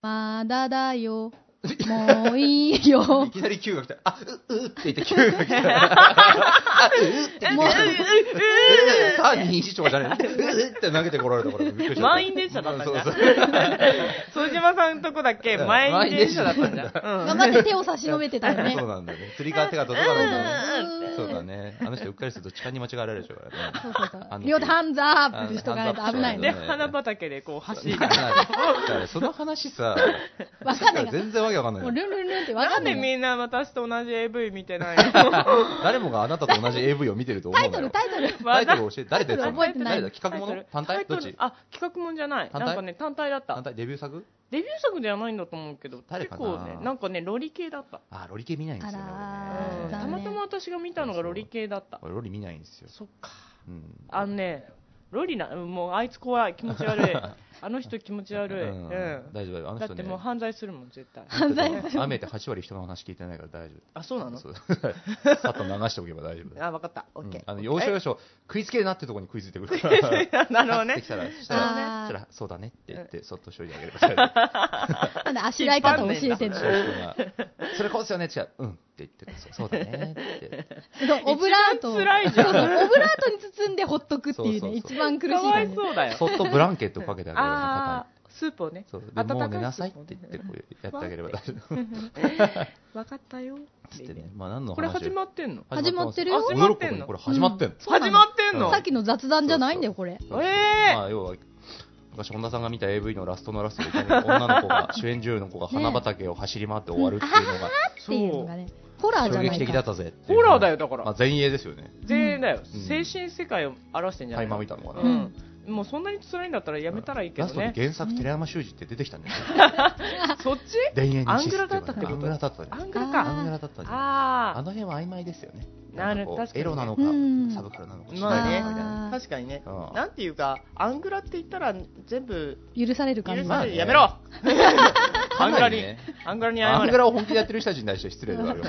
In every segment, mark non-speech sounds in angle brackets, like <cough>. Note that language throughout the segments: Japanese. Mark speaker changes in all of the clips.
Speaker 1: だだよ。もういいよ。
Speaker 2: <laughs> いきなり Q が来た。あ、う、うって言って Q が来た。あ、うって
Speaker 3: もう、
Speaker 2: あ、21とかじゃない。うって投げてこられたからびっくりしちゃった。
Speaker 3: 満員電車だったんだ
Speaker 2: そうそう
Speaker 3: 副島さんとこだけ
Speaker 2: うん
Speaker 3: 満員電車だったんだ。うん
Speaker 1: 頑張って手を差し伸べてたよね
Speaker 2: そう。なんだよね。釣り革手が届かないんだよね。
Speaker 3: うん
Speaker 2: そうだね。あの人うっかりすると痴漢に間違えられるでしょうからね。
Speaker 1: そうそうそう
Speaker 2: あ。の
Speaker 1: 両手ハンズアップしとかないと危ない
Speaker 3: で、
Speaker 1: ね。
Speaker 2: うん
Speaker 3: 花畑でこう走り
Speaker 2: だからその話さ、
Speaker 1: わかんないから。
Speaker 2: 全然わけわかんない
Speaker 1: も
Speaker 2: よ
Speaker 1: う。ルンルンルンってわ
Speaker 3: な
Speaker 1: か
Speaker 3: ん
Speaker 1: んな
Speaker 3: で
Speaker 1: い
Speaker 3: み
Speaker 1: ね。
Speaker 3: んな私と同じ AV 見てないの
Speaker 2: 誰もがあなたと同じ AV を見てると思
Speaker 1: タ
Speaker 2: う
Speaker 1: イ
Speaker 2: な
Speaker 1: ト
Speaker 2: よ
Speaker 1: ル、タイトル。
Speaker 2: タイトル教えて、誰
Speaker 1: タ
Speaker 2: だ
Speaker 1: イトル覚えてない
Speaker 2: 誰だ企画もの単
Speaker 3: タ
Speaker 2: 体
Speaker 3: イト
Speaker 2: どっ
Speaker 3: ル
Speaker 2: ち
Speaker 3: あ、企画もんじゃない。
Speaker 2: 単体
Speaker 3: なんかね、単体だった
Speaker 2: 単。体デビュー作
Speaker 3: デビュー作ではないんだと思うけど、
Speaker 2: 誰
Speaker 3: 結
Speaker 2: かな
Speaker 3: 構ね、なんかね、ロリ系だった。
Speaker 2: あ、ロリ系見ないんですよね。
Speaker 1: あー
Speaker 2: 俺
Speaker 3: うん
Speaker 2: ね
Speaker 3: た
Speaker 1: 残
Speaker 3: ま
Speaker 1: 念
Speaker 3: たま私が見たのがロリ系だった。
Speaker 2: 俺ロリ見ないんですよ。
Speaker 3: そっか。
Speaker 2: うん
Speaker 3: あのね、ロリな、うんもうあいつ怖い、気持ち悪い。あの人気持ち悪い。
Speaker 2: うん
Speaker 3: うん。
Speaker 2: 大丈夫だよ。あの
Speaker 3: だ
Speaker 2: 人
Speaker 3: っ
Speaker 2: ね
Speaker 3: てもう、犯罪するもん、絶対。
Speaker 1: 犯罪
Speaker 2: 雨って8割人の話聞いてないから大丈
Speaker 3: <laughs> あ、そうなの
Speaker 2: 夫。そうさっと流しておけば大丈夫だよ。
Speaker 3: あ、わかった。オッケ
Speaker 2: うん
Speaker 3: ー。
Speaker 2: あの要所要所、食いつけるなってとこに食いついてくるから。
Speaker 3: <laughs> なるほど
Speaker 2: で
Speaker 3: ね
Speaker 2: き。たら、したら、
Speaker 1: あー
Speaker 2: したらそうだねって言って、そっとしといてあげれば大丈夫。
Speaker 1: なんであしらい方を教えてん
Speaker 2: そ
Speaker 1: の
Speaker 2: ういう人が <laughs> それこそよねって言ったら、うんって言って、そうそうだねって。
Speaker 1: オブラートを。
Speaker 3: 一番辛いじゃん
Speaker 1: そうそうオブラートに包んでほっとくっていう
Speaker 2: そう
Speaker 1: ね、
Speaker 2: そうそう
Speaker 1: 一番苦しい
Speaker 3: かわ
Speaker 1: 感
Speaker 3: い
Speaker 1: じ。
Speaker 3: そうだよ。
Speaker 2: そっとブランケットをかけてあげれば、
Speaker 3: ああ、スープをね。
Speaker 2: 肩に。そう。で、も
Speaker 3: 温か
Speaker 2: う寝なさいっ
Speaker 3: スープを
Speaker 2: て
Speaker 3: ね
Speaker 2: 言って、こうやってあげれば大丈夫。
Speaker 3: わかったよ。
Speaker 2: つってね。まあ何の話
Speaker 3: これ始まってんの
Speaker 1: 始まってるよ
Speaker 2: 始まってんのこれ始まってんの。
Speaker 1: そうな
Speaker 3: 始
Speaker 1: の
Speaker 3: まってんの
Speaker 1: さっきの雑談じゃないんだよ、これ。
Speaker 3: ええ
Speaker 2: まあ要は、昔本田さんが見た AV のラストのラストで、女の子が、主演女優の子が花畑を走り回って終わるっていうのが、
Speaker 1: っていうのがね、ホラーじ
Speaker 2: 衝
Speaker 1: ゃな
Speaker 2: 撃
Speaker 1: い
Speaker 2: 的だっ
Speaker 1: か。
Speaker 2: たぜっていう
Speaker 3: ホラーだよ、だか
Speaker 2: まあ
Speaker 3: ら。
Speaker 2: 前衛ですよね。
Speaker 3: 全員だよ
Speaker 2: うん。
Speaker 3: 精神世界を表してんじゃな
Speaker 2: タイ
Speaker 3: い
Speaker 2: マー見たのかな
Speaker 3: う。ん。もうそんなに辛いんだったらやめたらいいけ
Speaker 2: ラ
Speaker 3: ど
Speaker 2: ストに
Speaker 3: ね。
Speaker 2: 原作、寺山修司って出てきたんだよね。
Speaker 3: そっち
Speaker 2: 田園に
Speaker 3: アングラだったってこと
Speaker 2: アングラだったね
Speaker 3: アングラ
Speaker 1: あ
Speaker 3: か。
Speaker 1: ー
Speaker 2: アングラだったんじゃないあ
Speaker 3: あ
Speaker 2: の辺は曖昧ですよね
Speaker 3: なる
Speaker 2: んかこう
Speaker 3: 確かにね
Speaker 2: エロなのか
Speaker 1: うん
Speaker 2: サブカルなのか
Speaker 3: まあね
Speaker 2: 知らないな
Speaker 3: あ。確かにね。
Speaker 2: うん
Speaker 3: なんていうか、アングラって言ったら全部
Speaker 1: 許される感
Speaker 3: 許
Speaker 1: じ。
Speaker 3: さ
Speaker 2: まあ
Speaker 3: れる。
Speaker 2: ね
Speaker 3: やめろア
Speaker 2: か
Speaker 3: ング
Speaker 2: な
Speaker 3: ラに
Speaker 2: りね、
Speaker 3: アングラに謝れ。
Speaker 2: アングラを本気でやってる人たちに対して失礼
Speaker 3: <laughs>
Speaker 2: ではあるよ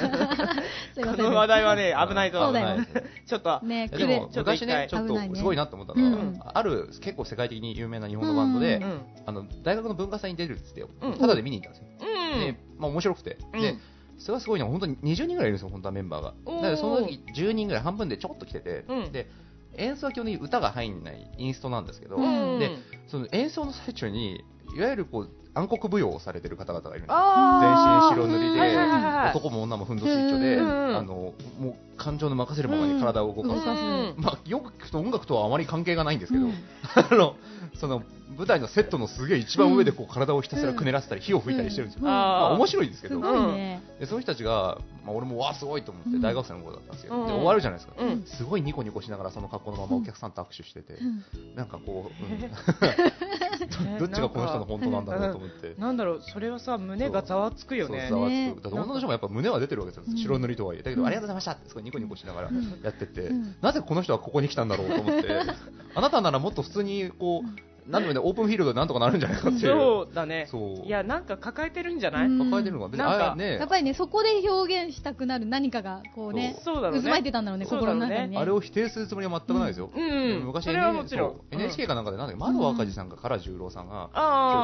Speaker 1: すいま
Speaker 3: こ
Speaker 1: せん
Speaker 3: の。話題はね、危ない
Speaker 1: そ
Speaker 3: ぞ
Speaker 1: う。だよ
Speaker 2: 危ない
Speaker 3: ちょっと、
Speaker 1: ね、
Speaker 2: いや
Speaker 1: く
Speaker 2: で
Speaker 1: れ
Speaker 2: も。
Speaker 3: ちょっと
Speaker 2: 昔ね、ち
Speaker 1: 一回
Speaker 2: ょっ
Speaker 1: 危ない
Speaker 2: と
Speaker 1: ね
Speaker 2: すごいなと思ったの
Speaker 1: う
Speaker 2: は
Speaker 1: ん、
Speaker 2: ある結構世界的に有名な日本のバンド
Speaker 1: う
Speaker 2: で
Speaker 3: うん。う、ん
Speaker 2: あの大学の文化祭に出るっつってよ
Speaker 3: うん、
Speaker 2: ただで見に行ったんですよ。
Speaker 3: うん
Speaker 2: で、まあ面白くて。
Speaker 3: うん
Speaker 2: で、それがすごいのは本当に20人ぐらいいるんですよ、本当はメンバーが。だからその時10人ぐらい半分でちょこっと来てて
Speaker 3: う、ん
Speaker 2: で、演奏は基本的に歌が入んないインストなんですけど、
Speaker 3: うん
Speaker 2: でその演奏の最中に、いわゆるこう暗黒舞踊をされてる方々がいるんですよ
Speaker 3: あー
Speaker 2: 全身白塗りで、
Speaker 3: はいはいはいはい
Speaker 2: 男も女もふんどし一丁で、
Speaker 3: うん
Speaker 2: あのもう感情の任せるままに体を動か
Speaker 1: う
Speaker 2: す、
Speaker 1: ん
Speaker 3: うん
Speaker 2: まあ、よく聞くと音楽とはあまり関係がないんですけど、
Speaker 1: うん
Speaker 2: <laughs> あのその舞台のセットのすげえ一番上でこう体をひたすらくねらせたり、火を吹いたりしてるんですよ、
Speaker 1: うん
Speaker 2: まあ、
Speaker 3: あー
Speaker 2: 面白いんですけ
Speaker 1: す
Speaker 2: ど、
Speaker 1: ごいね。
Speaker 2: でその人たちが、まあ、俺もわあ、すごいと思って、大学生の子だったんですよ、
Speaker 3: うん
Speaker 2: で終わるじゃないですか。
Speaker 3: うん
Speaker 2: すごいニコニコしながらその格好のままお客さんと握手してて、
Speaker 1: うん
Speaker 2: なん <laughs> かこう、うんどっちがこの人の本当なんだろうと思って、
Speaker 3: なんだろう、それはさ、胸がざわつくよね
Speaker 2: そ。うざわつく
Speaker 1: ね
Speaker 2: だって女の人もやっぱ胸は出てるわけです
Speaker 1: う
Speaker 2: よ、
Speaker 1: ん
Speaker 2: 白塗りとはいえ。だけど、
Speaker 1: うん
Speaker 2: ありがとうございましたって、すごいニコニコしながら
Speaker 1: うん
Speaker 2: やってて、
Speaker 1: うん
Speaker 2: なぜこの人はここに来たんだろうと思って、あなたならもっと普通に、こう、なんでもいいんだオープンフィールドでなんとかなるんじゃないかっていう。
Speaker 3: そうだね。
Speaker 2: そう
Speaker 3: いや、なんか抱えてるんじゃない、
Speaker 1: うん
Speaker 2: 抱えてるのが、別に、
Speaker 3: なんか
Speaker 2: あれね
Speaker 1: やっ、ぱりね、そこで表現したくなる何かが、こうね、
Speaker 3: そうだろう
Speaker 1: 渦
Speaker 3: ね。
Speaker 1: 巻いてたんだろうね、
Speaker 3: そうだ
Speaker 1: 心
Speaker 3: ろう
Speaker 1: の
Speaker 3: ね
Speaker 1: 中にね。
Speaker 2: あれを否定するつもりは全くないですよ。
Speaker 3: うん
Speaker 2: で
Speaker 3: う
Speaker 2: も
Speaker 3: ん。
Speaker 2: 昔
Speaker 3: それはもちろん。
Speaker 2: そう NHK かなんかで、なんだっけ、窓赤字さんか、唐十郎さんが、
Speaker 3: あ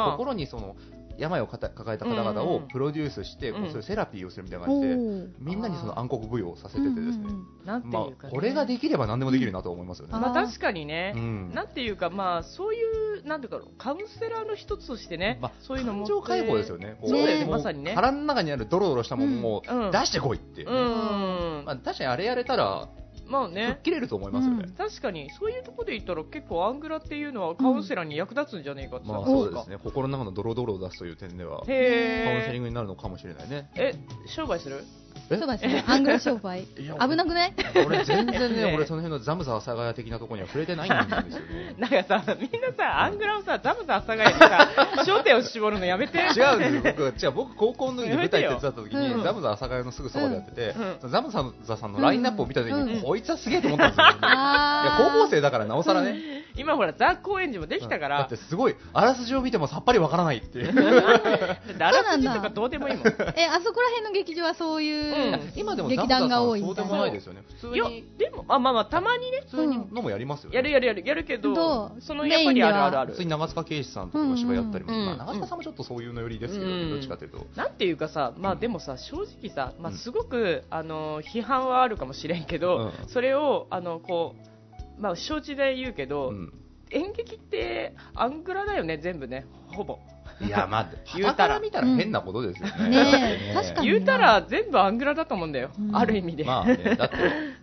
Speaker 3: あ。
Speaker 2: 心にその、病をかた抱えた方々をプロデュースして、
Speaker 3: うん
Speaker 2: こうそういうセラピーをするみたいな
Speaker 1: お
Speaker 2: 感じで、
Speaker 1: ー
Speaker 2: みんなにその暗黒舞踊をさせててですね、
Speaker 3: なんていうか
Speaker 2: ま
Speaker 3: ね、
Speaker 2: あ、これができれば何でもできるなと思いますよね。
Speaker 3: まあ確かにね
Speaker 2: う。ん
Speaker 3: なんていうか、まあ、そういう、なんていうか、カウンセラーの一つとしてね、
Speaker 2: まあ
Speaker 3: そういうの
Speaker 2: 感
Speaker 3: も。
Speaker 2: 情解放ですよ。ね。こ
Speaker 1: そうだよね
Speaker 2: も
Speaker 3: まさにね
Speaker 2: 腹の中にあるドロドロしたもんも
Speaker 3: うん
Speaker 2: 出してこいって。
Speaker 3: うん。
Speaker 2: まあ、確かにあれやれたら、
Speaker 3: まあ
Speaker 2: 吹
Speaker 3: ね
Speaker 2: っ。切れると思いますよね。
Speaker 1: うん
Speaker 3: 確かに、そういうところで言ったら、結構アングラっていうのはカウンセラーに役立つんじゃねえかって
Speaker 2: まあ、
Speaker 3: さ
Speaker 2: そうです。ね。心の中のドロドロを出すという点では、カウンセ
Speaker 3: へ
Speaker 2: リ
Speaker 3: え。
Speaker 2: ングになるのかもしれないね。
Speaker 3: え、商売する
Speaker 2: え
Speaker 1: 商売するアングル商売。
Speaker 2: いや
Speaker 1: 危なくない
Speaker 2: 俺全然ね、
Speaker 3: <laughs> ね。
Speaker 2: 俺その辺のザムザ阿佐ヶ谷的なところには触れてないんですよね
Speaker 3: <laughs> なんかさ、みんなさ、アングラをさ、ザムザ阿佐ヶ谷で
Speaker 2: <laughs>
Speaker 3: さ、焦点を絞るのやめて。
Speaker 2: 違うんですよ僕、違う僕高校の時に舞台手伝った時
Speaker 1: うん
Speaker 2: に、ザムザ阿佐ヶ谷のすぐそばでやってて
Speaker 3: うん、
Speaker 2: ザムザさんのラインナップを見た時
Speaker 1: う
Speaker 2: に、
Speaker 3: ん <laughs>
Speaker 2: こいつはすげえと思ったんですよ。いや
Speaker 1: や
Speaker 2: 高校生だからなおさらね
Speaker 3: 今ほら、雑公演時もできたか
Speaker 2: だっ
Speaker 3: <laughs> ら
Speaker 2: て、すごいあらすじを見てもさっぱりわからないっていう <laughs>
Speaker 3: だらすじとかどうでもいいもん。
Speaker 1: えあそこら辺の劇場はそういう、
Speaker 3: うん
Speaker 2: 今でも
Speaker 1: 劇団が多い
Speaker 2: ザ
Speaker 1: み
Speaker 2: ブザ
Speaker 1: た
Speaker 2: さん
Speaker 1: い
Speaker 2: は
Speaker 1: な
Speaker 2: そうでもないですよね普
Speaker 3: い
Speaker 2: 通
Speaker 3: や
Speaker 2: に、
Speaker 3: でも、あ、まあまあ、たまにね、
Speaker 2: 普通
Speaker 1: うん
Speaker 2: にのもやりますよね
Speaker 3: やるやるやる、やるけど
Speaker 1: ど、う
Speaker 3: そのやっ
Speaker 1: メ
Speaker 3: ぱ
Speaker 1: イン
Speaker 3: り
Speaker 1: で
Speaker 3: あ
Speaker 1: は
Speaker 3: るある
Speaker 2: 普
Speaker 3: あ
Speaker 2: 通
Speaker 3: る
Speaker 2: に。長塚圭史さんとかお芝居やったりも、
Speaker 1: うん
Speaker 3: うん
Speaker 2: まあ、長塚さんもちょっとそういうのよりですけど、
Speaker 3: うん
Speaker 2: どっちかというと、
Speaker 3: なんていうかさ、まあでもさ、正直さ、まあ
Speaker 2: うん
Speaker 3: すごく、あの、批判はあるかもしれんけど、
Speaker 2: うん
Speaker 3: それを、あの、こう、まあ承知で言うけど、
Speaker 2: うん
Speaker 3: 演劇ってアングラだよね、全部ね、ほぼ。
Speaker 2: いやまあ
Speaker 3: 言うたら
Speaker 2: 傍から見たら変なことですよね,、
Speaker 1: ねえ確
Speaker 3: <laughs>
Speaker 1: かに
Speaker 3: 言うたら全部アングラだと思うんだよ、
Speaker 1: うん
Speaker 3: ある意味で。
Speaker 2: まあね、だって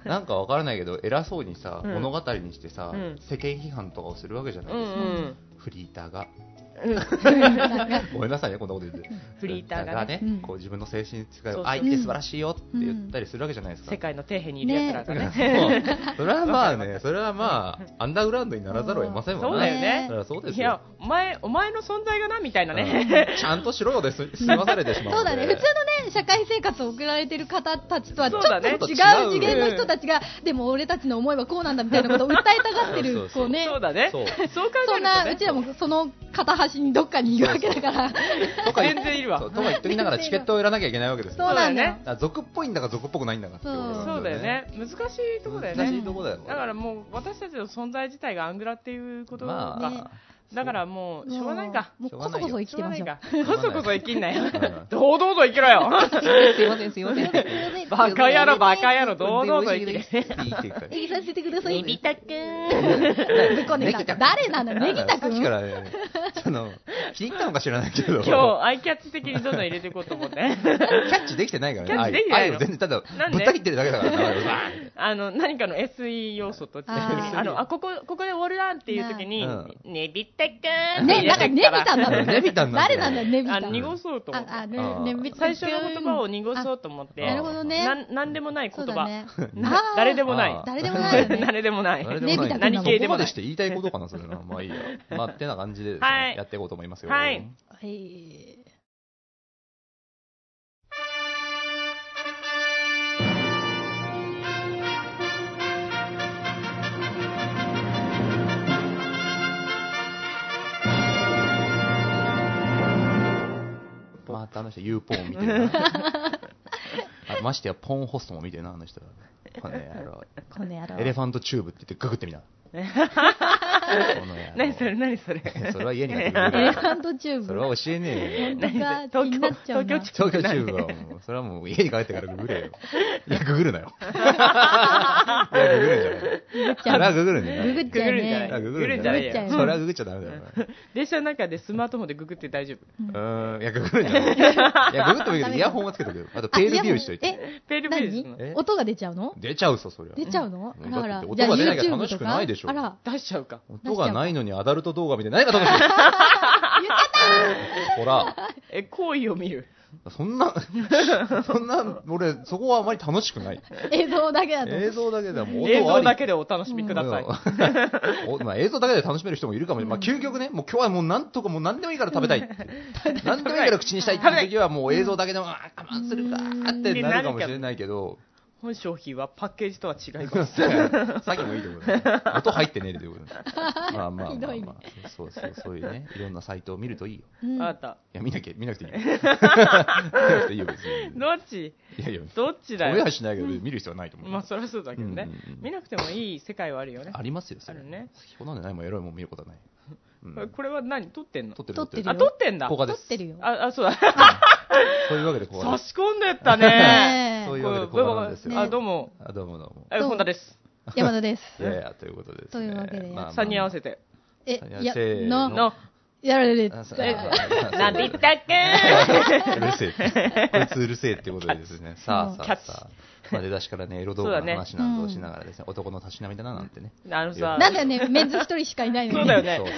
Speaker 2: なんかわからないけど偉そうにさ、
Speaker 3: うん
Speaker 2: 物語にしてさ、
Speaker 3: うん
Speaker 2: 世間批判とかをするわけじゃな
Speaker 3: う
Speaker 2: い
Speaker 3: んう
Speaker 2: ですか、
Speaker 3: ん
Speaker 2: フリーターが
Speaker 3: うん
Speaker 2: <laughs> ごめんなさいねこんなこと言って
Speaker 3: フリーターがね
Speaker 2: こう自分の精神使い
Speaker 3: そうそう
Speaker 2: を愛って素晴らしいよって言ったりするわけじゃないですか、
Speaker 3: 世界の底辺にいるやつらがね。
Speaker 2: そうそれはまあね、それはまあ、アンダーグラウンドにならざるを得ません
Speaker 3: そ
Speaker 2: も
Speaker 3: うんだよ
Speaker 2: ね。
Speaker 3: ね
Speaker 2: そ。りゃそうです
Speaker 3: いや
Speaker 2: よ。、
Speaker 3: お前、お前の存在がな、みたいなね。
Speaker 2: うんちゃんとしろよです、
Speaker 3: <laughs>
Speaker 2: 済まされてしまう
Speaker 1: そ
Speaker 2: の
Speaker 1: うだ
Speaker 2: で。
Speaker 1: ね、普通のね、社会生活を送られてる方たちとはちょ
Speaker 3: そう
Speaker 1: っ
Speaker 3: だ
Speaker 1: と違
Speaker 3: ね
Speaker 1: う次元の人たちが、でも俺たちの思いはこうなんだみたいなことを訴えたがって
Speaker 2: そう
Speaker 1: る、
Speaker 2: そうそう
Speaker 1: こうね、
Speaker 3: そうだね。
Speaker 2: そう
Speaker 3: そう考
Speaker 1: そん
Speaker 3: える
Speaker 1: な、
Speaker 3: と
Speaker 1: う
Speaker 3: ね
Speaker 1: ちらもその片端にどっかにいるわけだから、
Speaker 2: とか言っ
Speaker 3: 全然いるわ
Speaker 2: そうとか言っときながらチケットを売らなきゃいけないわけです
Speaker 1: そう
Speaker 2: よ。
Speaker 1: なんだ
Speaker 3: そ
Speaker 1: よ
Speaker 3: うだよね。
Speaker 2: だから俗っぽいんだか俗っぽくないんだかってことなん
Speaker 3: そうだよ。ね。難しいとこだよ
Speaker 2: 難し
Speaker 3: ね
Speaker 2: い。とこだよ。
Speaker 3: だからもう、私たちの存在自体がアングラっていうこと
Speaker 2: ま
Speaker 3: が、
Speaker 2: あ、
Speaker 3: だからもう、しょうがないか。
Speaker 1: もうこそこそ生き
Speaker 3: しょう
Speaker 1: て
Speaker 3: が
Speaker 1: ま
Speaker 3: な
Speaker 1: しょ。
Speaker 3: いうか。
Speaker 2: ょうがない
Speaker 3: こそこそ生きんなよ
Speaker 2: ん。
Speaker 3: 堂々と生き
Speaker 1: <laughs>
Speaker 3: ろよ。
Speaker 4: すいません、すいません。
Speaker 3: <laughs> バカ野郎、バカ野郎、堂々と生き
Speaker 4: 全然美味し。
Speaker 3: て
Speaker 2: いいっていうか
Speaker 3: <laughs>
Speaker 2: ね。
Speaker 1: ネギさせてください。
Speaker 3: たくん。
Speaker 1: ぶっこんでた。誰なのネギタ
Speaker 2: さ
Speaker 1: く
Speaker 2: っきか
Speaker 1: ん
Speaker 2: らね、そ
Speaker 3: <laughs>
Speaker 2: の、気に入ったのか知らないけど、キ
Speaker 3: <laughs> 今
Speaker 2: ャ
Speaker 3: 日、アイキャッチ的にどんどん入れていこうと思って。 <laughs>
Speaker 2: ッチできてないからね。
Speaker 3: キャッチできてないの
Speaker 2: 愛を全然、ただ、
Speaker 3: なんで
Speaker 2: ぶった切ってるだけだからねバーンって。
Speaker 3: あの、何かの SE 要素として、
Speaker 1: あー
Speaker 3: あの、あ、ここ、ここで終わるなっていう時に
Speaker 2: なあ、
Speaker 3: ねびったくーんって
Speaker 1: ね、
Speaker 3: 入れ
Speaker 1: なんか
Speaker 3: て
Speaker 1: ネビ
Speaker 3: から
Speaker 1: タなの
Speaker 2: ネビタンなんだ
Speaker 1: 誰
Speaker 2: よ
Speaker 1: なんだよ、ネビタ
Speaker 3: あ、
Speaker 1: ン。
Speaker 3: 濁そうと思って
Speaker 1: あ、あ、ね、ネビタ
Speaker 3: 最
Speaker 1: ン
Speaker 3: 初の言葉を濁そうと思って、
Speaker 1: あなるほどね。
Speaker 3: なん、なんでもない
Speaker 1: そ
Speaker 3: 言
Speaker 1: うだ
Speaker 3: 葉。
Speaker 1: ね。
Speaker 3: な
Speaker 1: あー
Speaker 3: 誰でもない
Speaker 2: あ。ー
Speaker 1: 誰でもないよね。
Speaker 3: <laughs> 誰でもない。
Speaker 2: 誰
Speaker 1: れ
Speaker 2: で
Speaker 1: で
Speaker 2: も
Speaker 1: も
Speaker 2: ない
Speaker 1: ない
Speaker 2: よ。
Speaker 1: 何
Speaker 3: 系で
Speaker 2: ここま
Speaker 3: もない
Speaker 2: でして言いたいことかな、それな。まあいいや。まあ、ってな感じでですね、
Speaker 3: はい
Speaker 2: やっていこうと思いますよ。
Speaker 3: はい
Speaker 1: はい。
Speaker 2: またあの人、ユーポン見てるな。あましてや、ポンホストも見てるな、あの人。この野郎。
Speaker 1: この野郎。
Speaker 2: エレファントチューブって言って、ググ
Speaker 3: <laughs>
Speaker 2: ってみな。この野郎
Speaker 3: 何それ何それ
Speaker 2: それは家に
Speaker 3: <laughs>
Speaker 2: あ
Speaker 1: エレ
Speaker 2: る
Speaker 1: フ。ァントチューブ。
Speaker 2: それは教えねえよ。
Speaker 1: 本当か
Speaker 3: 何そ
Speaker 1: 気
Speaker 3: れ
Speaker 1: になっちゃうな
Speaker 3: 東京東京
Speaker 2: 東京チューブはもう、それはもう家に帰ってからググれよ。いや、ググるなよ。いや、ググるんじゃな
Speaker 1: グ
Speaker 2: い。
Speaker 1: グっ
Speaker 2: そ
Speaker 1: ち
Speaker 2: れ
Speaker 1: ゃ
Speaker 2: は
Speaker 1: う。
Speaker 2: ググるんじゃな
Speaker 1: ググっ
Speaker 2: い。
Speaker 1: ちゃう
Speaker 3: ググるんじゃない
Speaker 1: ね
Speaker 2: いや。
Speaker 1: ググっちゃう
Speaker 2: ググるんじゃない
Speaker 1: よ
Speaker 2: それはググっちゃダメだよ。
Speaker 3: 電車の中でスマートフォンでググって大丈夫
Speaker 2: うーん、いや、ググるんじゃない。いや、ググってもいいけど、イヤホンはつけとくよ。あと、ペールビューしとい
Speaker 1: あ
Speaker 2: て。
Speaker 1: やもう
Speaker 3: ペールビューですもん
Speaker 2: え
Speaker 1: え、音が出ちゃうの
Speaker 2: 出ちゃうさ、そりゃ。
Speaker 1: 出ちゃうの
Speaker 2: うん
Speaker 1: だから、
Speaker 2: だって
Speaker 1: じゃ
Speaker 2: 音が
Speaker 1: あ
Speaker 2: 出なきゃ
Speaker 1: YouTube
Speaker 2: 楽し
Speaker 1: と
Speaker 2: く
Speaker 1: か。
Speaker 2: ないでしょ
Speaker 1: あら、
Speaker 3: 出しちゃうか
Speaker 2: 音がないのにアダルト動画みたいな。何が楽しいほら、
Speaker 3: え行為を見る
Speaker 2: そんな、そんな、俺、そこはあまり楽しくない。
Speaker 1: 映像だけだと。
Speaker 2: 映像だけではもう
Speaker 3: 映
Speaker 2: 音はあ
Speaker 3: 像
Speaker 2: り。
Speaker 3: だけでお楽しみください
Speaker 2: うん <laughs> おまあ映像だけで楽しめる人もいるかもしれない。まあ、究極ね、もう今日はもうなんとかもう何でもいいから食べたいって。何でもいいから口にしたいっていう時はもう映像だけでも、あー我慢するかーってなるかもしれないけど、
Speaker 3: 本商品はパッケージとは違います
Speaker 2: さっきもいいところだね音入ってねえという
Speaker 3: <laughs>
Speaker 2: ことだねまあまあまあ
Speaker 1: ひどいね
Speaker 2: まあそうそうそうそういうねいろんなサイトを見るといいよ
Speaker 1: うん
Speaker 3: あった
Speaker 2: いや見なきゃ見なくてい
Speaker 3: <laughs>
Speaker 2: いよ見なくていいよ別に
Speaker 3: どっち
Speaker 2: いやいや
Speaker 3: どっちだ
Speaker 2: 俺
Speaker 3: よ
Speaker 2: はしないけど見る必要はないと思う、
Speaker 3: まあそりゃそうだけどね
Speaker 2: うんうんうん
Speaker 3: 見なくてもいい世界はあるよね
Speaker 2: ありますよそれ
Speaker 3: あるね
Speaker 2: 先ほどなんでないもんエロいもん見ることはない、うん
Speaker 3: これこれは何撮ってんの
Speaker 2: 撮ってる
Speaker 1: 撮ってる
Speaker 3: あ
Speaker 1: よ
Speaker 3: 撮ってんだ
Speaker 2: ここ
Speaker 1: 撮
Speaker 2: で
Speaker 1: っ
Speaker 2: す
Speaker 1: てるよ。
Speaker 3: ああそうだ
Speaker 2: <laughs> そういうわけでここ
Speaker 3: 差
Speaker 2: で
Speaker 3: し込んでったね
Speaker 1: ねえ
Speaker 2: <laughs> そういうわけでこ
Speaker 3: こ
Speaker 2: こなんです
Speaker 1: ね
Speaker 2: よ
Speaker 3: あどうも
Speaker 2: あどうもどうも
Speaker 3: え
Speaker 1: どうも
Speaker 3: 本田です
Speaker 1: 山田です。
Speaker 2: いやいやということですね
Speaker 1: というわけで
Speaker 2: まあまあ
Speaker 3: 3人合わせて
Speaker 1: え
Speaker 2: いや、
Speaker 1: いや、
Speaker 2: せーの
Speaker 1: の、
Speaker 3: の
Speaker 1: やられる。
Speaker 2: あそう
Speaker 1: え
Speaker 2: あそう
Speaker 3: なびたくん
Speaker 2: うるせえ。こいつうるせえってことでです
Speaker 3: <laughs>
Speaker 2: ね。さあ
Speaker 3: キ
Speaker 2: さ
Speaker 3: ャッ
Speaker 2: あ
Speaker 3: チ
Speaker 2: さあ。まあ、出だしからね、エロ動画の話なんかをしながらですね、男のたしなみだななんてね。
Speaker 3: <laughs> あのさ
Speaker 1: なんだよね、メンズ一人しかいないのに。
Speaker 3: そうだよね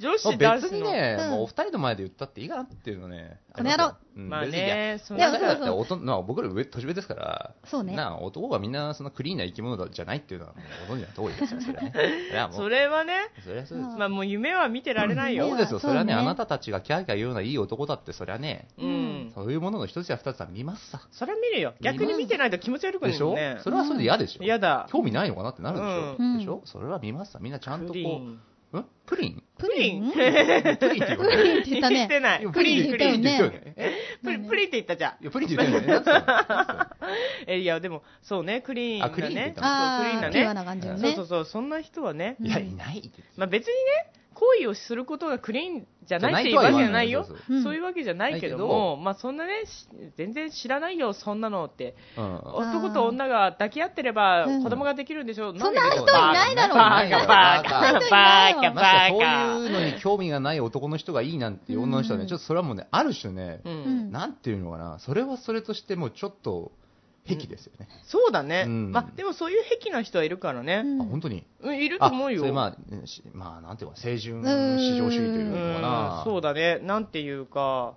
Speaker 2: そう
Speaker 3: 女
Speaker 2: そう
Speaker 3: <laughs> 子
Speaker 2: まあ
Speaker 3: 男
Speaker 2: 別
Speaker 3: 子
Speaker 2: に
Speaker 3: の
Speaker 2: ね、
Speaker 1: うん
Speaker 2: もうお二人の前で言ったっていいかなっていうのね。
Speaker 1: この野郎
Speaker 2: うん
Speaker 3: まあ
Speaker 2: 別にいや
Speaker 3: ねそ
Speaker 2: お
Speaker 3: う
Speaker 1: いや
Speaker 2: 互いだっ
Speaker 1: そ
Speaker 2: て
Speaker 1: うそう
Speaker 2: おとな僕ら上年上ですから、
Speaker 1: そうね
Speaker 2: なあ男はみんなそんなクリーンな生き物じゃないっていうのはもうご存知の通りですよ、それは
Speaker 3: <laughs>
Speaker 2: ね。それはもう
Speaker 3: それはね
Speaker 2: それはそうです。
Speaker 3: まあもう夢は見てられな
Speaker 1: うん
Speaker 3: いよ
Speaker 2: そうですよ、それはね、
Speaker 1: そう
Speaker 2: あ
Speaker 1: ね
Speaker 2: なたたちがキャーキャー言うようないい男だって、そりゃね、
Speaker 3: うん
Speaker 2: そういうものの一つや二つは見ますさ。
Speaker 3: それは見るよ逆に見てないと気持ち悪くな
Speaker 2: で
Speaker 3: る
Speaker 2: しょ
Speaker 3: よね。
Speaker 2: それはそれで嫌でしょ
Speaker 3: 嫌だ。
Speaker 2: 興味ないのかなってなるでしょ、
Speaker 1: うん
Speaker 2: でしょそれは見ますみんなちゃんと
Speaker 3: プ
Speaker 2: こ
Speaker 3: リン
Speaker 2: う。うんプリン
Speaker 1: プリン
Speaker 3: プ
Speaker 1: プ
Speaker 3: リ
Speaker 1: リ
Speaker 3: ン
Speaker 1: ン
Speaker 2: プリンって言うよね
Speaker 1: って言った
Speaker 3: して
Speaker 2: <laughs>
Speaker 1: ね。
Speaker 3: ない。
Speaker 2: いや
Speaker 3: プリン、プ
Speaker 1: プ
Speaker 2: プ
Speaker 3: リ
Speaker 2: リ
Speaker 3: ン
Speaker 2: ン。って言ったよねえ
Speaker 3: プリンプリンって言ったじゃん。
Speaker 2: いやプリンって言ったよねなんつったの
Speaker 3: えいやでもそうねクリーンだ
Speaker 2: あクリーン
Speaker 3: ね
Speaker 2: って言った
Speaker 3: そうクリーン
Speaker 1: あ
Speaker 3: だ
Speaker 1: あ、ピュア
Speaker 3: ね
Speaker 1: な感じの
Speaker 3: そう
Speaker 1: ね
Speaker 3: そう。そうそんな人はね
Speaker 1: う、ん
Speaker 2: いやいないって言って
Speaker 3: まあ別にね行為をすることがクリーンじゃないっていう
Speaker 2: とは
Speaker 3: わけ
Speaker 2: 言
Speaker 3: じ
Speaker 2: わ
Speaker 3: ゃないよ
Speaker 2: そうそう
Speaker 1: うん
Speaker 3: そういうわけじゃないけども、まあそんなねし全然知らないよそんなのって
Speaker 2: そううん
Speaker 3: 男と女が抱き合ってれば
Speaker 1: うん
Speaker 3: 子供ができるんでしょう、
Speaker 1: そん
Speaker 3: で
Speaker 1: な
Speaker 3: で
Speaker 1: 人
Speaker 3: しょ
Speaker 1: いうないだろう
Speaker 3: バ
Speaker 2: い
Speaker 3: カ
Speaker 2: や
Speaker 3: バ
Speaker 1: バ
Speaker 3: カ
Speaker 1: カバカ
Speaker 3: バカ
Speaker 2: まして
Speaker 3: バ
Speaker 2: そういうのに興味がない男の人がいいなんていう女の人は
Speaker 1: う
Speaker 2: ね、
Speaker 1: ん
Speaker 2: ちょっとそれはもうね、ある種ね
Speaker 3: カ、う
Speaker 1: うんん。
Speaker 2: なんていうのかな、それはそれとしてもうちょっと、癖ですよね。
Speaker 3: そうだね、
Speaker 2: うん
Speaker 3: まあでもそういう癖な人はいるからね、
Speaker 2: あ、本当に。
Speaker 3: うんいると
Speaker 2: あ、
Speaker 3: 思うよ
Speaker 2: それまあ、しまあ、なんていうか、清純至上主義といううのか
Speaker 3: ん
Speaker 2: な。
Speaker 3: そうだね、なんていうか、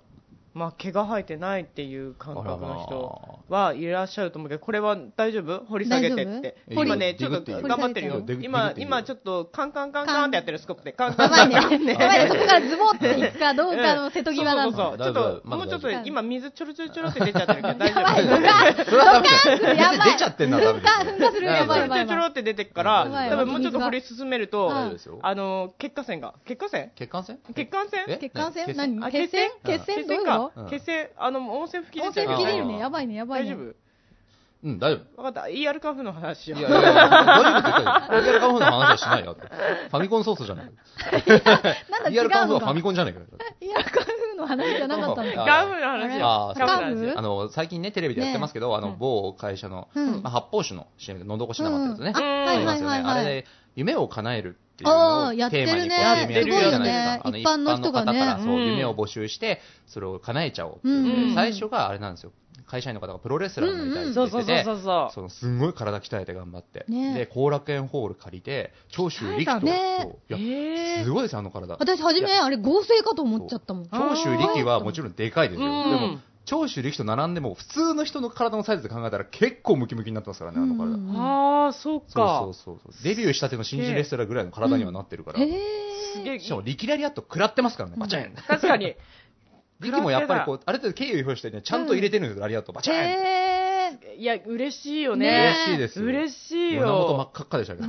Speaker 3: まあ、毛が生えてないっていう感覚の人はいらっしゃると思うけど、これは大丈夫掘り下げてって。
Speaker 2: 大丈夫
Speaker 3: 今ね、ちょっ
Speaker 2: 掘り
Speaker 3: と
Speaker 2: 下げ
Speaker 1: て
Speaker 3: 頑張ってるよ
Speaker 2: 掘り下げ。て
Speaker 3: 今、
Speaker 2: デグ
Speaker 3: 今ちょっとカンカンカンカンってやってるスコープで、カンカ
Speaker 1: や
Speaker 3: ン
Speaker 1: ば
Speaker 3: カ
Speaker 1: い
Speaker 3: ン
Speaker 1: ね。
Speaker 3: カ
Speaker 1: や
Speaker 3: ン
Speaker 1: ばいね。そこからズボンっていくかどうかの瀬戸際な
Speaker 3: そ
Speaker 1: の。
Speaker 3: うそうそうちょっと、
Speaker 2: ま
Speaker 3: も
Speaker 2: だ
Speaker 3: うちょ
Speaker 2: 大丈
Speaker 3: っと
Speaker 2: 夫
Speaker 3: 今水ちょろちょろちょろって出ちゃってるから大
Speaker 1: やばい、
Speaker 3: 丈夫。
Speaker 1: ドカン、
Speaker 2: それはダメだよ
Speaker 1: やばい
Speaker 2: 出ちゃってんのはダメだよ
Speaker 1: 噴火する、やばい、やばい
Speaker 3: ちょろちょろって出てくから、
Speaker 2: やばい
Speaker 3: 多分もうちょっと掘り進めると、
Speaker 1: はい
Speaker 2: 大丈夫
Speaker 3: あ
Speaker 2: ですよ。
Speaker 3: の、血管線が、血管線
Speaker 2: 血管線
Speaker 3: 血管線
Speaker 2: え
Speaker 1: 血管
Speaker 2: え
Speaker 1: 線
Speaker 2: 何
Speaker 1: 何
Speaker 3: あ
Speaker 1: 血栓血
Speaker 2: 血栓
Speaker 1: 栓どうい
Speaker 3: 血
Speaker 1: う
Speaker 3: 栓
Speaker 1: の
Speaker 3: か
Speaker 2: うん。
Speaker 3: 血栓、あの、温泉吹き
Speaker 1: 温
Speaker 3: 出ちゃう
Speaker 1: 泉
Speaker 3: から。
Speaker 1: 吹き出る
Speaker 2: あ
Speaker 1: ね。
Speaker 2: ー
Speaker 1: やばいね、やばいね。
Speaker 3: 大丈夫
Speaker 2: うん、大丈夫。
Speaker 3: 分かった ER カフの話を
Speaker 2: いやいや、大丈夫って言ったよ。リアルカンフーの話はしないよって。ファミコンソースじゃない。
Speaker 1: なんだ違
Speaker 2: リアルカ
Speaker 1: う
Speaker 2: ンフ
Speaker 1: の
Speaker 2: ーはファ
Speaker 1: か
Speaker 2: ミ。コンじゃないから。
Speaker 1: いや、カンフーの話じゃなかったんだ
Speaker 2: あ
Speaker 1: よ。
Speaker 3: <laughs> ガウフの話
Speaker 2: あー
Speaker 3: ガウフの話
Speaker 1: え
Speaker 2: あの、最近ね、テレビでやってますけど、あの、
Speaker 3: うん
Speaker 2: 某会社の、
Speaker 1: うん
Speaker 2: まあ、発泡酒の CM で、のどこし生ってやつね。
Speaker 1: あ、
Speaker 3: うん
Speaker 1: はいはいはい
Speaker 2: あ
Speaker 1: は
Speaker 2: れ
Speaker 1: い。
Speaker 2: で、夢を叶えるっていう
Speaker 1: あ
Speaker 2: の
Speaker 1: あ、
Speaker 2: を
Speaker 1: やって
Speaker 2: テーマ
Speaker 1: る
Speaker 2: に
Speaker 1: ね
Speaker 2: こうやってや
Speaker 3: る
Speaker 1: す
Speaker 2: る
Speaker 1: ごい
Speaker 2: じ
Speaker 1: よ
Speaker 2: ゃない
Speaker 1: ね
Speaker 2: です。か。
Speaker 1: 一般の人が
Speaker 2: 一般の方から
Speaker 1: ね。
Speaker 2: そう、
Speaker 3: うん
Speaker 2: 夢を募集して、それを叶えちゃおうって
Speaker 1: う
Speaker 2: い
Speaker 1: ん
Speaker 2: う。
Speaker 1: うん。
Speaker 2: 最初があれなんですよ。会社員の方がプロレスラーになりたい
Speaker 3: そう
Speaker 2: って
Speaker 3: そ
Speaker 2: 言
Speaker 3: う
Speaker 2: っ
Speaker 3: そう
Speaker 2: て
Speaker 3: そ
Speaker 2: て、
Speaker 3: うそ
Speaker 2: そのすんごい体鍛えて頑張って、
Speaker 1: ね
Speaker 2: で後楽園ホール借りて長州力と、
Speaker 1: ね
Speaker 2: そう
Speaker 3: う
Speaker 2: いや
Speaker 3: え
Speaker 2: すごいですあの体
Speaker 1: 私、初め、あれ、合成かと思っちゃったもん。
Speaker 3: あ
Speaker 2: 長州力はもちろんでかいですよ、
Speaker 3: うん
Speaker 2: でも長州力と並んでも普通の人の体のサイズで考えたら結構ムキムキになってますからねあの体、
Speaker 1: うん
Speaker 3: ああそう
Speaker 2: そ
Speaker 3: か
Speaker 2: うそうそうそうデビューしたての新人レストランぐらいの体にはなってるから、
Speaker 1: へ
Speaker 3: す
Speaker 1: え。
Speaker 3: げえ
Speaker 2: しかも力ラリアット食らってますからねバチャン、
Speaker 3: 確
Speaker 2: <laughs>
Speaker 3: かに
Speaker 2: 力もやっぱりこうある程度敬意を表してねちゃんと入れてるんですよ、ラリアットバチャン、
Speaker 1: へえ。
Speaker 3: いや嬉しいよ
Speaker 1: ね
Speaker 3: ね
Speaker 2: 嬉しいですよ
Speaker 3: 嬉しい
Speaker 2: 胸元真
Speaker 3: よ
Speaker 2: っ赤っかでしたけど、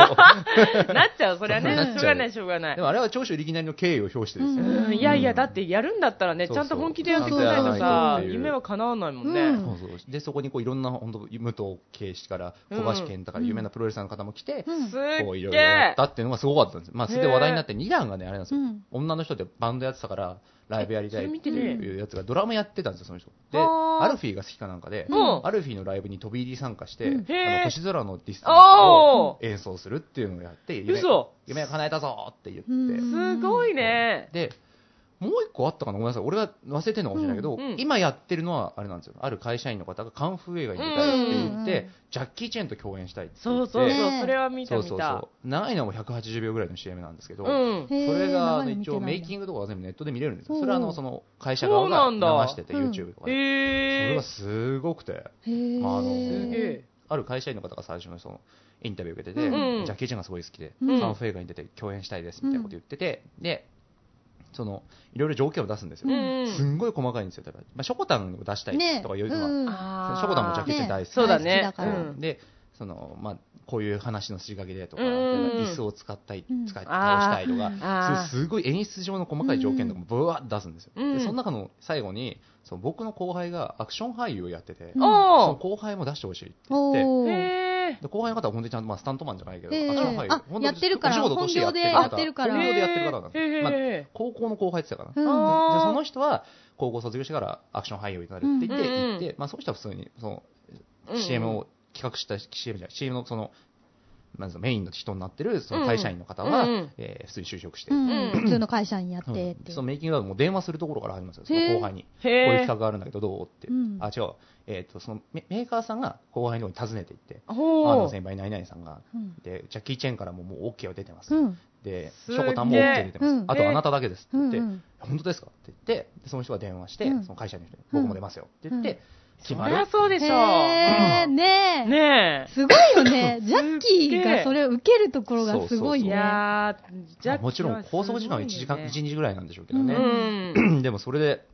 Speaker 3: なっちゃうそれは
Speaker 2: なっちゃ
Speaker 3: ね
Speaker 2: う
Speaker 3: しょうがないしょうがない
Speaker 2: でもあれは長州力なりの敬意を表してですね、
Speaker 3: うんいやいやだってやるんだったらね
Speaker 2: そう
Speaker 3: ち
Speaker 2: そ
Speaker 3: ゃ
Speaker 2: うん
Speaker 3: と本気でやってくれないと
Speaker 1: ちゃんとやら
Speaker 3: さ
Speaker 1: ない
Speaker 2: とっていう
Speaker 3: 夢は叶わないもん
Speaker 1: う
Speaker 3: ね
Speaker 1: ん
Speaker 2: そうそうでそこにこういろんな本当武藤圭司から
Speaker 3: うん
Speaker 2: 小橋健太から有名なプロレスラーの方も来て、
Speaker 1: うん
Speaker 3: す
Speaker 2: こういろい
Speaker 3: っげ
Speaker 2: ろやっ
Speaker 3: え
Speaker 2: たっていうのがすごかったんです、まあ、それで話題になって2段がねあれなんですよ、
Speaker 1: うん
Speaker 2: 女の人でバンドやってたからライブやりたい
Speaker 3: それ見
Speaker 2: って
Speaker 3: て
Speaker 2: いうやつがドラムやってたんですよその人で
Speaker 3: はあ
Speaker 2: アルフィーが好きかなんかで、
Speaker 1: うん
Speaker 2: アルフィーのライブに飛び入り参加して、
Speaker 1: うん
Speaker 3: へ
Speaker 2: あ
Speaker 3: え
Speaker 2: の星空のディスタンスを
Speaker 3: おお
Speaker 2: 演奏するっていうのをやって夢
Speaker 3: 嘘
Speaker 2: 夢が叶えたぞって言って、
Speaker 1: うん
Speaker 3: すごいね
Speaker 2: でもう一個あったかなごめんなさい俺は忘れてるのかもしれないけど、
Speaker 3: うんうん
Speaker 2: 今やってるのはあれなんですよある会社員の方がカンフー映画に出たいって言っ
Speaker 1: う
Speaker 2: て、
Speaker 1: んうん
Speaker 2: ジャッキー・チェンと共演したいって言
Speaker 3: そ
Speaker 2: っ
Speaker 3: う
Speaker 2: て
Speaker 3: そうそ
Speaker 1: ね
Speaker 3: う
Speaker 1: え
Speaker 3: それは見た
Speaker 2: そう
Speaker 3: 見
Speaker 2: そう
Speaker 3: た
Speaker 2: そう長いのも180秒ぐらいの CM なんですけど、
Speaker 3: うん
Speaker 2: それがあの
Speaker 1: へー
Speaker 2: 一応メイキ
Speaker 1: ン
Speaker 2: ングとかは全部ネットで見れるんです
Speaker 1: お
Speaker 2: よ
Speaker 1: うおう
Speaker 2: それはあのその会社
Speaker 3: そ
Speaker 2: 側
Speaker 3: うな
Speaker 2: が
Speaker 3: んだ
Speaker 2: 流してて
Speaker 1: うん
Speaker 2: YouTube とかで、そ
Speaker 3: へ
Speaker 2: れ
Speaker 3: え
Speaker 2: がすごくて
Speaker 1: グ。へえ。
Speaker 2: まああの
Speaker 3: すげえ
Speaker 2: ある会社員の方が最初のそのインタビュー受けてて、
Speaker 1: うん
Speaker 2: ジャッキー・チェンがすごい好きで、
Speaker 1: うん
Speaker 2: カンフー映画に出て共演したいですみたいなこと言ってて、でそのいろいろ条件を出すんですよ、
Speaker 1: うん
Speaker 2: すんごい細かいんですよ、だから、まあ、ショコタンを出したい
Speaker 1: ね
Speaker 2: とかいうのは、
Speaker 1: ん
Speaker 3: あー
Speaker 2: ショコタンもジャケット大好き、
Speaker 1: ね
Speaker 3: そう
Speaker 1: 大
Speaker 3: だ
Speaker 1: 好
Speaker 3: ね
Speaker 1: きだから
Speaker 3: うん
Speaker 2: でその、まあ、こういう話の筋書きでとか、
Speaker 3: うん
Speaker 2: 椅子を使ったり、
Speaker 1: うん
Speaker 2: 使い倒したいとか、
Speaker 1: うん
Speaker 2: そういう
Speaker 3: あー
Speaker 2: すごい演出上の細かい条件とかもぶわっと出すんですよ、
Speaker 3: うん
Speaker 2: でその中の最後にその僕の後輩がアクション俳優をやってて、
Speaker 1: うん
Speaker 2: その
Speaker 3: お
Speaker 2: 後輩も出してほしいって言って。
Speaker 1: お
Speaker 3: お
Speaker 1: ー。
Speaker 3: へえ
Speaker 2: で後輩の方は本当にちゃんと、まあ、スタントマンじゃないけど、
Speaker 1: ええ
Speaker 2: アクション俳優
Speaker 1: あ
Speaker 2: 本当に
Speaker 1: やってるから
Speaker 2: お仕事として
Speaker 1: 本業でやってるから
Speaker 2: 方本業でやってる方なんですよ、まあ
Speaker 3: へ
Speaker 2: 高校の後輩って言ってたかな、
Speaker 1: うん
Speaker 3: あー
Speaker 2: でその人は高校卒業してからアクション俳優になるって言って、
Speaker 3: うんうんうん
Speaker 2: 行ってまあ、その人は普通にその
Speaker 3: え
Speaker 2: CM を企画した、CM じゃない CM のそのなんですかメインの人になってるそ
Speaker 3: うんう
Speaker 2: の
Speaker 3: ん
Speaker 2: 会社員の方は、
Speaker 3: うんうん
Speaker 2: えー普通に就職して、
Speaker 1: うん
Speaker 3: うん
Speaker 1: 普通の会社員やってって
Speaker 2: うんそのメイキングはもう電話するところから始まるんですよ、
Speaker 1: へ
Speaker 2: そ
Speaker 1: ー
Speaker 2: の後輩に。
Speaker 3: へ
Speaker 2: こういう
Speaker 3: え
Speaker 2: 企画があるんだけどどうって、
Speaker 1: うん
Speaker 2: あ違う、えー、とそのメメーカーさんが後輩の方に訪ねていって、あ
Speaker 3: ほ
Speaker 2: の
Speaker 3: う
Speaker 2: 先輩、何々さんが、
Speaker 1: うん
Speaker 2: でジャッキー・チェンからももう OK は出てます、
Speaker 1: うん
Speaker 2: で、シ
Speaker 3: すげえ
Speaker 2: ョコタンも OK 出てます、
Speaker 1: うん
Speaker 2: あとあなただけですって
Speaker 1: う
Speaker 2: 言っ
Speaker 1: ん
Speaker 2: て、
Speaker 1: うん
Speaker 2: 本当ですかって言って、でその人が電話して、
Speaker 1: うん
Speaker 2: その会社の人に、
Speaker 1: うん
Speaker 2: 僕も出ますよって言って、決
Speaker 3: そ
Speaker 2: ま
Speaker 3: り
Speaker 2: る
Speaker 3: ゃ。そうでしょ
Speaker 1: へーねえ。
Speaker 3: ね
Speaker 1: すごいよ <laughs> ね。ジャッキーがそれを受けるところがすご
Speaker 3: え
Speaker 1: い
Speaker 3: い
Speaker 1: ね。
Speaker 3: やージャッキーはすごいね
Speaker 2: もちろん放送時間は1時間、1日ぐらいなんでしょうけど
Speaker 3: う
Speaker 2: ね。
Speaker 3: ん
Speaker 2: でもそれで、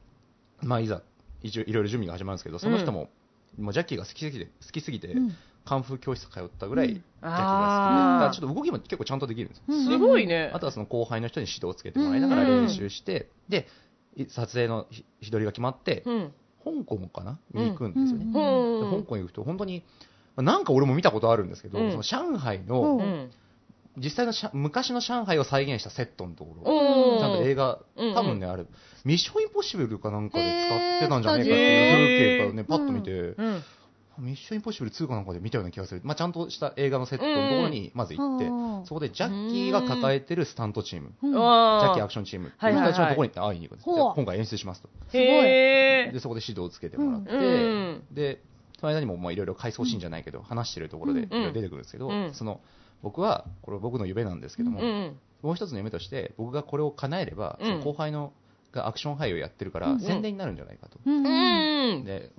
Speaker 2: まあいざ、一応いろいろ準備が始まるんですけど、その人ももうジャッキーが好きすぎて、好きすぎて、
Speaker 1: うん
Speaker 2: カンフー教室通ったぐらい、
Speaker 1: うん
Speaker 2: ジャッキーが好きで、だから
Speaker 3: あー
Speaker 2: ちょっと動きも結構ちゃんとできるんですよ。
Speaker 1: うん
Speaker 3: すごいね
Speaker 2: あとはその後輩の人に指導をつけてもらいながら練習して、で、い撮影の日日取りが決まって、
Speaker 3: うん
Speaker 2: 香港かなに行くんですよね。
Speaker 1: うん
Speaker 3: うん
Speaker 2: で香港行くと本当に、まあなんか俺も見たことあるんですけど、
Speaker 3: うん
Speaker 2: その上海の、
Speaker 1: う
Speaker 3: うん
Speaker 2: 実際のしゃ昔の上海を再現したセットのところ、
Speaker 3: うん
Speaker 2: ちゃんと映画、
Speaker 3: うん
Speaker 2: 多分ね、あれ、ミッションインポッシブルかなんかで使ってたんじゃねえかって
Speaker 3: へ
Speaker 2: いう風
Speaker 3: ー
Speaker 2: 景をね、パッと見て、
Speaker 3: うん
Speaker 2: ミッションインポッシブル2かなんかで見たような気がする、まあ、ちゃんとした映画のセットのところにまず行って、
Speaker 1: うん
Speaker 2: そこでジャッキーが抱えてるスタントチーム、
Speaker 1: うん
Speaker 3: う
Speaker 2: ジ
Speaker 3: わー
Speaker 2: ャッキーアクションチーム、
Speaker 3: はいはいは
Speaker 2: 僕
Speaker 3: い
Speaker 2: たちのところに行って会いに行くんです、
Speaker 1: ほう
Speaker 2: で今回演出しますと、
Speaker 3: へー
Speaker 2: でそこで指導をつけてもらって、
Speaker 3: うん
Speaker 2: でその間にもまあいろいろ回想シーンじゃないけど、話してるところでいろいろ出てくるんですけど、
Speaker 3: うん
Speaker 2: その僕は、これ僕の夢なんですけど
Speaker 3: う
Speaker 2: も、
Speaker 3: ん
Speaker 2: もう一つの夢として、僕がこれを叶えれば、
Speaker 3: うん
Speaker 2: その後輩のがアクション俳優をやってるか
Speaker 1: う
Speaker 2: ら
Speaker 1: ん、
Speaker 2: 宣伝になるんじゃないかと。
Speaker 1: うん
Speaker 3: うん
Speaker 2: で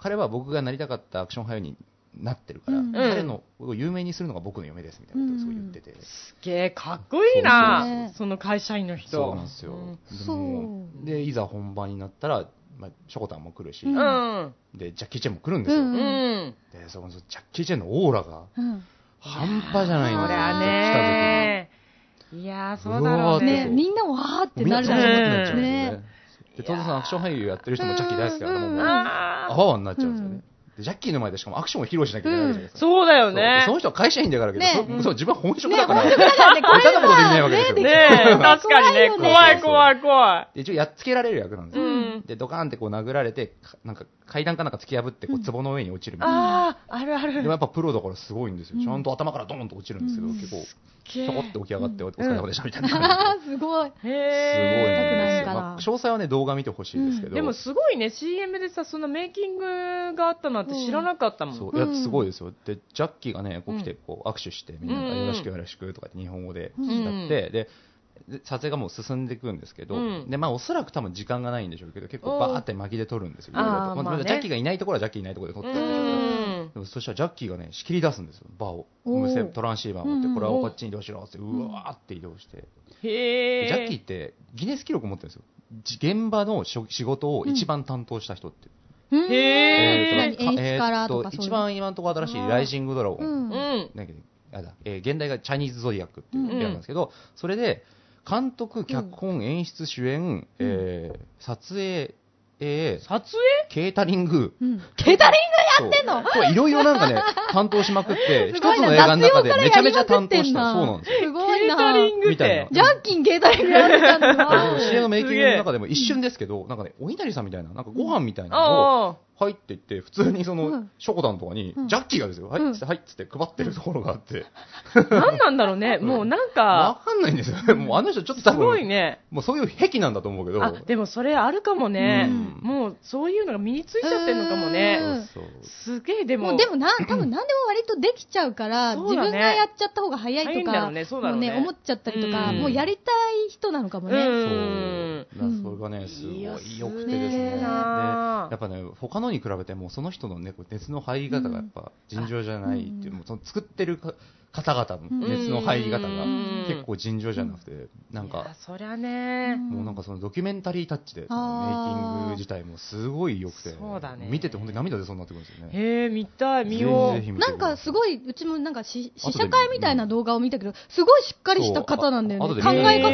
Speaker 2: 彼は僕がなりたかったアクション俳優になってるから、
Speaker 1: うん
Speaker 2: 彼のを有名にするのが僕の夢ですみたいなことをすごい言ってて、
Speaker 3: すげえかっこいいな
Speaker 1: そう
Speaker 3: そ
Speaker 1: そうそう
Speaker 3: の会社員の人
Speaker 2: そうなんですよ、
Speaker 3: うん
Speaker 2: で
Speaker 1: そう
Speaker 2: もうでいざ本番になったら、まあ、ショコタンも来るし、
Speaker 1: うん
Speaker 3: うん
Speaker 2: でジャッキー・チェンも来るんですよ、
Speaker 1: うん
Speaker 3: うん
Speaker 2: でそのジャッキー・チェンのオーラが
Speaker 1: うん
Speaker 2: 半端じゃない
Speaker 3: そ
Speaker 2: んです
Speaker 3: り
Speaker 2: よ
Speaker 3: ゃねいやーそうだろ
Speaker 2: う
Speaker 3: う
Speaker 2: わーっ
Speaker 1: ね
Speaker 2: て
Speaker 3: ね
Speaker 1: みんなもわーっ
Speaker 2: 来た時
Speaker 1: て
Speaker 2: もうみん
Speaker 1: なる
Speaker 2: な楽
Speaker 1: だろう
Speaker 2: しくなっちゃうんです
Speaker 1: ね
Speaker 2: よねで当然そのアクション俳優やってる人もジャッキー大好きだからもう
Speaker 1: うん
Speaker 3: あ
Speaker 2: あ
Speaker 3: ー
Speaker 2: わわになっちゃうんですよね、
Speaker 1: うん
Speaker 2: でジャッキーの前でしかもアクションを披露しなきゃいけないわけじゃないですか、
Speaker 3: そうだよ
Speaker 2: そ
Speaker 3: ね
Speaker 2: うその人は会社員だからけど、
Speaker 1: ね
Speaker 2: そそう自分は本職だから、
Speaker 1: だからねこ
Speaker 2: 歌ったことできないわけですよ
Speaker 1: れ
Speaker 2: ね
Speaker 1: ね
Speaker 3: ねえ確かにね怖
Speaker 1: 怖
Speaker 2: い
Speaker 3: い
Speaker 2: よね
Speaker 3: 怖い怖い
Speaker 2: で一応やっつけられる役なんです
Speaker 3: う
Speaker 2: よ、
Speaker 3: ん
Speaker 2: でドカーンってこう殴られてかなんか階段かなんか突き破ってこ
Speaker 1: うん
Speaker 2: う壺の上に落ちるみたいな、
Speaker 3: あああるあ
Speaker 2: でもや
Speaker 3: る
Speaker 2: っぱプロだからすごいんですよ、
Speaker 1: うん
Speaker 2: ちゃんと頭からドーンと落ちるんですけど、
Speaker 1: うん
Speaker 2: 結構
Speaker 3: ち
Speaker 2: ちょこって起き上がって、お疲れ様でしたみたいな
Speaker 1: で
Speaker 2: 感じで、
Speaker 1: あーすごい
Speaker 2: すごいんで
Speaker 1: 痛
Speaker 2: す
Speaker 1: くないの
Speaker 2: よ、
Speaker 1: かな
Speaker 2: まあ詳細はね動画見てほしいですけど、
Speaker 3: でもすごいね CM でさそのメイキングがあったなんて知らなかったもん、
Speaker 2: そううんいやすごいですよ、でジャッキーがねこう来
Speaker 3: う
Speaker 2: てこう握手して、みんなが
Speaker 3: うん
Speaker 2: よろしくよろしくとかって日本語で
Speaker 1: うん
Speaker 2: やって、でで撮影がもう進んでいくんですけど、
Speaker 3: うん
Speaker 2: でまあ、おそらく多分時間がないんでしょうけど結構バーって巻きで撮るんですよ、
Speaker 3: おう
Speaker 2: いろいろと
Speaker 3: あーまあね
Speaker 2: ジャッキーがいないところはジャッキーいないところで撮
Speaker 3: う
Speaker 2: ってるんでしょうけど、
Speaker 3: ん
Speaker 2: でもそしたらジャッキーがね仕切り出すんですよ、バーを、
Speaker 1: おー
Speaker 2: 無線トランシーバー持
Speaker 1: う
Speaker 2: っ
Speaker 1: んう
Speaker 2: て、
Speaker 1: ん
Speaker 2: これはこっちに移動しろって、うわーって移動して、
Speaker 3: へ
Speaker 2: で
Speaker 3: え
Speaker 2: ジャッキーってギネス記録持ってるんですよ、じ現場のしょ仕事を一番担当した人って、
Speaker 1: うん
Speaker 3: へ
Speaker 1: 何
Speaker 2: えーと
Speaker 1: 演出からと
Speaker 2: え
Speaker 1: か
Speaker 2: ー
Speaker 1: そういう
Speaker 2: 一番今のところ新しいライジングドラゴン、
Speaker 1: うん
Speaker 3: うん
Speaker 2: なんかねあだえー現代がチャイニーズ・ゾディアックっていうやつなんですけど、それで監督、脚本、演出、主演、えー撮影、えー
Speaker 3: 撮影
Speaker 2: ケータリング、
Speaker 1: うんケータリ
Speaker 2: やってんのいろいろなんかね、担当しま
Speaker 1: <laughs>
Speaker 2: くって、一
Speaker 1: す
Speaker 2: つ
Speaker 1: ごいな
Speaker 2: の映画の中でめちゃめちゃ担当し
Speaker 1: 雑
Speaker 2: た。
Speaker 1: 用
Speaker 2: そう
Speaker 1: からやりま
Speaker 2: な
Speaker 1: くってんなすごいな
Speaker 2: んですよ。
Speaker 3: ケータリングっ
Speaker 2: みた
Speaker 3: て
Speaker 2: い
Speaker 1: ジャッキンケータリングやってたんだ <laughs>
Speaker 2: で
Speaker 1: な
Speaker 2: 知り合いのメイキングの中でも一瞬ですけど、なんかね、お稲荷さんみたいな、なんかご飯みたいなのを、
Speaker 3: あ
Speaker 2: 入っていって、普通にそうの
Speaker 1: ん、
Speaker 2: ショコタンとかに
Speaker 1: うん、
Speaker 2: ジャッキーがですよ、はい
Speaker 1: うん
Speaker 2: っつって、はいっつって配ってるところがあって、
Speaker 3: あ何なんだろうねもうなん
Speaker 2: わ
Speaker 3: か
Speaker 2: かんないんですよ。もうあの人ちょっと
Speaker 3: す
Speaker 2: 多
Speaker 3: ごい
Speaker 2: 分、
Speaker 3: ね
Speaker 2: もうそういう癖なんだと思うけど、
Speaker 3: あでもそれあるかもね、
Speaker 2: うん
Speaker 3: もうそういうのが身についちゃってるのかもね
Speaker 1: うん
Speaker 2: そうそう
Speaker 3: すげえでも
Speaker 1: もうでもな、多分何でも割とできちゃうから、
Speaker 3: そう
Speaker 1: 自
Speaker 3: だね
Speaker 1: 分がやっちゃった方が早い
Speaker 3: 早いん
Speaker 1: と
Speaker 3: だろ
Speaker 1: か、
Speaker 3: うねそうだ
Speaker 1: も
Speaker 3: ろ
Speaker 1: う
Speaker 3: うね
Speaker 1: ね、思っちゃったりとか、
Speaker 2: うん
Speaker 1: もうやりたい人なのかも
Speaker 3: う
Speaker 1: ね。
Speaker 2: そ
Speaker 3: ん
Speaker 2: う
Speaker 3: う
Speaker 2: だから
Speaker 1: うん
Speaker 2: それがね、すごい良くてです
Speaker 1: い
Speaker 2: ね。
Speaker 1: やすげえ
Speaker 2: で
Speaker 3: な
Speaker 2: やっぱね、他のに比べても、その人のね、こう熱の入り方がやっぱ尋常じゃないっていう、
Speaker 1: うん
Speaker 2: もうその作ってるか方々の
Speaker 1: うん
Speaker 2: 熱の入り方が
Speaker 3: うん
Speaker 2: 結構尋常じゃなくて、なん
Speaker 3: いや
Speaker 2: か、
Speaker 3: そりゃね
Speaker 2: もうなんかそのドキュメンタリータッチで、そ
Speaker 1: あー
Speaker 2: のメイキング自体もすごい良くて
Speaker 3: そうだね、
Speaker 2: 見てて本当に涙出そうになってくるんですよね。
Speaker 3: へえ見たい見よ
Speaker 2: ぜひぜひ
Speaker 3: う
Speaker 2: 見て
Speaker 1: な
Speaker 2: くださ
Speaker 1: んかすごい、うちもなんかし試写
Speaker 2: 後で
Speaker 1: 会
Speaker 2: 見
Speaker 1: みたいな動画を見たけど、すごいしっかりした方なんだよ
Speaker 2: そ
Speaker 1: ね。
Speaker 2: う後で
Speaker 1: 考
Speaker 2: 見る
Speaker 1: え方と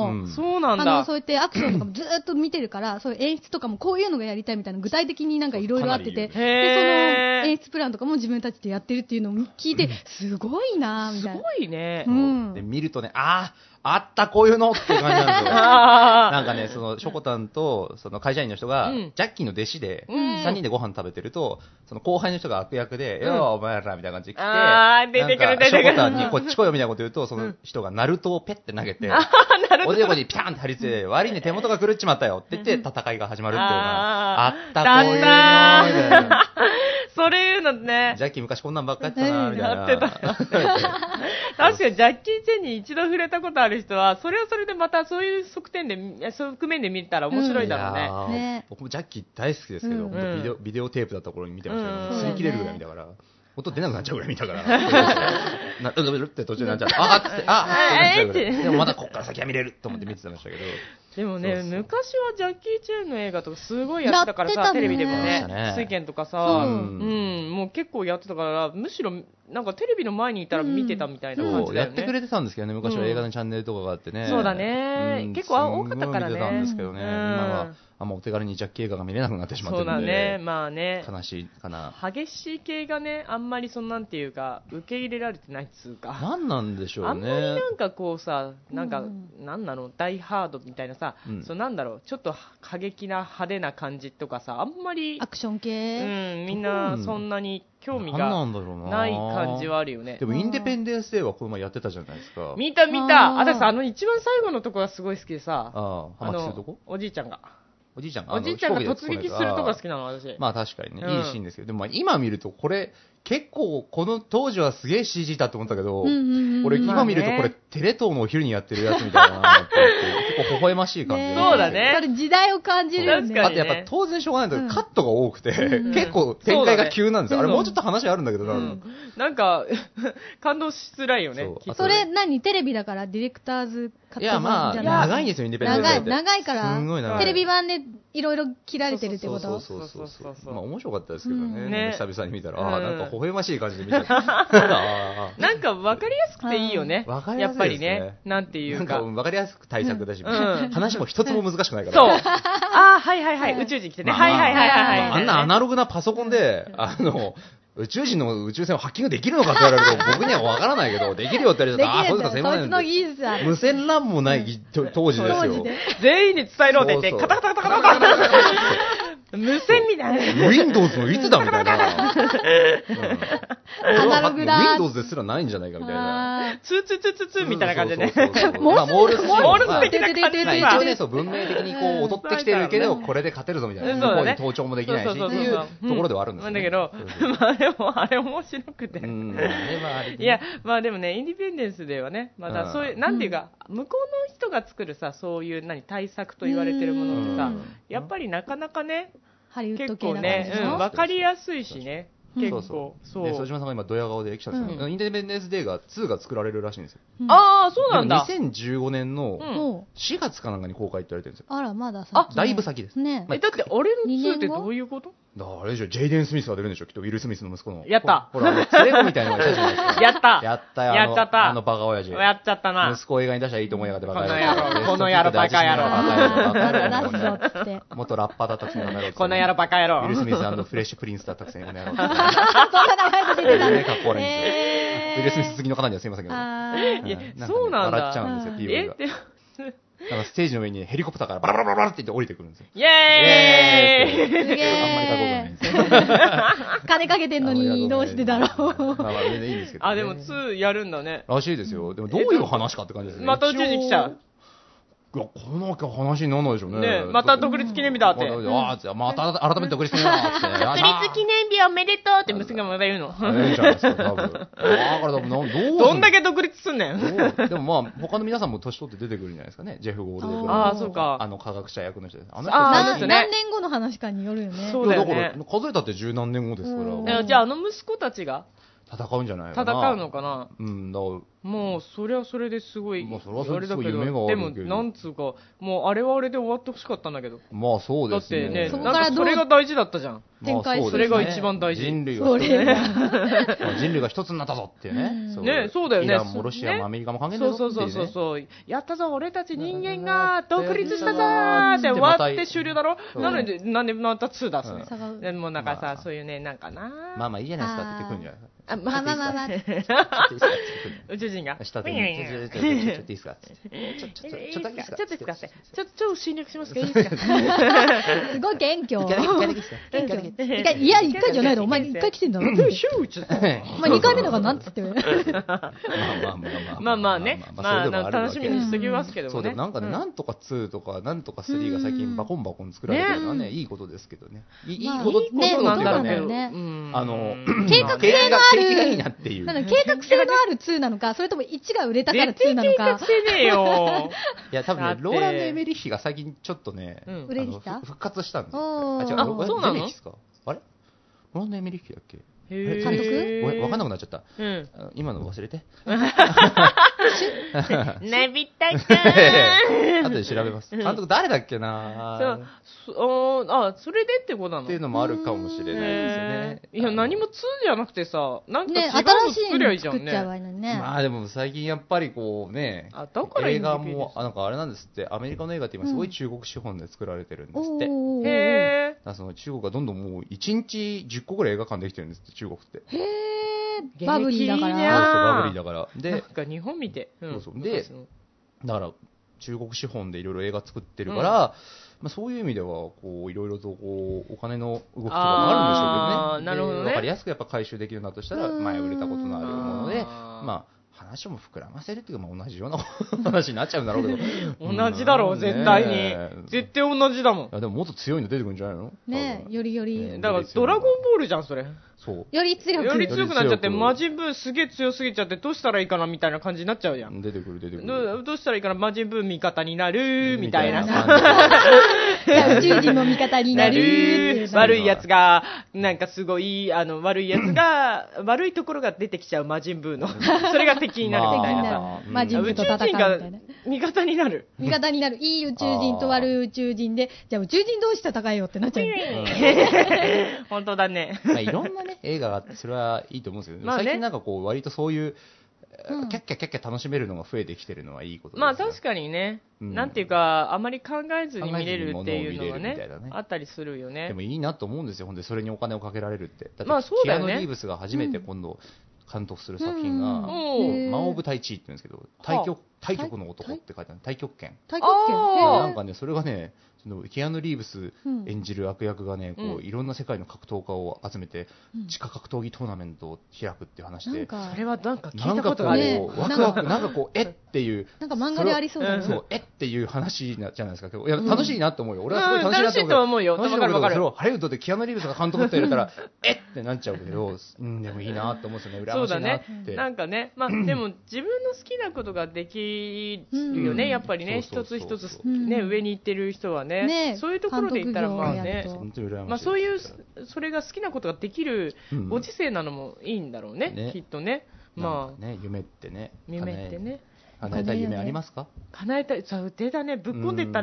Speaker 1: かも。
Speaker 2: うん
Speaker 3: そうなん
Speaker 1: あの、
Speaker 3: だ
Speaker 1: そうやってアクションとかもずーっと見てるから、そういう演出とかもこういうのがやりたいみたいな、具体的になんかいろいろあってて、で、
Speaker 2: か
Speaker 1: そ
Speaker 3: な
Speaker 1: の
Speaker 3: りいいねへー
Speaker 1: 演出プランとかも自分たちでやってるっていうのを聞いて、すごいなーみ
Speaker 3: す
Speaker 1: たいな。
Speaker 3: ごいね
Speaker 1: う
Speaker 2: そうんで見るとね、ああ、あった、こういうのって感じなんですよ。
Speaker 3: <laughs> あ
Speaker 2: なんかね、その、ショコタンと、その会社員の人が、
Speaker 3: うん
Speaker 2: ジャッキーの弟子で、
Speaker 3: うん
Speaker 2: 3人でご飯食べてると、その後輩の人が悪役で、
Speaker 3: うん
Speaker 2: よーお前らみたいな感じで来て、
Speaker 3: あー出てくる
Speaker 2: なんか
Speaker 3: 出てくる
Speaker 2: ショコタンにこっち来いよみたいなこと言うと、その人がナルトをペッて投げて、おでこにピタンって張り付いて、悪いね、手元が狂っちまったよって言って、戦いが始まるっていうのが、あ
Speaker 3: あー
Speaker 2: った、こういうのみたいな。
Speaker 3: <laughs> それ言うのね
Speaker 2: ジャッキー昔こんなんばっかやってたな、みたい
Speaker 3: や
Speaker 2: な。
Speaker 3: って
Speaker 2: <laughs>
Speaker 3: 確かにジャッキー・チェンに一度触れたことある人はそれはそれでまたそういう側面でいや側面で見たら面白いだろうね、
Speaker 2: やー
Speaker 1: ね
Speaker 2: 僕もジャッキー大好きですけど、
Speaker 1: うん
Speaker 2: 本当ビデオビデオテープだった頃に見てましたけ
Speaker 3: うん
Speaker 2: ど、擦り切れるぐらい見たから、音出なくなっちゃうぐらい見た
Speaker 3: <laughs>
Speaker 2: から、なうるうるって途中になっちゃって、あーっつって、あーっつってなっちゃうぐらい、でもまだこっから先は見れると思って見てましたけど、
Speaker 3: でもね
Speaker 2: そうそう
Speaker 3: 昔はジャッキー・チェーンの映画とかすごいやってたから
Speaker 1: やってた
Speaker 3: さ、
Speaker 1: ね
Speaker 3: テレビでも
Speaker 2: やってた
Speaker 3: ね
Speaker 2: ね、
Speaker 3: 水拳とか
Speaker 1: そう
Speaker 3: さ、うん、もう結構やってたから、むしろなんかテレビの前にいたら見てたみたいな感
Speaker 2: そ
Speaker 3: じ
Speaker 2: う
Speaker 3: だ
Speaker 2: や
Speaker 3: よ
Speaker 2: ってく
Speaker 3: ね。
Speaker 2: れてたんですけどね、昔は映画のチャンネルとかがあってね、
Speaker 3: そうだね結構多かったからね
Speaker 2: すんごい見てたんですけどね、
Speaker 3: うん
Speaker 2: 今はあんまお手軽にジャッキ映画が見れなくなってしまって
Speaker 3: そう
Speaker 2: る
Speaker 3: だ
Speaker 2: んで、
Speaker 3: ね、まあね、
Speaker 2: 悲しいかな、
Speaker 3: 激しい系がね、あんまりそのなんていうか、受け入れられてないっつう
Speaker 2: <laughs>
Speaker 3: か。
Speaker 2: なんなんでしょ
Speaker 3: あ
Speaker 2: うん
Speaker 3: まり
Speaker 2: ね、
Speaker 3: なんかこうさ、なん
Speaker 1: う
Speaker 3: か、
Speaker 1: ん
Speaker 3: なんなの、ダイハードみたいなさ、
Speaker 2: うん
Speaker 3: そうなんだろう、ちょっと過激な派手な感じとかさ、あんまり
Speaker 1: ア、クション
Speaker 3: う
Speaker 1: 系、
Speaker 3: ん、みんなそんなに興味
Speaker 2: な
Speaker 3: が
Speaker 2: んなんだろうな、
Speaker 3: ない感じはあるよね
Speaker 2: で。も、インデペンデンス・デーはこの前やってたじゃないですか、
Speaker 3: 見た見
Speaker 1: あー
Speaker 3: た、あださ、あの一番最後のとこがすごい好きでさ、
Speaker 2: ああ、ハ
Speaker 3: あ
Speaker 2: マってると
Speaker 3: の
Speaker 2: こ、
Speaker 3: おじいちゃんが、
Speaker 2: おじいちゃん
Speaker 3: おじいちゃんが突撃するとこが好き
Speaker 2: な
Speaker 3: なの、私。
Speaker 2: まあ確かにね、
Speaker 3: うん
Speaker 2: いいシーンですけど、でもまあ今見ると、これ、結構、この当時はすげえ CG だと思ったけど、
Speaker 1: うんうんうん
Speaker 2: 俺、今見ると、
Speaker 3: まあ
Speaker 2: こ
Speaker 3: ね
Speaker 2: れ、テレ東のお昼にやってるやつみたいだなって思って、結構微笑ましい感じ、
Speaker 1: ね
Speaker 3: そうだね
Speaker 1: だから時代を感じるよね
Speaker 3: 確か
Speaker 2: あ
Speaker 3: に
Speaker 2: と
Speaker 3: ね
Speaker 2: やっぱ当然しょうがないん
Speaker 1: うん
Speaker 2: だけど、カットが多くて、
Speaker 1: ん
Speaker 2: 結構展開が急なんですよ。
Speaker 3: そ
Speaker 2: あ
Speaker 3: う
Speaker 2: れ
Speaker 3: だね
Speaker 2: もうちょっと話あるんだけどな、
Speaker 3: うんなんか、 <laughs> 感動しづらいよね
Speaker 2: そう、
Speaker 3: きっと
Speaker 1: それ何テレビだからディレクターズカ
Speaker 2: い
Speaker 1: ッ
Speaker 2: や
Speaker 1: ト
Speaker 2: ま
Speaker 1: 版
Speaker 2: あ、
Speaker 1: じゃない
Speaker 2: 長いんですよ、インディペンデン
Speaker 1: 長
Speaker 2: スデ
Speaker 1: い
Speaker 2: ーって。
Speaker 1: 長いから
Speaker 2: すんごい長い
Speaker 1: テレビ版でいろいろ切られてるって
Speaker 2: そ
Speaker 1: こ
Speaker 2: う
Speaker 1: と
Speaker 2: そうそう
Speaker 3: そ
Speaker 2: そうう
Speaker 3: そう
Speaker 2: そ
Speaker 3: そう
Speaker 2: う。まあ面白かったですけど
Speaker 1: うん
Speaker 2: ね。
Speaker 3: ね
Speaker 2: 久々に見たら、
Speaker 3: うん
Speaker 2: ああ、なんか微笑ましい感じで見ちゃ
Speaker 1: <laughs>
Speaker 2: った。あ
Speaker 3: なんか分かりやすくていいよね
Speaker 2: あ。わかり
Speaker 3: や
Speaker 2: やす
Speaker 3: っ
Speaker 2: い
Speaker 3: ぱ
Speaker 2: で
Speaker 3: り
Speaker 2: すね
Speaker 3: ね。なんて
Speaker 2: あ
Speaker 3: い
Speaker 2: な
Speaker 3: うん
Speaker 2: か
Speaker 3: か。
Speaker 2: わかりやすく対策だし、
Speaker 3: うん
Speaker 2: 話も一つも難しくないから。 <laughs>
Speaker 3: そう。ああ、はいはいはい。宇宙人来てね。
Speaker 2: まあ
Speaker 3: はいはいはいはいは
Speaker 2: あ
Speaker 3: い。
Speaker 2: んなアナログなパソコンで、あの、宇宙人の宇宙船をハッキングできるのかって言われると、僕にはわからないけど、できるよって言わ
Speaker 1: で
Speaker 2: れた
Speaker 1: き
Speaker 2: ら、ああ、そ
Speaker 1: る
Speaker 2: うんですか、
Speaker 1: だ
Speaker 2: す
Speaker 1: よそ
Speaker 2: いませ
Speaker 1: いつ
Speaker 2: ん
Speaker 1: の。技術だ
Speaker 2: 無線 LAN もないぎと当時ですよ。
Speaker 1: 当時で
Speaker 3: 全員で伝えろって言って、
Speaker 2: そうそう
Speaker 3: カタカタカタカタカタ無線みたいな。
Speaker 2: Windows のいつだみた
Speaker 1: <laughs>
Speaker 2: いな。
Speaker 1: アナログだ
Speaker 2: Windows ですらないんじゃないかみたいな。
Speaker 1: あ
Speaker 3: ツーツーツーツーツーみたいな感じでね。
Speaker 2: そうそうそうそう
Speaker 1: モース
Speaker 2: まあモールス
Speaker 3: モールス
Speaker 2: まあ
Speaker 3: 的な感じ
Speaker 1: まあ
Speaker 2: 一応
Speaker 3: で。
Speaker 2: ね、そう文明的にこう、劣ってきてるけど、これで勝てるぞみたいな。
Speaker 3: うん
Speaker 2: 向
Speaker 3: そうだ
Speaker 2: こう
Speaker 3: ね
Speaker 2: に盗聴もできないし、
Speaker 3: そ
Speaker 2: っ
Speaker 3: う
Speaker 2: て
Speaker 3: そうそうそう
Speaker 2: いうところではあるんです
Speaker 3: な
Speaker 2: よね
Speaker 3: んだけど
Speaker 2: そうそう、
Speaker 3: まあでも、 <laughs> あれ面白くて
Speaker 2: う。ん、あれはあれ
Speaker 3: い
Speaker 2: で
Speaker 3: や、まあでもね、インディペンデンスではね、ま
Speaker 2: う
Speaker 3: た
Speaker 2: ん
Speaker 3: そういう、なんていうか、向こうの人が作るさ、そういう、何、対策と言われてるものって
Speaker 1: う
Speaker 3: さ
Speaker 1: ん、
Speaker 3: やっぱりなかなかね、
Speaker 1: ハリウッ
Speaker 3: 結
Speaker 1: ド系
Speaker 3: 構
Speaker 1: な感じ
Speaker 3: ね
Speaker 1: でし、
Speaker 3: う
Speaker 1: ょ
Speaker 3: んわかりやすいしね、
Speaker 1: うん
Speaker 3: 結
Speaker 2: そ
Speaker 3: 構
Speaker 2: う。そう
Speaker 3: そう
Speaker 2: で、副島さんが今、ドヤ顔で来たんですけど、
Speaker 1: う
Speaker 2: インデペンデンス・デーが2が作られるらしいんですよ。
Speaker 3: ああ、そうなんだ。
Speaker 2: でも2015年の
Speaker 3: うん
Speaker 1: も
Speaker 2: 4月かなんかに公開って言われてるんですよ。
Speaker 1: うあらまだ
Speaker 3: あ
Speaker 1: さ
Speaker 2: だいぶ先です。
Speaker 1: ね
Speaker 2: ま
Speaker 3: えだって、俺の
Speaker 1: 二
Speaker 3: 2
Speaker 1: 年後
Speaker 3: ってどういうこと
Speaker 2: だからあれでしょ、ジェイデン・スミスが出るんでしょ、きっと、ウィル・スミスの息子の。
Speaker 3: やった
Speaker 2: ほら、ほらあの連れ子みたいなのがいたじゃないですか。
Speaker 3: やった
Speaker 2: やったよ、あの
Speaker 3: やっちゃった
Speaker 2: あのバカ親父。
Speaker 3: やっちゃったな
Speaker 2: 息。子を映画に出したらいいと思いやがってバカ
Speaker 3: この野郎
Speaker 2: ベストキッド
Speaker 3: この
Speaker 2: で
Speaker 3: 野
Speaker 2: ア
Speaker 1: あー
Speaker 2: ジアの
Speaker 1: 出
Speaker 2: バカ野郎
Speaker 1: すぞって
Speaker 2: <laughs> 元ラッパーだったくせにこの野郎。
Speaker 3: <laughs> この野郎バカ野
Speaker 2: ウィル・ス
Speaker 3: 郎。
Speaker 2: ミスフレッシュ・プリンスだったくせにこの野郎。
Speaker 3: <laughs>
Speaker 1: あそんな名前で出てたん
Speaker 2: ねか <laughs> っこ悪いんですよウィル・スミス好
Speaker 1: ぎ
Speaker 2: きの方にはすいませんけど。
Speaker 1: あ
Speaker 2: うん
Speaker 1: ー
Speaker 3: いや
Speaker 2: かね
Speaker 3: そうなんだ
Speaker 2: 笑っちゃうんですよ、
Speaker 3: え
Speaker 2: PV が
Speaker 3: って、
Speaker 2: なんかステージの上にヘリコプターからバラバラバラバラって言って降りてくるんですよ。
Speaker 3: イエーイ
Speaker 1: すげ
Speaker 2: あんまりかっこよくないん
Speaker 1: え
Speaker 2: ですよ。
Speaker 1: 金かけてんのにどうしてだろう
Speaker 2: まあまあ、全然いいんですけどね。
Speaker 3: あ、でも2やるんだね。
Speaker 2: らしいですよ。でもどういう話かって感じですね。
Speaker 3: また宇宙人来ちゃう。
Speaker 2: 一応。いや、この話にならないでしょうね。
Speaker 3: ねまた独立記念日だって。
Speaker 2: ま
Speaker 3: 独
Speaker 2: たあーつってまた改めて独立記念日だって。
Speaker 3: 立記念日おめでとうって娘がまた言うの。
Speaker 2: ええじゃないですか、多分。だから多分、なんどう
Speaker 3: どんだけ独立すんねん。
Speaker 2: けでもまあ、他の皆さんも年取って出てくるんじゃないですかね。ジェフ・ゴールデン・ブラウン
Speaker 3: ああ、そう
Speaker 2: あ
Speaker 3: か。
Speaker 2: の科学者役の人です。あの
Speaker 3: あ
Speaker 2: 人
Speaker 1: な
Speaker 3: ーそうですね
Speaker 1: 何年後の話かによるよね
Speaker 3: そう
Speaker 2: い
Speaker 3: だ
Speaker 2: や
Speaker 3: よ
Speaker 2: だ
Speaker 3: ね
Speaker 2: から、数えたって十何年後ですか
Speaker 1: うん
Speaker 2: ら、
Speaker 3: えじゃあ、あの息子たちが
Speaker 2: 戦うんじゃない
Speaker 3: 戦
Speaker 2: かな。
Speaker 3: うのかな
Speaker 2: うん、だから
Speaker 3: もうそれはそれですごい、
Speaker 2: まあそれはそれですごい
Speaker 3: あれだ
Speaker 2: 夢があ
Speaker 3: で
Speaker 2: る
Speaker 3: も
Speaker 2: けど
Speaker 3: なんつうか、もうあれはあれで終わってほしかったんだけど、
Speaker 2: まあそう
Speaker 3: だ
Speaker 2: で
Speaker 3: っ
Speaker 2: す
Speaker 3: てね、
Speaker 2: ね。
Speaker 1: そこ
Speaker 3: な
Speaker 1: から
Speaker 3: ん
Speaker 1: ど
Speaker 3: かそうれが大事だったじゃん、
Speaker 1: 展開
Speaker 2: まあ
Speaker 1: す
Speaker 2: う
Speaker 1: る
Speaker 2: です
Speaker 1: そ
Speaker 2: ね
Speaker 1: れが一
Speaker 3: 番大事
Speaker 2: 人類
Speaker 1: そ
Speaker 2: が一つに
Speaker 1: れは
Speaker 2: まあ人類が一つになったぞっていうね。そう
Speaker 3: ねそうだよね
Speaker 2: イランもロシアもアメリカも関係ない
Speaker 3: そう
Speaker 2: ぞ
Speaker 3: そ
Speaker 2: っ
Speaker 3: う
Speaker 2: て
Speaker 3: そう
Speaker 2: い
Speaker 3: そう
Speaker 2: ね。
Speaker 3: そう、やったぞ、俺たち人間が独立したぞーって終わって終了だろ、
Speaker 2: うん
Speaker 3: なので、なんでまた2出すね、
Speaker 1: 差が
Speaker 3: でもなんか
Speaker 2: ま
Speaker 3: さ
Speaker 2: あ、
Speaker 3: そういうね、なんかな、
Speaker 2: まあまあいいじゃないですかって言ってくるんじゃないですか。
Speaker 3: あ
Speaker 1: まあまあまあまあ
Speaker 2: ちょっといいですかって言ってくるんじゃない
Speaker 3: 宇宙人が、
Speaker 2: 下手
Speaker 3: ウィ
Speaker 2: に、ちょ
Speaker 3: ーン
Speaker 2: っとちょっとちょっとちょっといいですかってちょちょちょっと
Speaker 3: え
Speaker 2: だ
Speaker 3: いい
Speaker 2: けいいで
Speaker 3: で
Speaker 2: すす
Speaker 3: か
Speaker 2: か
Speaker 3: ちょっといいですかちょっとちょっと侵略しますけどいいですか
Speaker 1: すごい謙虚謙虚一
Speaker 3: いや
Speaker 1: 回いや一回じゃないのお前一回来てんだろお
Speaker 3: ヒューちょっと
Speaker 1: 前二回目だからなんつって
Speaker 2: まあまあまあ
Speaker 3: まあまあね、まあなんか楽しみにし
Speaker 1: す
Speaker 3: ときますけど
Speaker 2: そ
Speaker 3: も
Speaker 2: うで
Speaker 3: ね。
Speaker 2: もなんかね、
Speaker 3: う
Speaker 2: なんとか2とか、なんとか3が最近バコンバコン作られてるのはね、
Speaker 1: ね
Speaker 2: いいことですけどね。いいい
Speaker 1: まあ
Speaker 2: いこと
Speaker 1: いい
Speaker 2: い
Speaker 1: ことなんだろうね
Speaker 2: うか
Speaker 3: うん
Speaker 2: あの、
Speaker 1: 計画性のある
Speaker 2: 景気がいいなっていう。
Speaker 1: ないの計画性のある2なのかそれとも1が売れたから2なのか
Speaker 3: 絶対計画してねえよ。
Speaker 2: や、多分
Speaker 3: だ
Speaker 2: ね
Speaker 3: って、
Speaker 2: ローランド・エメリッヒが最近ちょっとね、
Speaker 3: うん
Speaker 1: 売れてきた
Speaker 2: あのふ復活したんですよ。
Speaker 1: おー
Speaker 2: 違
Speaker 1: あ
Speaker 2: ロ
Speaker 3: そうな
Speaker 2: エ
Speaker 3: の
Speaker 2: メリッヒですかあれローランド・エメリッヒだっけ
Speaker 3: へー
Speaker 1: 監督
Speaker 2: ごめんわかんなくなっちゃった。
Speaker 3: うん。
Speaker 2: あ今の忘れて。
Speaker 3: ねびたく
Speaker 2: <laughs>
Speaker 3: ん
Speaker 2: 後で調べます。監督誰だっけな
Speaker 3: そうそおーあそれでってことなの
Speaker 2: っていうのもあるかもしれないですよね
Speaker 3: へ。ーいや何も2じゃなくてさなんか違
Speaker 1: ね、
Speaker 3: うの
Speaker 1: 新し
Speaker 3: 作
Speaker 1: い
Speaker 3: りゃい
Speaker 1: の
Speaker 3: いじゃん
Speaker 1: 作っ
Speaker 3: ね
Speaker 1: ちゃえばいいのにね。
Speaker 2: まあでも最近やっぱりこうね
Speaker 3: あだから
Speaker 2: 映画
Speaker 3: DVD で
Speaker 2: も
Speaker 3: す
Speaker 2: あなんかあれなんですってアメリカの映画って今すごい中国資本で作られてるんですって、だか
Speaker 1: おー
Speaker 3: へ
Speaker 2: らその中国がどんどんもう1日10個ぐらい映画館できてるんですって中国って
Speaker 1: へーバブリーだか
Speaker 3: 激い
Speaker 2: そう
Speaker 3: や
Speaker 1: ら。
Speaker 2: そう
Speaker 3: ー
Speaker 2: バブリーだから
Speaker 3: えなん
Speaker 2: で
Speaker 3: か日本見て、うん
Speaker 2: そうそうでだから中国資本でいろいろ映画作ってるから、まあ、そういう意味ではこういろいろとこうお金の動きとかもあるんでしょうけどね
Speaker 3: あーなるほどね
Speaker 2: でわかりやすくやっぱ回収できるようになったとしたら
Speaker 1: うん
Speaker 2: 前売れたことのあるもので
Speaker 3: あー
Speaker 2: まあ話も膨らませるっていうか、まあ、同じような話になっちゃうんだろうけど
Speaker 3: <laughs> 同じだろう、
Speaker 2: ん
Speaker 3: 絶対
Speaker 2: ね
Speaker 3: に
Speaker 2: え。
Speaker 3: 絶対同じだも
Speaker 2: いやでももっと強いの出てくるんじゃないの
Speaker 1: ね
Speaker 2: 多分
Speaker 1: よりより
Speaker 2: ね
Speaker 3: ん。だから、ドラゴンボールじゃん、それ。
Speaker 2: そう
Speaker 1: より強く。
Speaker 3: より強くなっちゃって、
Speaker 2: より強く
Speaker 3: マジブーすげえ強すぎちゃって、どうしたらいいかなみたいな感じになっちゃうやん。
Speaker 2: 出てくる出てく
Speaker 3: ど
Speaker 2: る
Speaker 3: うどうしたらいいかな、マジブー味方になるみたいなさ。
Speaker 2: さ
Speaker 1: 宇宙人の味方になるっていうね。
Speaker 2: な
Speaker 3: 悪いやつが、なんかすごい、あの、悪いやつが、 <clears throat> 悪いところが出てきちゃう魔人ブーの。 <laughs> それが敵になるみたいな
Speaker 2: まあ
Speaker 1: 敵になる魔
Speaker 3: さ。
Speaker 1: 人ブー
Speaker 3: 宇
Speaker 1: と戦う
Speaker 3: 宙
Speaker 1: み
Speaker 3: 人
Speaker 1: た
Speaker 3: が
Speaker 1: いな。
Speaker 3: 味方になる。
Speaker 1: 味方になる。いい宇宙人と悪い宇宙人で、じゃあ宇宙人同士戦えよってなっちゃう。
Speaker 3: <laughs> <laughs> 本当だね。 <laughs>
Speaker 2: まあいろんなね映画があってそれはいいと思うんですけど、
Speaker 3: まあね
Speaker 2: 最近なんかこう割とそういう、
Speaker 1: うん
Speaker 2: キャッキャッキャッキャ楽しめるのが増えてきてるのはいいことですよ
Speaker 3: まあ確かにね、
Speaker 2: うん
Speaker 3: なんていうか、あまり考えずに見れるってい
Speaker 2: 考えずに
Speaker 3: うのが
Speaker 2: 物を見れるみた
Speaker 3: ね
Speaker 2: いなね、
Speaker 3: あったりするよ
Speaker 2: で
Speaker 3: ね
Speaker 2: も。いいなと思うんですよ、ほんでそれにお金をかけられるって、だって
Speaker 3: まあそうだよね
Speaker 2: キアヌ・リーブスが初めて今度、監督する作品
Speaker 1: うん
Speaker 2: が、
Speaker 3: おー
Speaker 1: へー
Speaker 2: 魔王部隊地って言うんですけど、対
Speaker 3: は
Speaker 2: 極対極の男って書いてある、対極拳、
Speaker 1: 太極拳。
Speaker 3: あー
Speaker 2: な
Speaker 1: へ
Speaker 2: んかね、それがね、そのキアヌ・リーブス
Speaker 1: うん
Speaker 2: 演じる悪役がね、こ
Speaker 3: うん
Speaker 2: ういろんな世界の格闘家を集めて、
Speaker 1: うん
Speaker 2: 地下格闘技トーナメントを開くっていう話
Speaker 1: ーな
Speaker 2: で
Speaker 1: ん、か
Speaker 3: あ、れはなんか聞
Speaker 2: ないん
Speaker 3: たこ
Speaker 2: か
Speaker 3: と
Speaker 2: こ
Speaker 3: がある。
Speaker 1: ね
Speaker 2: う、ワクワク、なんかこう、えっていう、
Speaker 1: なんか漫画でありそうだ
Speaker 3: ん
Speaker 1: ね。
Speaker 2: そう、えっていう話なじゃないですか、今日いや、楽しいなと思うよ。俺はすごい楽しいな
Speaker 3: 楽しいとは思うよ。
Speaker 2: 楽
Speaker 3: わ
Speaker 2: しい
Speaker 3: か
Speaker 2: んだ
Speaker 3: る
Speaker 2: け
Speaker 3: わ
Speaker 2: どそ
Speaker 3: かる
Speaker 2: れ。をハリウッドでキアヌ・リーブスが監督って入れたら、えってなっちゃうけど、うん、でもいいなって思うんですよね、
Speaker 3: そ
Speaker 2: 羨
Speaker 3: う
Speaker 2: まし
Speaker 3: だ
Speaker 2: いなっ
Speaker 3: ね
Speaker 2: て。
Speaker 3: なんかね、
Speaker 2: <clears throat>
Speaker 3: まあ、でも自分の好きなことができるよ
Speaker 2: う
Speaker 3: ね、
Speaker 2: ん
Speaker 3: やっぱりね、
Speaker 2: そうそ
Speaker 3: 一つ
Speaker 2: うそう
Speaker 3: 一つ、
Speaker 1: うん
Speaker 3: ね、上に行ってる人はね
Speaker 1: ね、
Speaker 3: そういうところで言ったら、
Speaker 1: 監
Speaker 3: ま
Speaker 1: 督業をや
Speaker 3: あ
Speaker 1: る
Speaker 3: ね
Speaker 1: と、
Speaker 2: 本当に羨ましい。
Speaker 3: まあそういう、それが好きなことができる
Speaker 2: うん
Speaker 3: ご時世なのもいいんだろうね
Speaker 2: ね、
Speaker 3: きっとね。
Speaker 2: ま
Speaker 3: ま
Speaker 2: あ、
Speaker 3: あ、
Speaker 2: ね、夢ってね、
Speaker 3: 夢ってね。
Speaker 2: 叶え、叶えたい夢ありますか
Speaker 3: 叶えたい、さ、腕だね、ぶっこんでった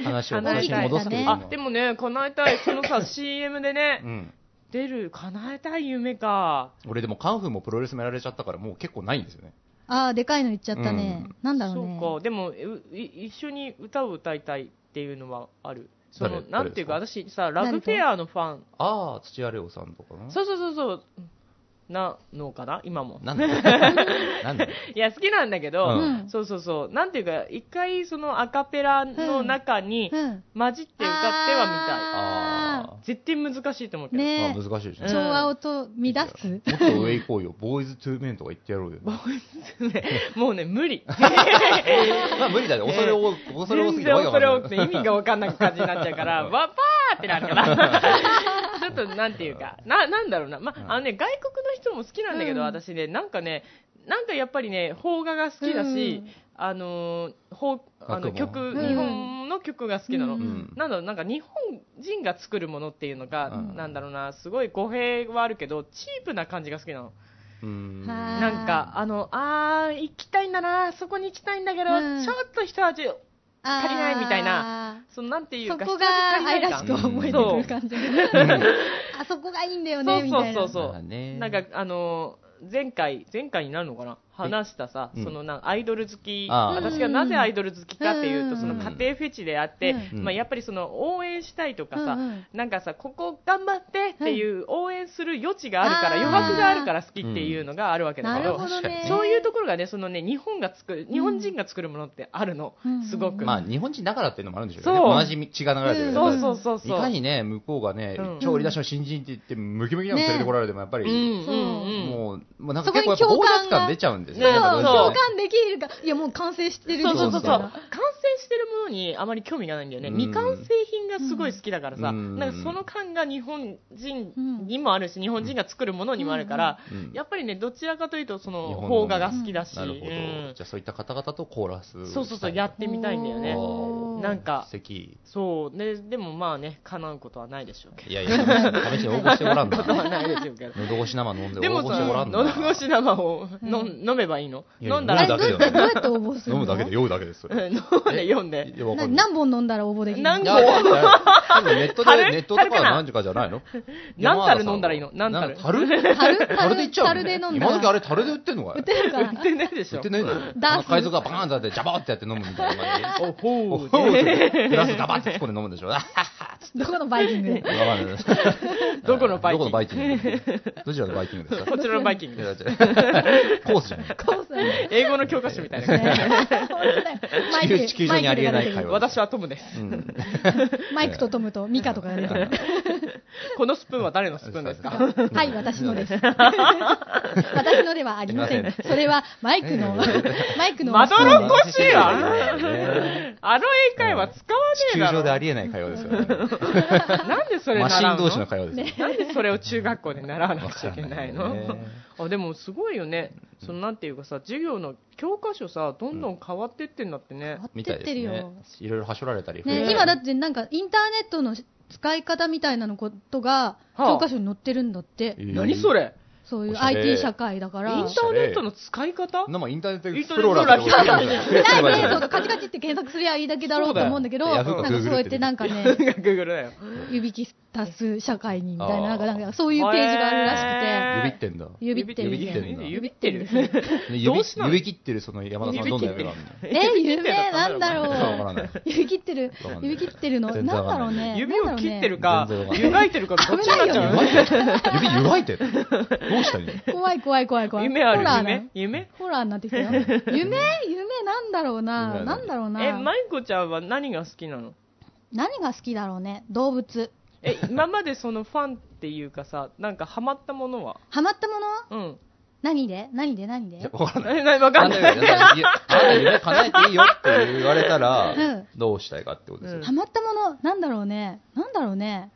Speaker 2: う
Speaker 3: <laughs>
Speaker 2: ん話を
Speaker 3: 叶え
Speaker 2: 話に
Speaker 3: たい
Speaker 2: 戻すけれど
Speaker 3: あ
Speaker 2: も。
Speaker 3: でもね、叶えたい、そのさ、CM <laughs> でね
Speaker 2: う、ん
Speaker 3: 出る、叶えたい夢か、
Speaker 2: 俺でもカンフーもプロレスもやられちゃったからもう結構ないんですよね。
Speaker 1: あーでかいのいっちゃったね
Speaker 2: うん。
Speaker 1: なんだろうね。
Speaker 3: そうか、でもうい一緒に歌を歌いたいっていうのはある、その
Speaker 2: 誰
Speaker 3: なんていうか、
Speaker 2: 誰
Speaker 3: 私さ、ラグフェアのファン、
Speaker 2: ああ、土屋レオさんとかな。
Speaker 3: そうそうそうそう、なのかな、今も。
Speaker 2: なん
Speaker 3: <laughs>
Speaker 2: でなんで
Speaker 3: いや、好きなんだけど、
Speaker 2: うん
Speaker 3: そうそうそう、なんていうか、一回、そのアカペラの中に
Speaker 1: うん。
Speaker 3: 混じって歌ってはみたい。
Speaker 2: ああ。
Speaker 3: 絶対難しいと思うけど。
Speaker 1: ね
Speaker 2: まあ難しいです
Speaker 3: う
Speaker 2: ね
Speaker 3: ん。
Speaker 1: 調和をと乱す。
Speaker 2: もっと上行こうよ。ボーイズ・トゥ・メンとか言ってやろうよ。
Speaker 3: ボーイズ <laughs> ねもうね、無理。
Speaker 2: まあ無理だね。恐れ多、恐れ多すぎて
Speaker 3: 全然
Speaker 2: わけわかんない
Speaker 3: 恐れ多くて意味が分かんない感じになっちゃ
Speaker 2: <laughs>
Speaker 3: うから、わっぱーってなるから。 <laughs> ちょっとなんていうか、な、なんだろうな。ま
Speaker 2: うん
Speaker 3: あ、あのね、外国の人も好きなんだけど、
Speaker 1: うん
Speaker 3: 私ね、なんかね、なんかやっぱりね、邦画が好きだし、
Speaker 1: うん
Speaker 3: あのー、邦、あ
Speaker 2: 楽も
Speaker 3: の曲、
Speaker 1: うん
Speaker 3: 日本の曲が好きなの。
Speaker 1: うん
Speaker 3: なんだろう、なんか日本人が作るものっていうのが、
Speaker 2: うん
Speaker 3: なんだろうな、すごい語弊はあるけど、チープな感じが好きなの。
Speaker 2: うーん
Speaker 1: はあーい
Speaker 3: なんか、あの、あー、行きたいんだな、そこに行きたいんだけど、
Speaker 1: うん
Speaker 3: ちょっと一味
Speaker 1: 足
Speaker 3: 足りないみたいな。そのなんていう
Speaker 1: そ
Speaker 3: か、
Speaker 1: こが愛らしく思えてくる感じが。あそこがいいんだよね、みたいな。
Speaker 3: そうそう
Speaker 2: まあね
Speaker 3: なんか、あのー前回、前回になるのかな話したさ、
Speaker 2: うん
Speaker 3: そのなんアイドル好き、
Speaker 2: あー
Speaker 3: 私がなぜアイドル好きかっていうと、
Speaker 1: うん
Speaker 3: その家庭フェチであって、
Speaker 2: うん
Speaker 3: まあ、やっぱりその応援したいとかさ、
Speaker 1: うんうん
Speaker 3: なんかさ、ここ頑張ってっていう応援する余地があるから、
Speaker 1: うん
Speaker 3: 余白があるから好きっていうのがあるわけだ
Speaker 1: な
Speaker 3: け
Speaker 1: る
Speaker 3: ど、
Speaker 1: ほどね。
Speaker 3: そういうところがね、そのね、日本が作る、日本人が作るものってあるの
Speaker 1: うん、
Speaker 3: すご
Speaker 1: う
Speaker 3: く。
Speaker 1: ん
Speaker 2: まあ日本人だからっていうのもあるんでしょうけ
Speaker 3: そう
Speaker 2: どね。同じ血が流れてる。
Speaker 3: そうそうそうそう。
Speaker 2: いかにね、向こうがね
Speaker 3: うん、
Speaker 2: 超売り出しの新人って言って、ムキムキなの連れてこられても、やっぱ
Speaker 3: うん
Speaker 2: り、
Speaker 3: うんうん。
Speaker 2: もう、もうなん
Speaker 1: そ
Speaker 2: か
Speaker 1: こ
Speaker 2: 結
Speaker 1: に
Speaker 2: 構やっぱ
Speaker 1: 共
Speaker 2: 強
Speaker 1: 感が
Speaker 2: 奪感出ちゃうんですよ
Speaker 1: そう
Speaker 2: ね。な
Speaker 3: そう
Speaker 2: んか
Speaker 1: 共
Speaker 2: どうしてもね
Speaker 1: 感できるか。いや、もう完成してる
Speaker 3: そうそうそうそう
Speaker 1: みたい
Speaker 3: 完
Speaker 1: な
Speaker 3: 成してるものにあまり興味がないんだよね、
Speaker 2: うん
Speaker 3: 未完成品がすごい好きだからさ、
Speaker 2: うん
Speaker 3: なんかその感が日本人にもあるし、日本人が作るものにもあるから、
Speaker 2: うん
Speaker 3: やっぱりね、どちらかというと、
Speaker 2: 日
Speaker 3: その
Speaker 2: 本の
Speaker 3: 邦画が好きだし、
Speaker 2: なるほ
Speaker 3: うん
Speaker 2: ど。じゃあそういった方々とコーラス。
Speaker 3: そうそうそう、やってみたいんだよね
Speaker 2: お。ー
Speaker 3: なんか
Speaker 2: 素敵。
Speaker 3: そうね、でもまあね、叶うことはないでしょうけ
Speaker 2: いやいや、試しに応募してごらん
Speaker 3: <laughs> ど。ことは
Speaker 2: な。 <laughs>
Speaker 3: ないでしょうけど。
Speaker 2: 喉越し生飲んで
Speaker 3: で
Speaker 2: 応
Speaker 3: も
Speaker 2: 募してごら
Speaker 3: さ、
Speaker 2: んな。
Speaker 3: 喉越し生を飲ん飲めべばいいの
Speaker 2: いや
Speaker 3: 飲んだ
Speaker 1: え
Speaker 2: 飲
Speaker 1: ど
Speaker 2: む
Speaker 1: う
Speaker 2: だけ
Speaker 1: やってどう
Speaker 2: だ
Speaker 1: やって応募するの
Speaker 2: 飲むだけで酔うだけです。それ
Speaker 3: うん <laughs> 飲んで読んで
Speaker 2: いやわか
Speaker 1: なん
Speaker 2: ない。
Speaker 1: 何本飲んだら応募できる
Speaker 3: 何
Speaker 2: い
Speaker 3: 本
Speaker 2: やいやいや多分ネットで、
Speaker 3: 樽
Speaker 2: ネットとか
Speaker 3: 樽か
Speaker 2: は
Speaker 3: な
Speaker 2: 何時かじゃないの
Speaker 3: 何樽飲んだらいいの何樽
Speaker 1: 樽
Speaker 2: 樽 <laughs> 樽でいっちゃうの
Speaker 1: 樽で飲んだら
Speaker 2: 今時あれ樽で売ってんのか
Speaker 1: 売
Speaker 2: い
Speaker 1: ってる
Speaker 3: <laughs>
Speaker 1: から
Speaker 3: 売ってないでし
Speaker 2: 売
Speaker 3: ょ
Speaker 2: ってないの
Speaker 1: ダース
Speaker 2: なんか海賊がバーンってやって、ジャバーってやって飲むみたいな感
Speaker 3: <laughs> おほう
Speaker 2: じで。グラスガバって突っ込んで飲む
Speaker 3: <laughs>
Speaker 2: んでしょ。わ
Speaker 1: どこのバイキングで
Speaker 2: かんないです
Speaker 3: どこのバイキン
Speaker 2: ど
Speaker 3: グ
Speaker 2: このバイキング
Speaker 3: <laughs>
Speaker 2: どちらのバイキングですか
Speaker 3: こちらのバイキン
Speaker 2: い
Speaker 3: グ
Speaker 2: やだってコースじゃない。
Speaker 1: コースね
Speaker 3: 英語の教科書みたいな
Speaker 1: マイク
Speaker 2: 地球上にありえない会話
Speaker 3: 私はトムです
Speaker 2: うん
Speaker 1: マイクとトムとミカとかが出て
Speaker 2: <laughs>
Speaker 1: くる
Speaker 3: このスプーンは誰のスプーンですか
Speaker 1: はい私のです
Speaker 3: <laughs>
Speaker 1: 私のではありませんそれはマイクの <laughs> マイクの
Speaker 3: まどろっこしいわ
Speaker 2: ね
Speaker 3: あの英会話使わね
Speaker 2: 地
Speaker 3: え
Speaker 2: 球
Speaker 3: だ
Speaker 2: 上
Speaker 3: ろ
Speaker 2: でありえない会話ですよね。
Speaker 3: なんでそれ
Speaker 2: マシ
Speaker 3: 習
Speaker 2: ン
Speaker 3: う
Speaker 2: 同士の
Speaker 3: の
Speaker 2: 会話ですよね。
Speaker 3: なんでそれを中学校で習わなくちゃいけない
Speaker 2: わかん
Speaker 3: の
Speaker 2: ないね
Speaker 3: あでもすごいよねそのなんていうかさ授業の教科書さどんどん変わってってんだってね
Speaker 2: みたいです
Speaker 1: やって
Speaker 2: ね
Speaker 1: るよ。
Speaker 2: いろいろはしょられたり。
Speaker 1: ね、今だってなんかインターネットの使い方みたいなのことが
Speaker 3: はあ
Speaker 1: 教科書に載ってるんだって、
Speaker 2: えー
Speaker 3: 何それ
Speaker 1: そうい
Speaker 2: お
Speaker 1: う
Speaker 2: しゃれ
Speaker 1: IT 社会だか
Speaker 3: イン
Speaker 1: ら。
Speaker 3: タ
Speaker 1: ないね、
Speaker 3: ーネットの使い方
Speaker 2: なんかインターネット
Speaker 3: イ
Speaker 2: エ
Speaker 3: ン
Speaker 2: ク
Speaker 3: タ
Speaker 2: ス
Speaker 3: ー
Speaker 2: プローラーとか押してるじゃないです
Speaker 1: そう
Speaker 2: か
Speaker 1: そうカチカチって検索すりゃいいだけだろうと思うんだけど、
Speaker 2: そう
Speaker 1: な
Speaker 2: だ
Speaker 1: ん
Speaker 2: よ
Speaker 1: か
Speaker 2: ヤフーか
Speaker 1: そうやってなんか
Speaker 3: グ <laughs>
Speaker 1: ね、
Speaker 3: ーグルだよ
Speaker 1: 指揮足す社会にみたいな、なん
Speaker 2: あー
Speaker 1: かなんかそういうページがあるらし
Speaker 2: 指ってんだ。
Speaker 1: くて、指ってるみたいな。
Speaker 2: 指ってんだ
Speaker 3: 指
Speaker 1: 指っててるんですすね。
Speaker 2: ね指
Speaker 3: っるんでねどうしたの
Speaker 2: 指切ってるその山田さんはどんな夢があるの
Speaker 1: え、夢なんだろ
Speaker 2: わから
Speaker 1: う。
Speaker 2: ない。
Speaker 1: 指切ってる
Speaker 2: わかんな、い
Speaker 1: 指切ってるの、な
Speaker 2: 全
Speaker 1: ん
Speaker 2: 然わ
Speaker 1: だ
Speaker 2: かんな
Speaker 1: ろうね。
Speaker 2: い
Speaker 3: 指を切ってる
Speaker 1: なんだろ
Speaker 3: か
Speaker 2: 全然わかんない
Speaker 3: 湯がいてるかどっちかじゃ
Speaker 1: 危
Speaker 3: ん
Speaker 2: 指湯がいてるどうしたの
Speaker 1: うね怖い怖い怖い怖い。
Speaker 3: 夢あ
Speaker 1: ホラー
Speaker 3: る
Speaker 1: な
Speaker 3: 夢夢
Speaker 1: ホラーになってきたよ。夢夢なんだろうな。
Speaker 2: 夢
Speaker 1: なんだろうな。
Speaker 3: えマイコちゃんは何が好きなの
Speaker 1: 何が好きだろうね動物 <laughs>
Speaker 3: え今までそのファンっていうかさなんかハマったものは
Speaker 1: ハマったもの
Speaker 3: うん
Speaker 1: 何で何で何
Speaker 2: い
Speaker 1: で
Speaker 2: やわからない。
Speaker 3: えなわかんない
Speaker 2: なんだよなんだよ夢叶えていいよって言われたら、
Speaker 1: うん
Speaker 2: どうしたいかってことですよ。
Speaker 1: ハマったものなんだろうねなんだろうね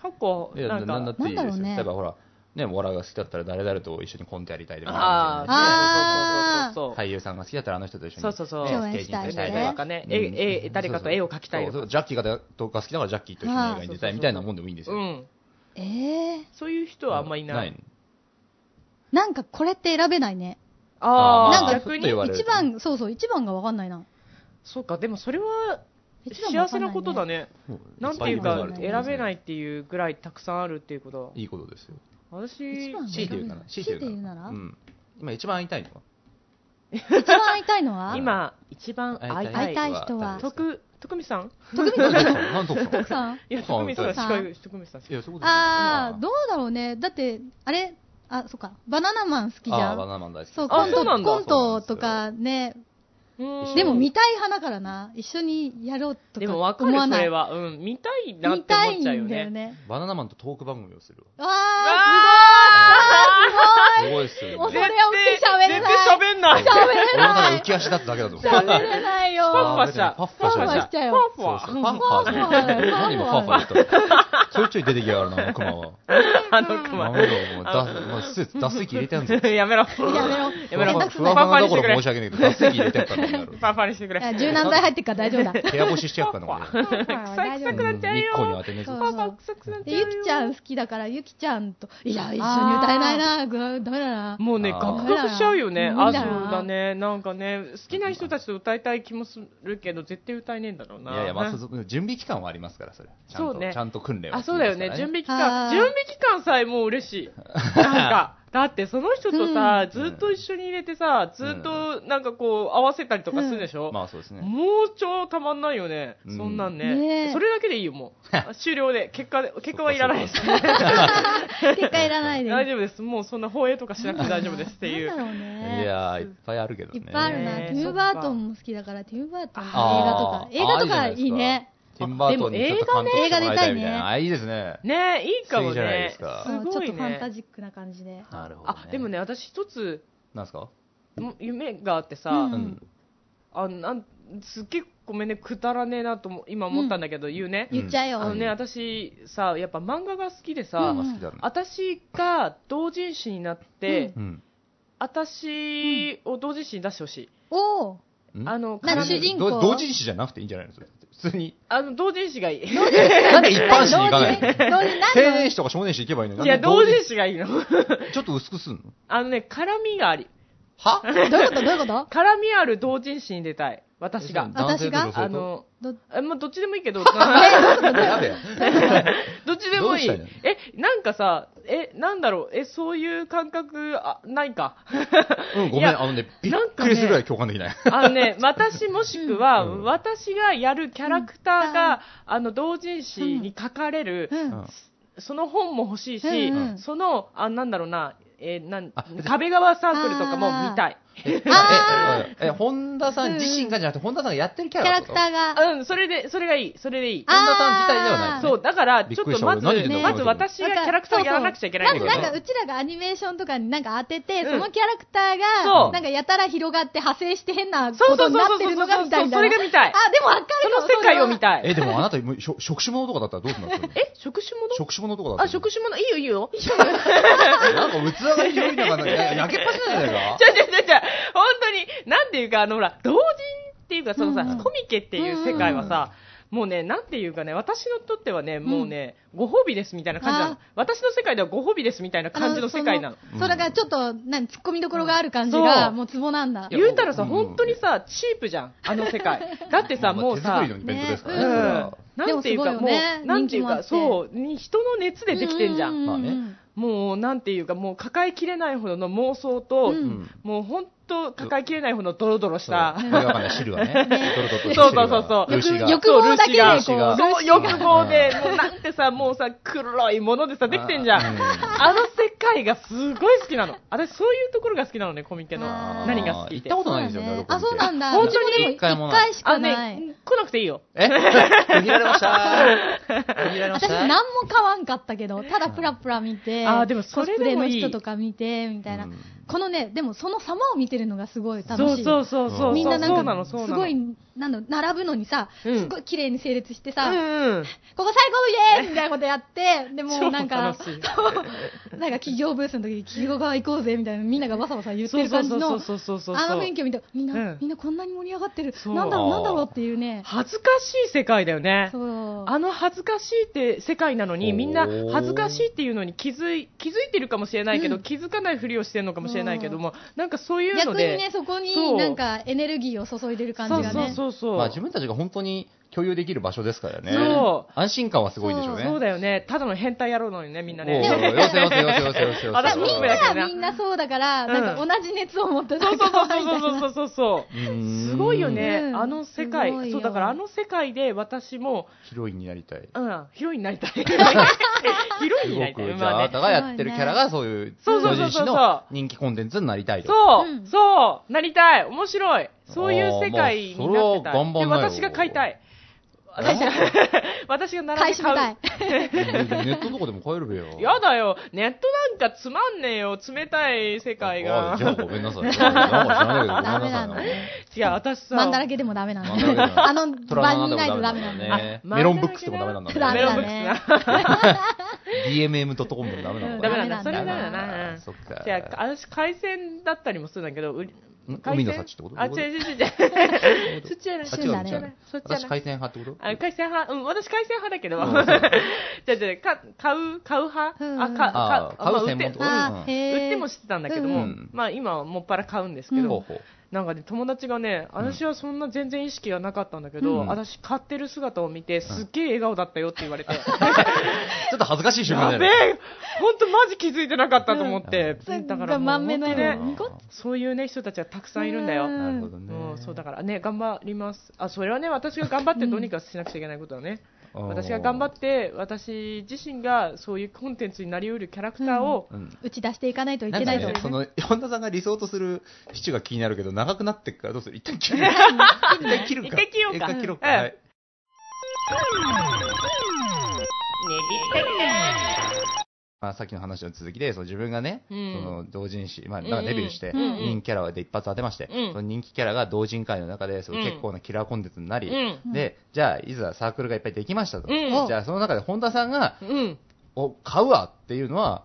Speaker 3: 過去
Speaker 2: いや、
Speaker 3: な
Speaker 2: なんなんだ
Speaker 3: か
Speaker 2: っていい
Speaker 1: なんだ
Speaker 2: で
Speaker 1: ろう
Speaker 2: すよ。
Speaker 1: ね
Speaker 2: 例えばほら、ね、お笑いが好きだったら誰々と一緒にコントやりたいと
Speaker 3: あ
Speaker 2: か、
Speaker 1: あ
Speaker 3: あそうそうそうそう
Speaker 2: 俳優さんが好きだったらあの人と一緒に。
Speaker 3: そうそうそう
Speaker 2: ね
Speaker 1: 共演
Speaker 2: ステージに
Speaker 1: したい
Speaker 2: と
Speaker 1: ね
Speaker 3: なんかね絵絵誰かと絵を描きたい
Speaker 2: そう
Speaker 3: と
Speaker 2: そ
Speaker 3: か
Speaker 2: うジャッキーがとか好きだからジャッキーと一緒に映画に出たいみたいなもんでもいいんです
Speaker 3: う
Speaker 2: よ。
Speaker 3: ん
Speaker 1: えー、
Speaker 3: そういう人はあんまいない
Speaker 1: なんかこれって選べないね
Speaker 2: あ
Speaker 1: ー
Speaker 3: ー
Speaker 1: なんか
Speaker 2: ちょ
Speaker 3: 逆
Speaker 2: っと言
Speaker 3: に
Speaker 2: われる。
Speaker 1: 一番そうそう一番が分かんないな
Speaker 3: そうかでもそれは
Speaker 1: 一番が分か
Speaker 3: 幸せ
Speaker 1: んい
Speaker 3: なことだねなんていう
Speaker 1: い
Speaker 3: か
Speaker 1: っぱいいる
Speaker 3: 選べないいっていうぐらいたくさんあるっていうこと
Speaker 2: いいことですよ。
Speaker 3: だ私
Speaker 1: 一番
Speaker 2: 強いて言うなら。
Speaker 1: 強いて言うなら
Speaker 2: うん。今一番会いたいのは
Speaker 1: 一番会いたいのは
Speaker 3: 今一番会いた
Speaker 1: 会
Speaker 3: い
Speaker 1: いたい人は
Speaker 3: 徳徳光さん
Speaker 1: 徳光
Speaker 2: 何
Speaker 1: さん
Speaker 2: と
Speaker 1: 徳光さん
Speaker 3: いや
Speaker 2: そう
Speaker 3: 徳光さんしか
Speaker 1: そう
Speaker 3: 徳光さんしか
Speaker 2: いや、そういうことですよ
Speaker 1: ああどうだろうねだってあれあそっかバナナマン好きじゃ
Speaker 2: あーバ
Speaker 1: ん
Speaker 2: ナナマン大好き
Speaker 1: そう
Speaker 3: あ
Speaker 1: コン
Speaker 3: そうな
Speaker 1: ト
Speaker 3: んだ
Speaker 1: コントとかね
Speaker 3: うん
Speaker 1: でも見たい派だからな一緒にやろうと
Speaker 3: で
Speaker 1: か
Speaker 3: もわか
Speaker 1: 思
Speaker 3: る
Speaker 1: わ
Speaker 3: そ
Speaker 1: ない
Speaker 3: れはうん見たいなっ
Speaker 1: 見
Speaker 3: て
Speaker 1: た
Speaker 3: 思
Speaker 1: い
Speaker 3: っ
Speaker 1: ん
Speaker 3: ち
Speaker 1: だ
Speaker 3: ゃうよ
Speaker 1: よ
Speaker 3: ね
Speaker 1: ね
Speaker 2: バナナマンとトーク番組をする
Speaker 1: わ
Speaker 3: あ
Speaker 1: あ
Speaker 2: わ。すごいっすよね。
Speaker 1: 恐
Speaker 2: 俺
Speaker 1: れ多くて喋れない
Speaker 3: 全然喋んない
Speaker 1: すごい喋れ
Speaker 2: の中
Speaker 1: な
Speaker 2: で浮
Speaker 1: い
Speaker 2: き足立っただけだと思う。
Speaker 1: 喋れないよ
Speaker 3: ファンファし
Speaker 2: あ
Speaker 3: た。
Speaker 2: ーファンファしちゃう
Speaker 1: ファンファしちゃうよ
Speaker 3: ファン
Speaker 2: そ
Speaker 3: ファ
Speaker 2: うそうファンファーじゃない何今ファンファー言ったちょいちょい出てきやがるな、あの熊は。
Speaker 3: あの
Speaker 2: な
Speaker 3: 熊。
Speaker 2: るほど、もうだ、もうす脱水機入れてやんぞ。
Speaker 3: <laughs> やめろ。
Speaker 1: やめろ
Speaker 3: やめろ
Speaker 1: 下手く
Speaker 2: ふ
Speaker 1: そ
Speaker 2: わ
Speaker 1: だ
Speaker 2: ふわなところ申し訳ないけど、脱水機入れてやっからなる
Speaker 3: フ。 <laughs> ァンファにしてくれ。
Speaker 1: いや柔軟剤入ってっから大丈夫だ
Speaker 2: 部屋干ししてやっからな、俺。
Speaker 1: 臭
Speaker 3: 臭い臭くなっちゃう
Speaker 2: 日
Speaker 3: よ。
Speaker 2: 光に当てねえ
Speaker 1: そ
Speaker 2: ぞ
Speaker 1: う
Speaker 3: ファンファン臭くなっち
Speaker 1: で
Speaker 3: ゃうよ
Speaker 1: ゆ。きちゃん好きだからゆきちゃんといや一緒に歌えないなぐダメだな
Speaker 3: もうね、
Speaker 2: あ
Speaker 3: ガ
Speaker 2: ー
Speaker 3: クガクしちゃうよね。
Speaker 1: 無
Speaker 3: あ、
Speaker 1: 理
Speaker 3: そ
Speaker 1: だ
Speaker 3: う
Speaker 1: な
Speaker 3: だね。なんかね、好きな人たちと歌いたい気もするけど、絶対歌えねえんだろう
Speaker 2: い
Speaker 3: な。
Speaker 2: やいや、まあ、そう準備期間はありますから、それ。ちゃん
Speaker 3: そう
Speaker 2: と、
Speaker 3: ね
Speaker 2: ちゃんと訓練は
Speaker 3: あ、
Speaker 2: 積
Speaker 3: そ
Speaker 2: みま
Speaker 3: うだ
Speaker 2: す
Speaker 3: よ
Speaker 2: から
Speaker 3: ね。準備期
Speaker 1: は
Speaker 3: 間、
Speaker 1: い
Speaker 3: 準備期間さえもう嬉しい。
Speaker 2: <laughs>
Speaker 3: なんか、だってその人とさ、
Speaker 2: うん
Speaker 3: ずっと一緒に入れてさ、ずっとなんかこう、合わせたりとかするでしょ、
Speaker 2: まあ、そうですね。
Speaker 3: もう超たまんないよね、
Speaker 2: うん
Speaker 3: そんなんね
Speaker 1: ねえ
Speaker 3: それだけでいいよ、もう、あ <laughs> 終了で、結果で結果はいらないです、
Speaker 1: 結果いらないで
Speaker 3: <laughs> 大丈夫です、もうそんな放映とかしなくて大丈夫ですっていう、
Speaker 1: なんだろう
Speaker 2: い
Speaker 1: ね
Speaker 2: やー、いっぱいあるけど
Speaker 1: い
Speaker 2: ね。
Speaker 1: っぱいあるな
Speaker 3: ね
Speaker 1: ティム・バートンも好きだからティム・バートン
Speaker 2: あ
Speaker 1: の
Speaker 2: ー
Speaker 1: 映画とか映画とかいいね
Speaker 2: ティンバートンにちょっと監督してもらいたいみたいな。あ、いいですね。
Speaker 3: ねえいいかも
Speaker 2: いいじゃないで
Speaker 3: ね、
Speaker 2: すか
Speaker 1: そう
Speaker 3: すご
Speaker 1: ち
Speaker 3: い
Speaker 1: ょっとファンタ
Speaker 3: ね、
Speaker 1: ジックな感じで
Speaker 2: なるほど、ね。
Speaker 3: あでも、ね、私、一つ
Speaker 2: なんですか
Speaker 3: も夢があってさ、
Speaker 1: うん
Speaker 2: うん。
Speaker 3: あなんすっげえごめんね、くだらねえなとも今思ったんだけど、言うね、
Speaker 1: 言っちゃえよ
Speaker 3: あのね、
Speaker 2: うん
Speaker 3: 私さ、やっぱ漫画が好きでさ、
Speaker 1: うん
Speaker 2: あ好きだね。
Speaker 3: 私が同人誌になって、
Speaker 1: うん
Speaker 2: うん。
Speaker 3: 私を同人誌に出してほしい。
Speaker 1: おお
Speaker 2: ん
Speaker 3: あの、
Speaker 1: なんか
Speaker 3: 絡める
Speaker 1: 主人公
Speaker 2: ど同人誌じゃなくていいんじゃないのそれ普通に。
Speaker 3: あの、同人誌がいい。い
Speaker 2: なんで一般誌に行かない
Speaker 1: 同
Speaker 2: の
Speaker 1: 時同時
Speaker 2: 青年誌とか
Speaker 3: <laughs>
Speaker 2: 少年誌行けばいいのに。
Speaker 3: や、
Speaker 2: なん
Speaker 3: 同
Speaker 2: で
Speaker 3: 人誌がいいの。 <laughs>
Speaker 2: 同人誌ちょっと薄くすんの
Speaker 3: あのね、絡みがあり。
Speaker 2: は
Speaker 1: どういうことどういうこと
Speaker 3: 絡みある同人誌に出たい。私が。
Speaker 1: 男性ってこと
Speaker 2: 私が
Speaker 3: あの、
Speaker 1: ど
Speaker 3: えまあ、どっちでもいいけど、
Speaker 2: やべえ。
Speaker 3: どっちでもいい。
Speaker 2: どうしたの
Speaker 3: え、なんかさ、え、なんだろう、え、そういう感覚、あ、ないか。
Speaker 2: うん、ご
Speaker 3: い
Speaker 2: めん、
Speaker 3: や
Speaker 2: あのね、びっ
Speaker 3: なんか
Speaker 2: く
Speaker 3: ね
Speaker 2: りするぐらい共感できない。
Speaker 3: あのね、私もしくは、
Speaker 2: うん
Speaker 3: 私がやるキャラクター
Speaker 1: うん
Speaker 3: が、あの、同人誌に書かれる、
Speaker 1: うん
Speaker 2: うん
Speaker 3: その本も欲しいし、
Speaker 1: うんうん
Speaker 3: その、あ、なんだろうな、えーなん
Speaker 2: あ、
Speaker 3: 壁側サークルとかも見たい。
Speaker 2: え
Speaker 1: あ、
Speaker 2: え、え、本田さん自身がじゃなくて、本田さんがやってる
Speaker 1: キ
Speaker 2: キャ
Speaker 1: ャ
Speaker 2: ラっ
Speaker 1: ラ
Speaker 2: て
Speaker 1: ク
Speaker 2: こと
Speaker 1: ターが。
Speaker 3: うん、それで、それがいい。それでいい。
Speaker 1: あー
Speaker 2: 本田さん自体ではないのね。
Speaker 3: そう、だから、
Speaker 2: びっ
Speaker 3: ちょ
Speaker 2: く
Speaker 3: っ
Speaker 2: りし
Speaker 3: と
Speaker 2: た
Speaker 3: まず、
Speaker 2: 何言って
Speaker 1: んの
Speaker 3: まず私がキャラクターやらなくちゃいけないんだけ
Speaker 1: そう
Speaker 3: ど
Speaker 1: そうなんか、なんかうちらがアニメーションとかになんか当てて、
Speaker 3: うん
Speaker 1: そのキャラクター
Speaker 3: そ
Speaker 1: が、
Speaker 3: う
Speaker 1: なんかやたら広がって派生して変なこ
Speaker 3: そうそ
Speaker 1: と
Speaker 3: う
Speaker 1: にな
Speaker 3: そう
Speaker 1: って
Speaker 3: そう
Speaker 1: る
Speaker 3: そ
Speaker 1: の
Speaker 3: う
Speaker 1: が見たいみ
Speaker 3: そう
Speaker 1: た
Speaker 3: そ
Speaker 1: いな。
Speaker 3: れが見たい。
Speaker 1: あ、でもわかる
Speaker 3: そ
Speaker 1: かも
Speaker 3: の世界を見たい。
Speaker 2: え、でもあなた、もうしょ職種物とかだったらどうするんですか
Speaker 3: え、職種もの
Speaker 2: 職種物とかだったら。
Speaker 3: あ、職種もの、いいよいいよ。
Speaker 2: なんか器が広いのかな、や焼けっぱちなんじゃないか
Speaker 3: じゃじゃじゃじゃ本当に、なんていうか、あの、ほら、同人っていうか、そのさ、
Speaker 1: うんうん
Speaker 3: コミケっていう世界はさ、もうね、なんていうかね、私のとってはね、もうね、ご褒美ですみたいな感じなの
Speaker 1: あ。
Speaker 3: 私の世界ではご褒美ですみたいな感じの世界なの。
Speaker 1: あそそれがちょっと、なん、突っ込みどころがある感じ
Speaker 3: う
Speaker 1: が、
Speaker 3: んそう
Speaker 1: もうツボなんだ。
Speaker 2: いや
Speaker 3: 言うたらさ、
Speaker 2: うん
Speaker 3: 本当にさ、チープじゃん、あの世界。だってさ、もう
Speaker 2: まあ
Speaker 3: さ
Speaker 2: 手作りの、イベントですか
Speaker 3: う
Speaker 2: ら
Speaker 3: ん
Speaker 2: ね。
Speaker 1: う
Speaker 2: それ
Speaker 3: な
Speaker 2: は
Speaker 3: んていうか、
Speaker 1: でもす
Speaker 3: も
Speaker 1: ごいよね
Speaker 3: う、なんてい
Speaker 1: 人気
Speaker 3: う
Speaker 1: もあ
Speaker 3: か、
Speaker 1: って
Speaker 3: そう、に人の熱でできてんじゃん。
Speaker 2: まあね
Speaker 3: もう、なんていうか、もう抱えきれないほどの妄想と、
Speaker 1: うん
Speaker 2: うん
Speaker 3: もう本当、抱えきれないほどドロドロした。
Speaker 2: そうこれわかんない、汁はね。ドロドロとして
Speaker 3: そう
Speaker 2: 汁が
Speaker 3: そうそうそう
Speaker 2: ルーシーが
Speaker 1: 欲望だけでこう
Speaker 2: ルーシーが
Speaker 1: ルー
Speaker 3: そう、欲望で、もうなんてさ、もうさ、黒いものでさ、できてんじゃん。
Speaker 2: う
Speaker 3: あの世界がすごい好きなの。私、そういうところが好きなのね、コミケの。
Speaker 1: あー
Speaker 3: 何が好きっ。
Speaker 2: 行ってたことないんですよね、
Speaker 1: あ、そうなんだ。
Speaker 3: 本
Speaker 1: う
Speaker 3: 当に
Speaker 1: ちもでも
Speaker 2: 一回も
Speaker 1: 一
Speaker 2: ない
Speaker 1: 回し
Speaker 3: あ
Speaker 1: か
Speaker 3: の
Speaker 1: ない。
Speaker 3: ね、来なくていいよ。
Speaker 2: え区切られま
Speaker 3: <laughs>
Speaker 2: した区切られまし
Speaker 1: 私、
Speaker 2: た
Speaker 1: 何も買わんかったけど、ただプラプラ見て、
Speaker 3: あーでもそ
Speaker 1: コス
Speaker 3: れ
Speaker 1: プ
Speaker 3: で
Speaker 1: レ
Speaker 3: も
Speaker 1: の
Speaker 3: いい
Speaker 1: 人とか見て、みたいな、
Speaker 2: うん
Speaker 1: このね、でもその様を見てるのがすごい楽しい。
Speaker 3: そうそうそうそう。
Speaker 1: みんなな
Speaker 3: そうんな
Speaker 1: か
Speaker 3: の、、
Speaker 1: す
Speaker 3: そうなの。
Speaker 1: ごい、なんだろう並ぶのにさ、
Speaker 3: うん
Speaker 1: すっごい綺麗に整列して
Speaker 3: う
Speaker 1: さ、
Speaker 3: んうん。
Speaker 1: ここ最高イエーイみたいなことやって、でもうなんか
Speaker 3: 超楽しい、
Speaker 1: そうなんか企業ブースの時に企業側行こうぜみたいな、みんながバサバサ言ってる感じ
Speaker 3: そ
Speaker 1: の
Speaker 3: う、そうそうそうそうそう
Speaker 1: あの雰囲気を見て、みんな、
Speaker 3: うん
Speaker 1: みんなこんなに盛り上がってる
Speaker 3: そ、う
Speaker 1: なんだろうなんだろうっていうね、
Speaker 3: 恥ずかしい世界だよね。
Speaker 1: そう。
Speaker 3: あの恥ずかしいって世界なのに、
Speaker 2: おー
Speaker 3: みんな恥ずかしいっていうのに気づい気づいてるかもしれないけど、
Speaker 1: うん
Speaker 3: 気づかないふりをしてるのかもしれないけども、なんかそういうの
Speaker 1: 逆に
Speaker 3: で、
Speaker 1: ね、そこ
Speaker 3: そう
Speaker 1: になんかエネルギーを注いでる感
Speaker 3: そ
Speaker 1: じ
Speaker 3: う
Speaker 1: が
Speaker 3: そう
Speaker 1: ね。
Speaker 3: そうそう、
Speaker 2: まあ自分たちが本当に共有できる場所ですからね。
Speaker 3: そ
Speaker 2: 安心感はすごいんでしょうね。
Speaker 3: そうだよね、ただの変態野郎なのにね、みんな
Speaker 2: おう
Speaker 1: でも
Speaker 2: よ
Speaker 3: ね。
Speaker 2: せよせよせよせよせよ。
Speaker 3: 私
Speaker 1: み
Speaker 3: も
Speaker 1: ん
Speaker 3: 含めだけど
Speaker 1: なみんなそうだから、なんか同じ熱を持って
Speaker 3: そうそうそうそう
Speaker 1: そう
Speaker 3: そうそうそ
Speaker 2: う
Speaker 3: う
Speaker 2: ーん
Speaker 3: すごいよね、
Speaker 1: うん
Speaker 3: あの世
Speaker 1: すごい
Speaker 3: 界、
Speaker 1: よ
Speaker 3: そうだからあの世界で私も、
Speaker 2: ヒロインになりたい。
Speaker 3: うん、ヒロインになりたい。ヒロインになりたい。
Speaker 2: じゃあ、あなたがやってるキャラがそういう、
Speaker 3: そう
Speaker 1: そう
Speaker 2: 個
Speaker 3: そうそう
Speaker 2: 人誌の人気コンテンツになりたいと。
Speaker 3: そう、
Speaker 1: うん
Speaker 3: そう、なりたい、面白い、そういう世界に
Speaker 2: あーまあ
Speaker 3: な
Speaker 2: そ
Speaker 3: って
Speaker 2: れ
Speaker 3: た
Speaker 2: は頑
Speaker 3: い。
Speaker 2: 張
Speaker 3: で、
Speaker 2: んなよ
Speaker 3: 私が買いたい。 <laughs> 私が、私が並
Speaker 1: <laughs> 返
Speaker 3: んで
Speaker 1: しみたい
Speaker 3: 買。。
Speaker 1: う
Speaker 2: ネットとかでも買えるべよ。
Speaker 3: やだよ、ネットなんかつまんねえよ、冷たい世界
Speaker 2: あ
Speaker 3: が。
Speaker 2: じゃあごめんなさい。なんか知 <laughs> らない
Speaker 3: 違う、私さ、
Speaker 1: マンダラけでもダメなん
Speaker 2: マンダラ
Speaker 1: だ
Speaker 2: ゲ。ダ
Speaker 1: あ
Speaker 2: メ
Speaker 1: の、
Speaker 2: けどな。
Speaker 1: バンナイトダメなんだ。
Speaker 2: ね
Speaker 3: あ
Speaker 2: <laughs> メロンブックスとかダメ
Speaker 3: <laughs>
Speaker 2: なんだ
Speaker 1: ダ
Speaker 3: メ
Speaker 1: メ
Speaker 3: ロ
Speaker 1: だ
Speaker 3: ンブ
Speaker 1: ね
Speaker 2: ね。
Speaker 3: ックスな。
Speaker 2: dmm.com でもダメなん
Speaker 1: ん
Speaker 2: だ
Speaker 3: ダメ
Speaker 2: ね。
Speaker 3: なんだ、それダメだ
Speaker 2: ダメなん
Speaker 3: な。
Speaker 2: だ
Speaker 3: うん
Speaker 2: そっか
Speaker 3: じゃあ、私、海鮮だったりもするんだけど、うり
Speaker 2: ん
Speaker 3: 海
Speaker 2: 海の
Speaker 3: 鮮
Speaker 2: 幸ってこと
Speaker 3: あ、違
Speaker 2: ど
Speaker 3: う
Speaker 2: ういう
Speaker 3: 違う違う違う。 <laughs> そっちじゃな
Speaker 1: あ違うの
Speaker 3: い。そっちじゃないそっちじゃない
Speaker 2: 私、。回線派ってこと
Speaker 3: あ海鮮派、うん、私海鮮派だけど、
Speaker 2: うん
Speaker 3: <laughs> じゃあじゃあか買う、買う派、
Speaker 1: うん
Speaker 3: あ、か、か
Speaker 2: あ、買う
Speaker 3: まあ
Speaker 2: 専門ってこと
Speaker 3: 売っ
Speaker 1: あー、
Speaker 3: て
Speaker 1: へー
Speaker 3: 売ってもしてたんだけど
Speaker 1: うん
Speaker 3: も、
Speaker 2: うん
Speaker 3: まあ今はもっぱら買うんですけ
Speaker 1: うん
Speaker 3: ど、
Speaker 2: ほうほう。
Speaker 3: なんかね、友達がね、私はそんな全然意識がなかったんだけど、
Speaker 2: うん
Speaker 3: 私買ってる姿を見て、すっげえ笑顔だったよって言
Speaker 1: <laughs>
Speaker 3: われて、
Speaker 2: ちょっと恥ずかしい瞬間
Speaker 3: や
Speaker 2: だ
Speaker 3: べ
Speaker 2: よね。
Speaker 3: え、ほんとマジ気づいてなかったと思って、
Speaker 1: すっ
Speaker 3: だ
Speaker 1: ご
Speaker 3: から
Speaker 1: い
Speaker 3: もう
Speaker 1: 満面
Speaker 3: 本
Speaker 1: の
Speaker 3: 当に
Speaker 1: 笑
Speaker 3: ね、
Speaker 1: 顔。ニコッ
Speaker 3: そういうね、人たちはたくさんいるんだよ。
Speaker 2: なるほどね。
Speaker 3: うん、そうだからね、頑張ります。あ、それはね、私が頑張ってどうにかしなくちゃいけないことだね。
Speaker 2: うん
Speaker 3: 私が頑張って、私自身がそういうコンテンツになりうるキャラクターを、
Speaker 2: うん
Speaker 1: 打ち出していかないとい
Speaker 2: なん
Speaker 1: け
Speaker 2: か
Speaker 1: ない
Speaker 2: ね
Speaker 1: と。、
Speaker 2: その、本田さんが理想とするシチューが気になるけど、長くなってっからどうする一旦切る。
Speaker 3: <laughs>
Speaker 2: 一旦切るか。
Speaker 3: 一回切ろうか
Speaker 2: 一回切ろうか。
Speaker 3: うん
Speaker 2: はいまあ、さっきの話の続きで、その自分がね、
Speaker 3: うん
Speaker 2: その同人誌、まあ、なんかデビューして、
Speaker 3: うんうん
Speaker 2: 人気キャラで一発当てまして、
Speaker 3: うん
Speaker 2: その人気キャラが同人会の中ですごい
Speaker 3: うん
Speaker 2: 結構なキラーコンテンツになり、
Speaker 3: うん
Speaker 2: で、じゃあ、いざサークルがいっぱいできましたと。
Speaker 3: うん
Speaker 2: じゃあ、その中で本田さんが、
Speaker 3: うん。
Speaker 2: お、買うわっていうのは、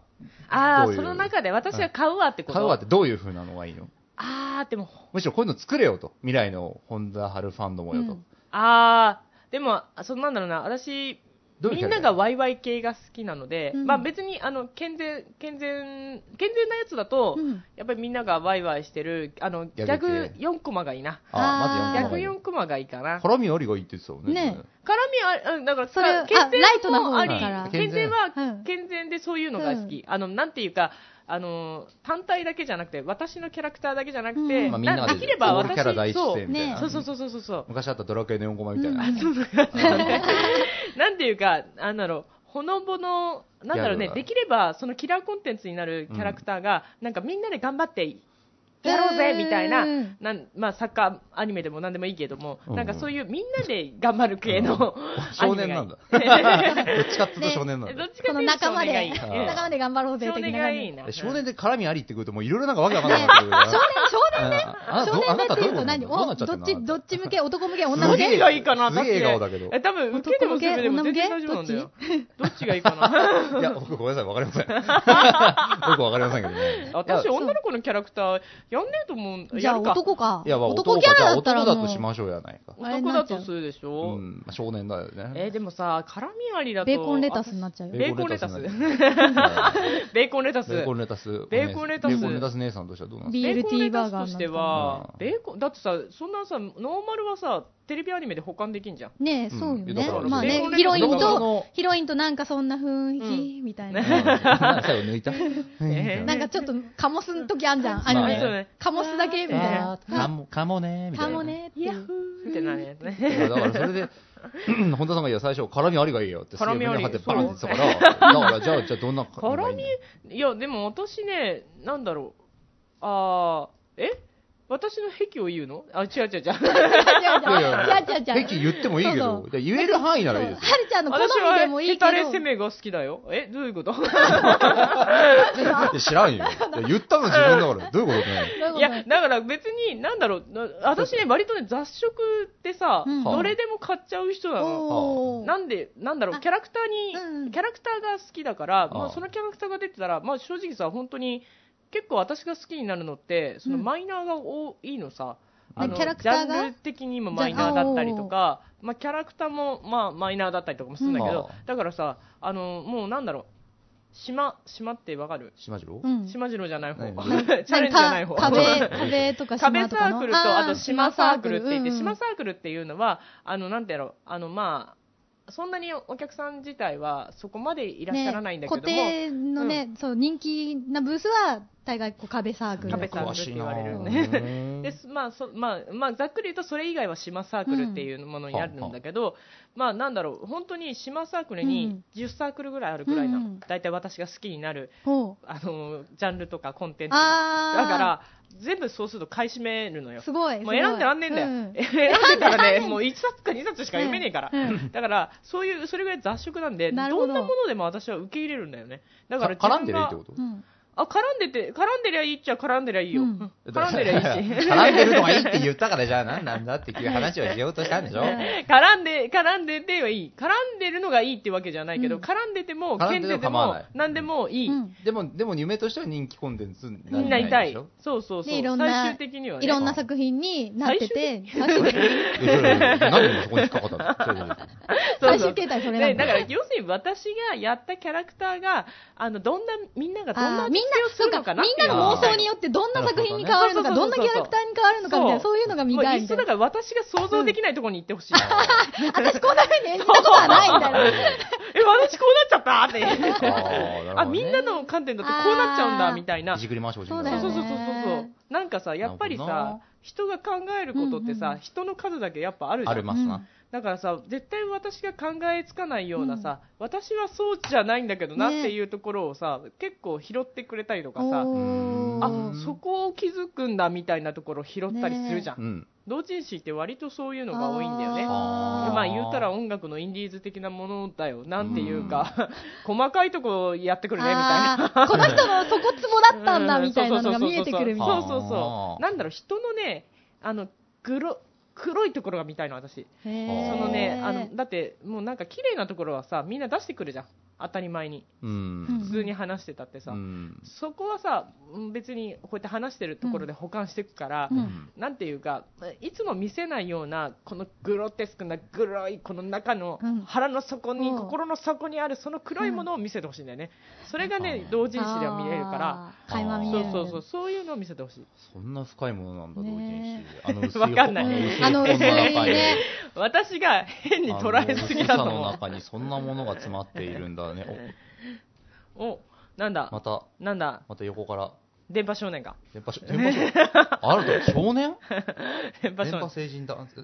Speaker 3: あ
Speaker 2: どう
Speaker 3: あ、
Speaker 2: いう
Speaker 3: その中で私は買うわってこと。
Speaker 2: 買うわってどういう風なのがいいの
Speaker 3: ああ、でも、
Speaker 2: むしろこういうの作れよと。未来の本田春ファンドもよと。
Speaker 1: うん
Speaker 3: ああ、でも、そのなんだろうな、私、
Speaker 2: どういう
Speaker 3: み
Speaker 2: キャ
Speaker 3: ん
Speaker 2: ラ
Speaker 3: ながワイワイ系が好きなので、
Speaker 1: うん
Speaker 3: まあ別にあの健全健全健全なやつだと、
Speaker 1: うん
Speaker 3: やっぱりみんながワイワイしてるあのギ
Speaker 2: ギ
Speaker 3: ャ
Speaker 2: ャ
Speaker 3: グ
Speaker 2: グ系
Speaker 3: 4コマがいいな
Speaker 1: あ
Speaker 2: ああ、
Speaker 1: ー
Speaker 2: ま
Speaker 3: 逆
Speaker 2: ず4
Speaker 3: 4コマがいいかな絡
Speaker 2: 絡みありがいいって言ってたもんね。
Speaker 1: ね
Speaker 3: みあだから
Speaker 1: それあ
Speaker 3: さ
Speaker 1: ライトな方
Speaker 3: もあり
Speaker 2: だから
Speaker 3: 健全
Speaker 1: う
Speaker 3: は
Speaker 1: ん
Speaker 3: 健全でそういうのが好き、あのなんていうかあの単体だけじゃなくて私のキャラクターだけじゃなくて、
Speaker 1: うん
Speaker 2: まあ、みん
Speaker 3: な
Speaker 2: なが
Speaker 3: できれば
Speaker 2: オール
Speaker 3: 私
Speaker 2: キャラ第一
Speaker 3: そう
Speaker 2: 声みたいな。
Speaker 3: そうそうそうそうそうそう
Speaker 2: 昔あったドラクエの4コマみたいな。
Speaker 1: う
Speaker 3: そうそうなんていうか、なんだろう、ほのぼの、なんだろう
Speaker 2: ギ
Speaker 3: ね
Speaker 2: ャグ、が
Speaker 3: できれば、そのキラーコンテンツになるキャラクターが、なんかみんなで頑張ってやろうぜ
Speaker 1: うん
Speaker 3: みたいな、なんまあ、サッカーアニメでもなんでもいいけども、
Speaker 2: うん
Speaker 3: なんかそういうみんなで頑張る系
Speaker 2: う
Speaker 3: のア
Speaker 2: 少
Speaker 3: ニメ
Speaker 2: 年
Speaker 3: が
Speaker 2: ない
Speaker 3: い
Speaker 2: んだ。どっちかっていうと少年なん
Speaker 3: ど
Speaker 2: だ
Speaker 3: っ。ち
Speaker 1: こ
Speaker 3: かっ
Speaker 1: の
Speaker 3: ていうと
Speaker 1: 仲間
Speaker 3: 少
Speaker 1: で
Speaker 3: 年がいい、
Speaker 2: うん
Speaker 1: 仲間で頑張ろうぜ
Speaker 3: 少
Speaker 1: 的な
Speaker 3: 年が
Speaker 1: 感
Speaker 3: いい
Speaker 1: じ。
Speaker 3: な。
Speaker 2: 少年で絡みありってくると、もういろいろなんかわけわかんなくなってくる。
Speaker 1: 少年ね
Speaker 2: あ
Speaker 1: 少
Speaker 2: あ
Speaker 1: 年
Speaker 2: な
Speaker 1: だ
Speaker 2: た
Speaker 1: って
Speaker 2: ど
Speaker 1: いうう
Speaker 2: 思
Speaker 1: と
Speaker 2: う
Speaker 1: 何
Speaker 2: どうな
Speaker 1: お
Speaker 2: っちゃって
Speaker 1: どっ
Speaker 2: んの
Speaker 1: ちどっち向け男向け女
Speaker 3: ど
Speaker 1: 向
Speaker 2: す
Speaker 3: っ
Speaker 2: げ
Speaker 1: け
Speaker 2: え
Speaker 3: ちがいいかな、
Speaker 2: すげえ
Speaker 3: って
Speaker 2: 笑顔だけど
Speaker 3: え、多分、受けでもするでも全然大丈夫なんだよ。どっちがいいか <laughs> な。
Speaker 2: いや、僕ごめんなさい、わか
Speaker 1: <laughs>
Speaker 2: りません。僕わかりませんけどね。
Speaker 3: 私、
Speaker 2: いや
Speaker 3: 女の子のキャラクター、やんねえと思う。
Speaker 1: じゃあ
Speaker 3: やるか
Speaker 1: 男か
Speaker 2: いや、まあ
Speaker 1: 男キャラだったら
Speaker 2: 男だ
Speaker 1: も
Speaker 2: と
Speaker 1: う
Speaker 2: しましょうやないか。
Speaker 1: あれにな
Speaker 3: 男だ
Speaker 1: っちゃう
Speaker 3: とするでし
Speaker 2: う
Speaker 3: ょ、
Speaker 2: ん、まあ少年だよね。
Speaker 3: えーでもさ、辛みありだと。
Speaker 1: ベーコンレタスになっちゃうよ
Speaker 3: ベーコンレタス。
Speaker 2: ベ
Speaker 3: ベーコンレタス。
Speaker 2: ーコンレタス。
Speaker 1: <laughs>
Speaker 3: ベーコンレタス
Speaker 2: ベーコンレタス姉さんとしてはどうなんです
Speaker 1: BLT バーガー
Speaker 3: と
Speaker 1: に
Speaker 3: し
Speaker 1: な
Speaker 3: て
Speaker 1: るか
Speaker 3: は、
Speaker 2: うん
Speaker 3: ベーコン、だってさ、そんなさ、ノーマルはさ、テレビアニメで保管できんじゃん。
Speaker 1: なねえそうよ
Speaker 2: うんだ
Speaker 1: ね
Speaker 2: から
Speaker 1: まあ
Speaker 3: ベー
Speaker 1: ね
Speaker 3: コンレタス
Speaker 1: ヒロイン
Speaker 2: どうな
Speaker 1: と
Speaker 2: の
Speaker 1: ヒロインとなんかそんな雰囲気みたいな <laughs>
Speaker 2: かうんなんか最後抜いた。
Speaker 3: え
Speaker 1: なんかちょっとカモスの時あんじゃん
Speaker 2: あ
Speaker 1: アニ
Speaker 2: まあね
Speaker 1: メ
Speaker 3: そうね。
Speaker 1: カモスだけみたいな
Speaker 2: かも、かもね、みた
Speaker 1: カ
Speaker 2: いな。
Speaker 1: モねってい
Speaker 3: ヤッ
Speaker 1: う
Speaker 3: フーってなるやつね。
Speaker 2: いやだからそれで、 <clears throat> 本田さんがいや最初、絡みありがいいよって、
Speaker 3: 絡みあり
Speaker 2: すげえ胸張ってバンって言ってた
Speaker 3: <laughs>
Speaker 2: から、だからじゃあ、じゃ
Speaker 1: <laughs>
Speaker 2: あどんな
Speaker 3: 絡みいや、でも私ね、なんだろう。あー、え私の癖を言うのあ、違う違う違う。
Speaker 1: <laughs> 違う違う違う違う違う違う
Speaker 2: 駅言ってもいいけ
Speaker 1: そ
Speaker 2: ど
Speaker 1: う、
Speaker 2: で言える範囲ならいいですよ。
Speaker 1: はるちゃんの好
Speaker 3: 私
Speaker 1: みでも
Speaker 3: はい
Speaker 1: い
Speaker 3: ヘ
Speaker 1: けど
Speaker 3: タレ攻めが好きだよ。え、どうい
Speaker 1: <laughs>
Speaker 3: うこと
Speaker 2: いや知らんよ。いや言ったの
Speaker 1: <laughs>
Speaker 2: 自分だから、どういうことね。
Speaker 1: どういうこと
Speaker 3: いや、だから別に、なんだろう、な私ね、割とね、雑食ってさ、
Speaker 1: うん
Speaker 3: どれでも買っちゃう人なの。
Speaker 1: おー
Speaker 3: なんで、なんだろ
Speaker 1: あ
Speaker 3: う、キャラクタ
Speaker 1: う
Speaker 3: ー
Speaker 1: んう
Speaker 3: に、
Speaker 1: ん
Speaker 3: キャラクターが好きだから、ま
Speaker 2: あ
Speaker 3: あ、
Speaker 2: あ
Speaker 3: そのキャラクターが出てたら、まあ、正直さ、本当に、結構私が好きになるのって、その
Speaker 1: うん
Speaker 3: マイナーが多いのさ、
Speaker 2: あ
Speaker 3: あの
Speaker 1: キャラク
Speaker 3: ジ
Speaker 1: タ
Speaker 3: ャ
Speaker 1: ー
Speaker 3: ン
Speaker 1: が
Speaker 3: ル的にもマイナーだったりとか、まあ、キャラクターも、まあ、マイナーだったりとかもするんだけ
Speaker 2: う
Speaker 3: ど、
Speaker 2: ん
Speaker 3: だからさ、あの、もうなんだろう、島、島ってわかる
Speaker 2: 島次郎
Speaker 1: うん
Speaker 3: 島次郎じゃない方。
Speaker 2: 何
Speaker 3: <laughs> チャレンジじゃない方。
Speaker 1: か壁壁とか
Speaker 3: 壁
Speaker 1: 島
Speaker 3: サ
Speaker 1: とか
Speaker 3: ー
Speaker 1: の
Speaker 3: クルと、あと島サークルって言って、
Speaker 1: うんうん
Speaker 3: 島サークルっていうのは、あの、なんてやろう、あの、まあ、そんなにお客さん自体はそこまでいらっしゃらないんだけども、
Speaker 1: ね固定のねそう人気なブースは大概こう壁サークル
Speaker 3: 壁サークル
Speaker 2: 詳しいな
Speaker 3: って言われる
Speaker 2: ぁ。
Speaker 3: で、まあ、そまあ、まあ、ざっくり言うと、それ以外は島サークルっていうものになるんだけど、まあ、なんだろう、本当に島サークルに10サークルぐらいあるぐらいな
Speaker 1: うんう
Speaker 3: の
Speaker 1: ん。
Speaker 3: 大体私が好きになる、
Speaker 1: ほう
Speaker 3: あの、ジャンルとかコンテンツが。だ
Speaker 1: あー
Speaker 3: から、全部そうすると買い占めるのよ。
Speaker 1: すごい
Speaker 3: もう選んであんねんだよ、
Speaker 1: う
Speaker 3: <laughs> 選ん
Speaker 1: <laughs>
Speaker 3: でたらね、もう1冊か2冊しか読めねえから、
Speaker 1: うんう
Speaker 3: だから、そういう、それぐらい雑食なんで、ど
Speaker 1: なるほ
Speaker 3: ん
Speaker 1: ど
Speaker 3: なものでも私は受け入れるんだよね、だから
Speaker 2: 絡んでりゃいいってこ
Speaker 3: と
Speaker 2: と
Speaker 1: うん
Speaker 3: あ絡んでて、絡んでりゃいいっちゃ絡んでりゃいいよ、
Speaker 1: うん
Speaker 3: 絡んでりゃいいし、
Speaker 2: <laughs> 絡んでるのがいいって言ったから、じゃあ何なんだっていう話をしようとしたんでしょ
Speaker 3: <laughs> 絡んで、絡んでてはいい、絡んでるのがいいってわけじゃないけど、
Speaker 1: うん
Speaker 3: 絡んでても、
Speaker 2: 絡
Speaker 3: 健
Speaker 2: んでて
Speaker 3: 全
Speaker 2: も
Speaker 3: で
Speaker 2: 構わ
Speaker 3: も
Speaker 2: ない、
Speaker 3: なんでもいい、
Speaker 1: うん
Speaker 2: でも、でも夢としては人気コンテンツに
Speaker 1: み
Speaker 3: みんな
Speaker 2: ないり
Speaker 3: た
Speaker 2: たいで
Speaker 3: い
Speaker 2: しょ。、
Speaker 3: そうそうそう、
Speaker 1: ねいろんな
Speaker 3: 最終的にはね。
Speaker 1: いろんな作品になってて最終的に
Speaker 2: いやいやいやなんで今そこに引っかか
Speaker 3: <laughs>
Speaker 2: ったのそういうこと
Speaker 1: 最終形態それな
Speaker 3: ね、
Speaker 1: んだ
Speaker 3: だから要するに私がやったキャラクターがあのどんなみんながどんな
Speaker 1: あーみんな
Speaker 3: 味付けをす
Speaker 1: そう
Speaker 3: る
Speaker 1: か
Speaker 3: のかな
Speaker 1: みんなの妄想によってどんな作品に変わるのか
Speaker 3: なる
Speaker 1: ど
Speaker 3: ほど
Speaker 1: ん
Speaker 3: ね
Speaker 1: なキャラクターに変わるのかみたいな
Speaker 3: そ
Speaker 1: そういうのが
Speaker 3: ってい
Speaker 1: 見
Speaker 3: うもう
Speaker 1: たい
Speaker 3: い
Speaker 1: み
Speaker 3: ったそ
Speaker 1: い
Speaker 3: だ
Speaker 1: な
Speaker 3: から私が想像できないところに行ってほしい、え
Speaker 1: 私こんな <laughs> ふうに演じたことはないみたいな
Speaker 3: 私こうなっちゃったって
Speaker 2: あーなるほどね
Speaker 3: あみんなの観点だとこうなっちゃうんだみたいな
Speaker 2: ひじくり回してほしいん
Speaker 3: そう
Speaker 1: だよ
Speaker 3: そう
Speaker 1: ね
Speaker 3: そうそうそうなんかさやっぱり
Speaker 2: なるほど
Speaker 3: さ
Speaker 2: な
Speaker 3: 人が考えることってさ、
Speaker 1: うんうん
Speaker 3: 人の数だけやっぱあるじゃ
Speaker 2: あ
Speaker 3: ん
Speaker 2: りますな。
Speaker 3: だからさ絶対私が考えつかないようなさ、私はそうじゃないんだけどなっ
Speaker 1: ね
Speaker 3: ていうところをさ、結構拾ってくれたりとかさ
Speaker 1: お
Speaker 3: あ
Speaker 1: ー
Speaker 3: そこを気づくんだみたいなところを拾ったりするじゃん、
Speaker 2: うん。
Speaker 3: 同人誌って割とそういうのが多いんだよね
Speaker 1: あー
Speaker 2: あー
Speaker 3: まあ言うたら音楽のインディーズ的なものだよなんていうか、 <laughs> 細かいとこやってくるねみたいな
Speaker 1: あーこの人のそこツボだったんだみたいなのが見えてくるみたいな。
Speaker 3: そうそうそうそ
Speaker 2: あ
Speaker 3: う
Speaker 2: ー
Speaker 3: なんだろう人のねあの黒黒いところが見たいの私
Speaker 1: そ
Speaker 3: そ
Speaker 2: へー
Speaker 3: のねあのだってもうなんか綺麗なところはさみんな出してくるじゃん当たり前に
Speaker 2: うん
Speaker 3: 普通に話してたってさ、
Speaker 2: うん
Speaker 3: そこはさうん別にこうやって話してるところで保管していくから、
Speaker 1: うん
Speaker 3: なんていうかいつも見せないようなこのグロテスクな黒いこの中の
Speaker 1: うん
Speaker 3: 腹の底に、
Speaker 1: うん
Speaker 3: 心の底にあるその黒いものを見せてほしいんだよね、それがね
Speaker 2: あー
Speaker 3: 同人誌では見れるから
Speaker 1: あー垣間見える
Speaker 3: そうそうそうそういうのを見せてほしい
Speaker 2: そんな深いものなんだ同人
Speaker 1: ね
Speaker 2: 誌あの薄い
Speaker 3: わかんない
Speaker 1: うん
Speaker 2: あ
Speaker 1: あ
Speaker 2: の
Speaker 1: の
Speaker 2: 薄い
Speaker 1: 薄い
Speaker 2: 本の中に
Speaker 1: ね
Speaker 3: 私が変に捉えすぎだと
Speaker 2: あの薄さの
Speaker 3: 思
Speaker 2: 中にそんなものが詰まっているんだね
Speaker 3: うおなんだ、
Speaker 2: おまた
Speaker 3: なんだ
Speaker 2: また横から
Speaker 3: 電波少年が
Speaker 2: 電波少電波少あると少年
Speaker 3: 電波
Speaker 2: 電
Speaker 3: 少
Speaker 2: 波
Speaker 3: 年
Speaker 2: 成人だえ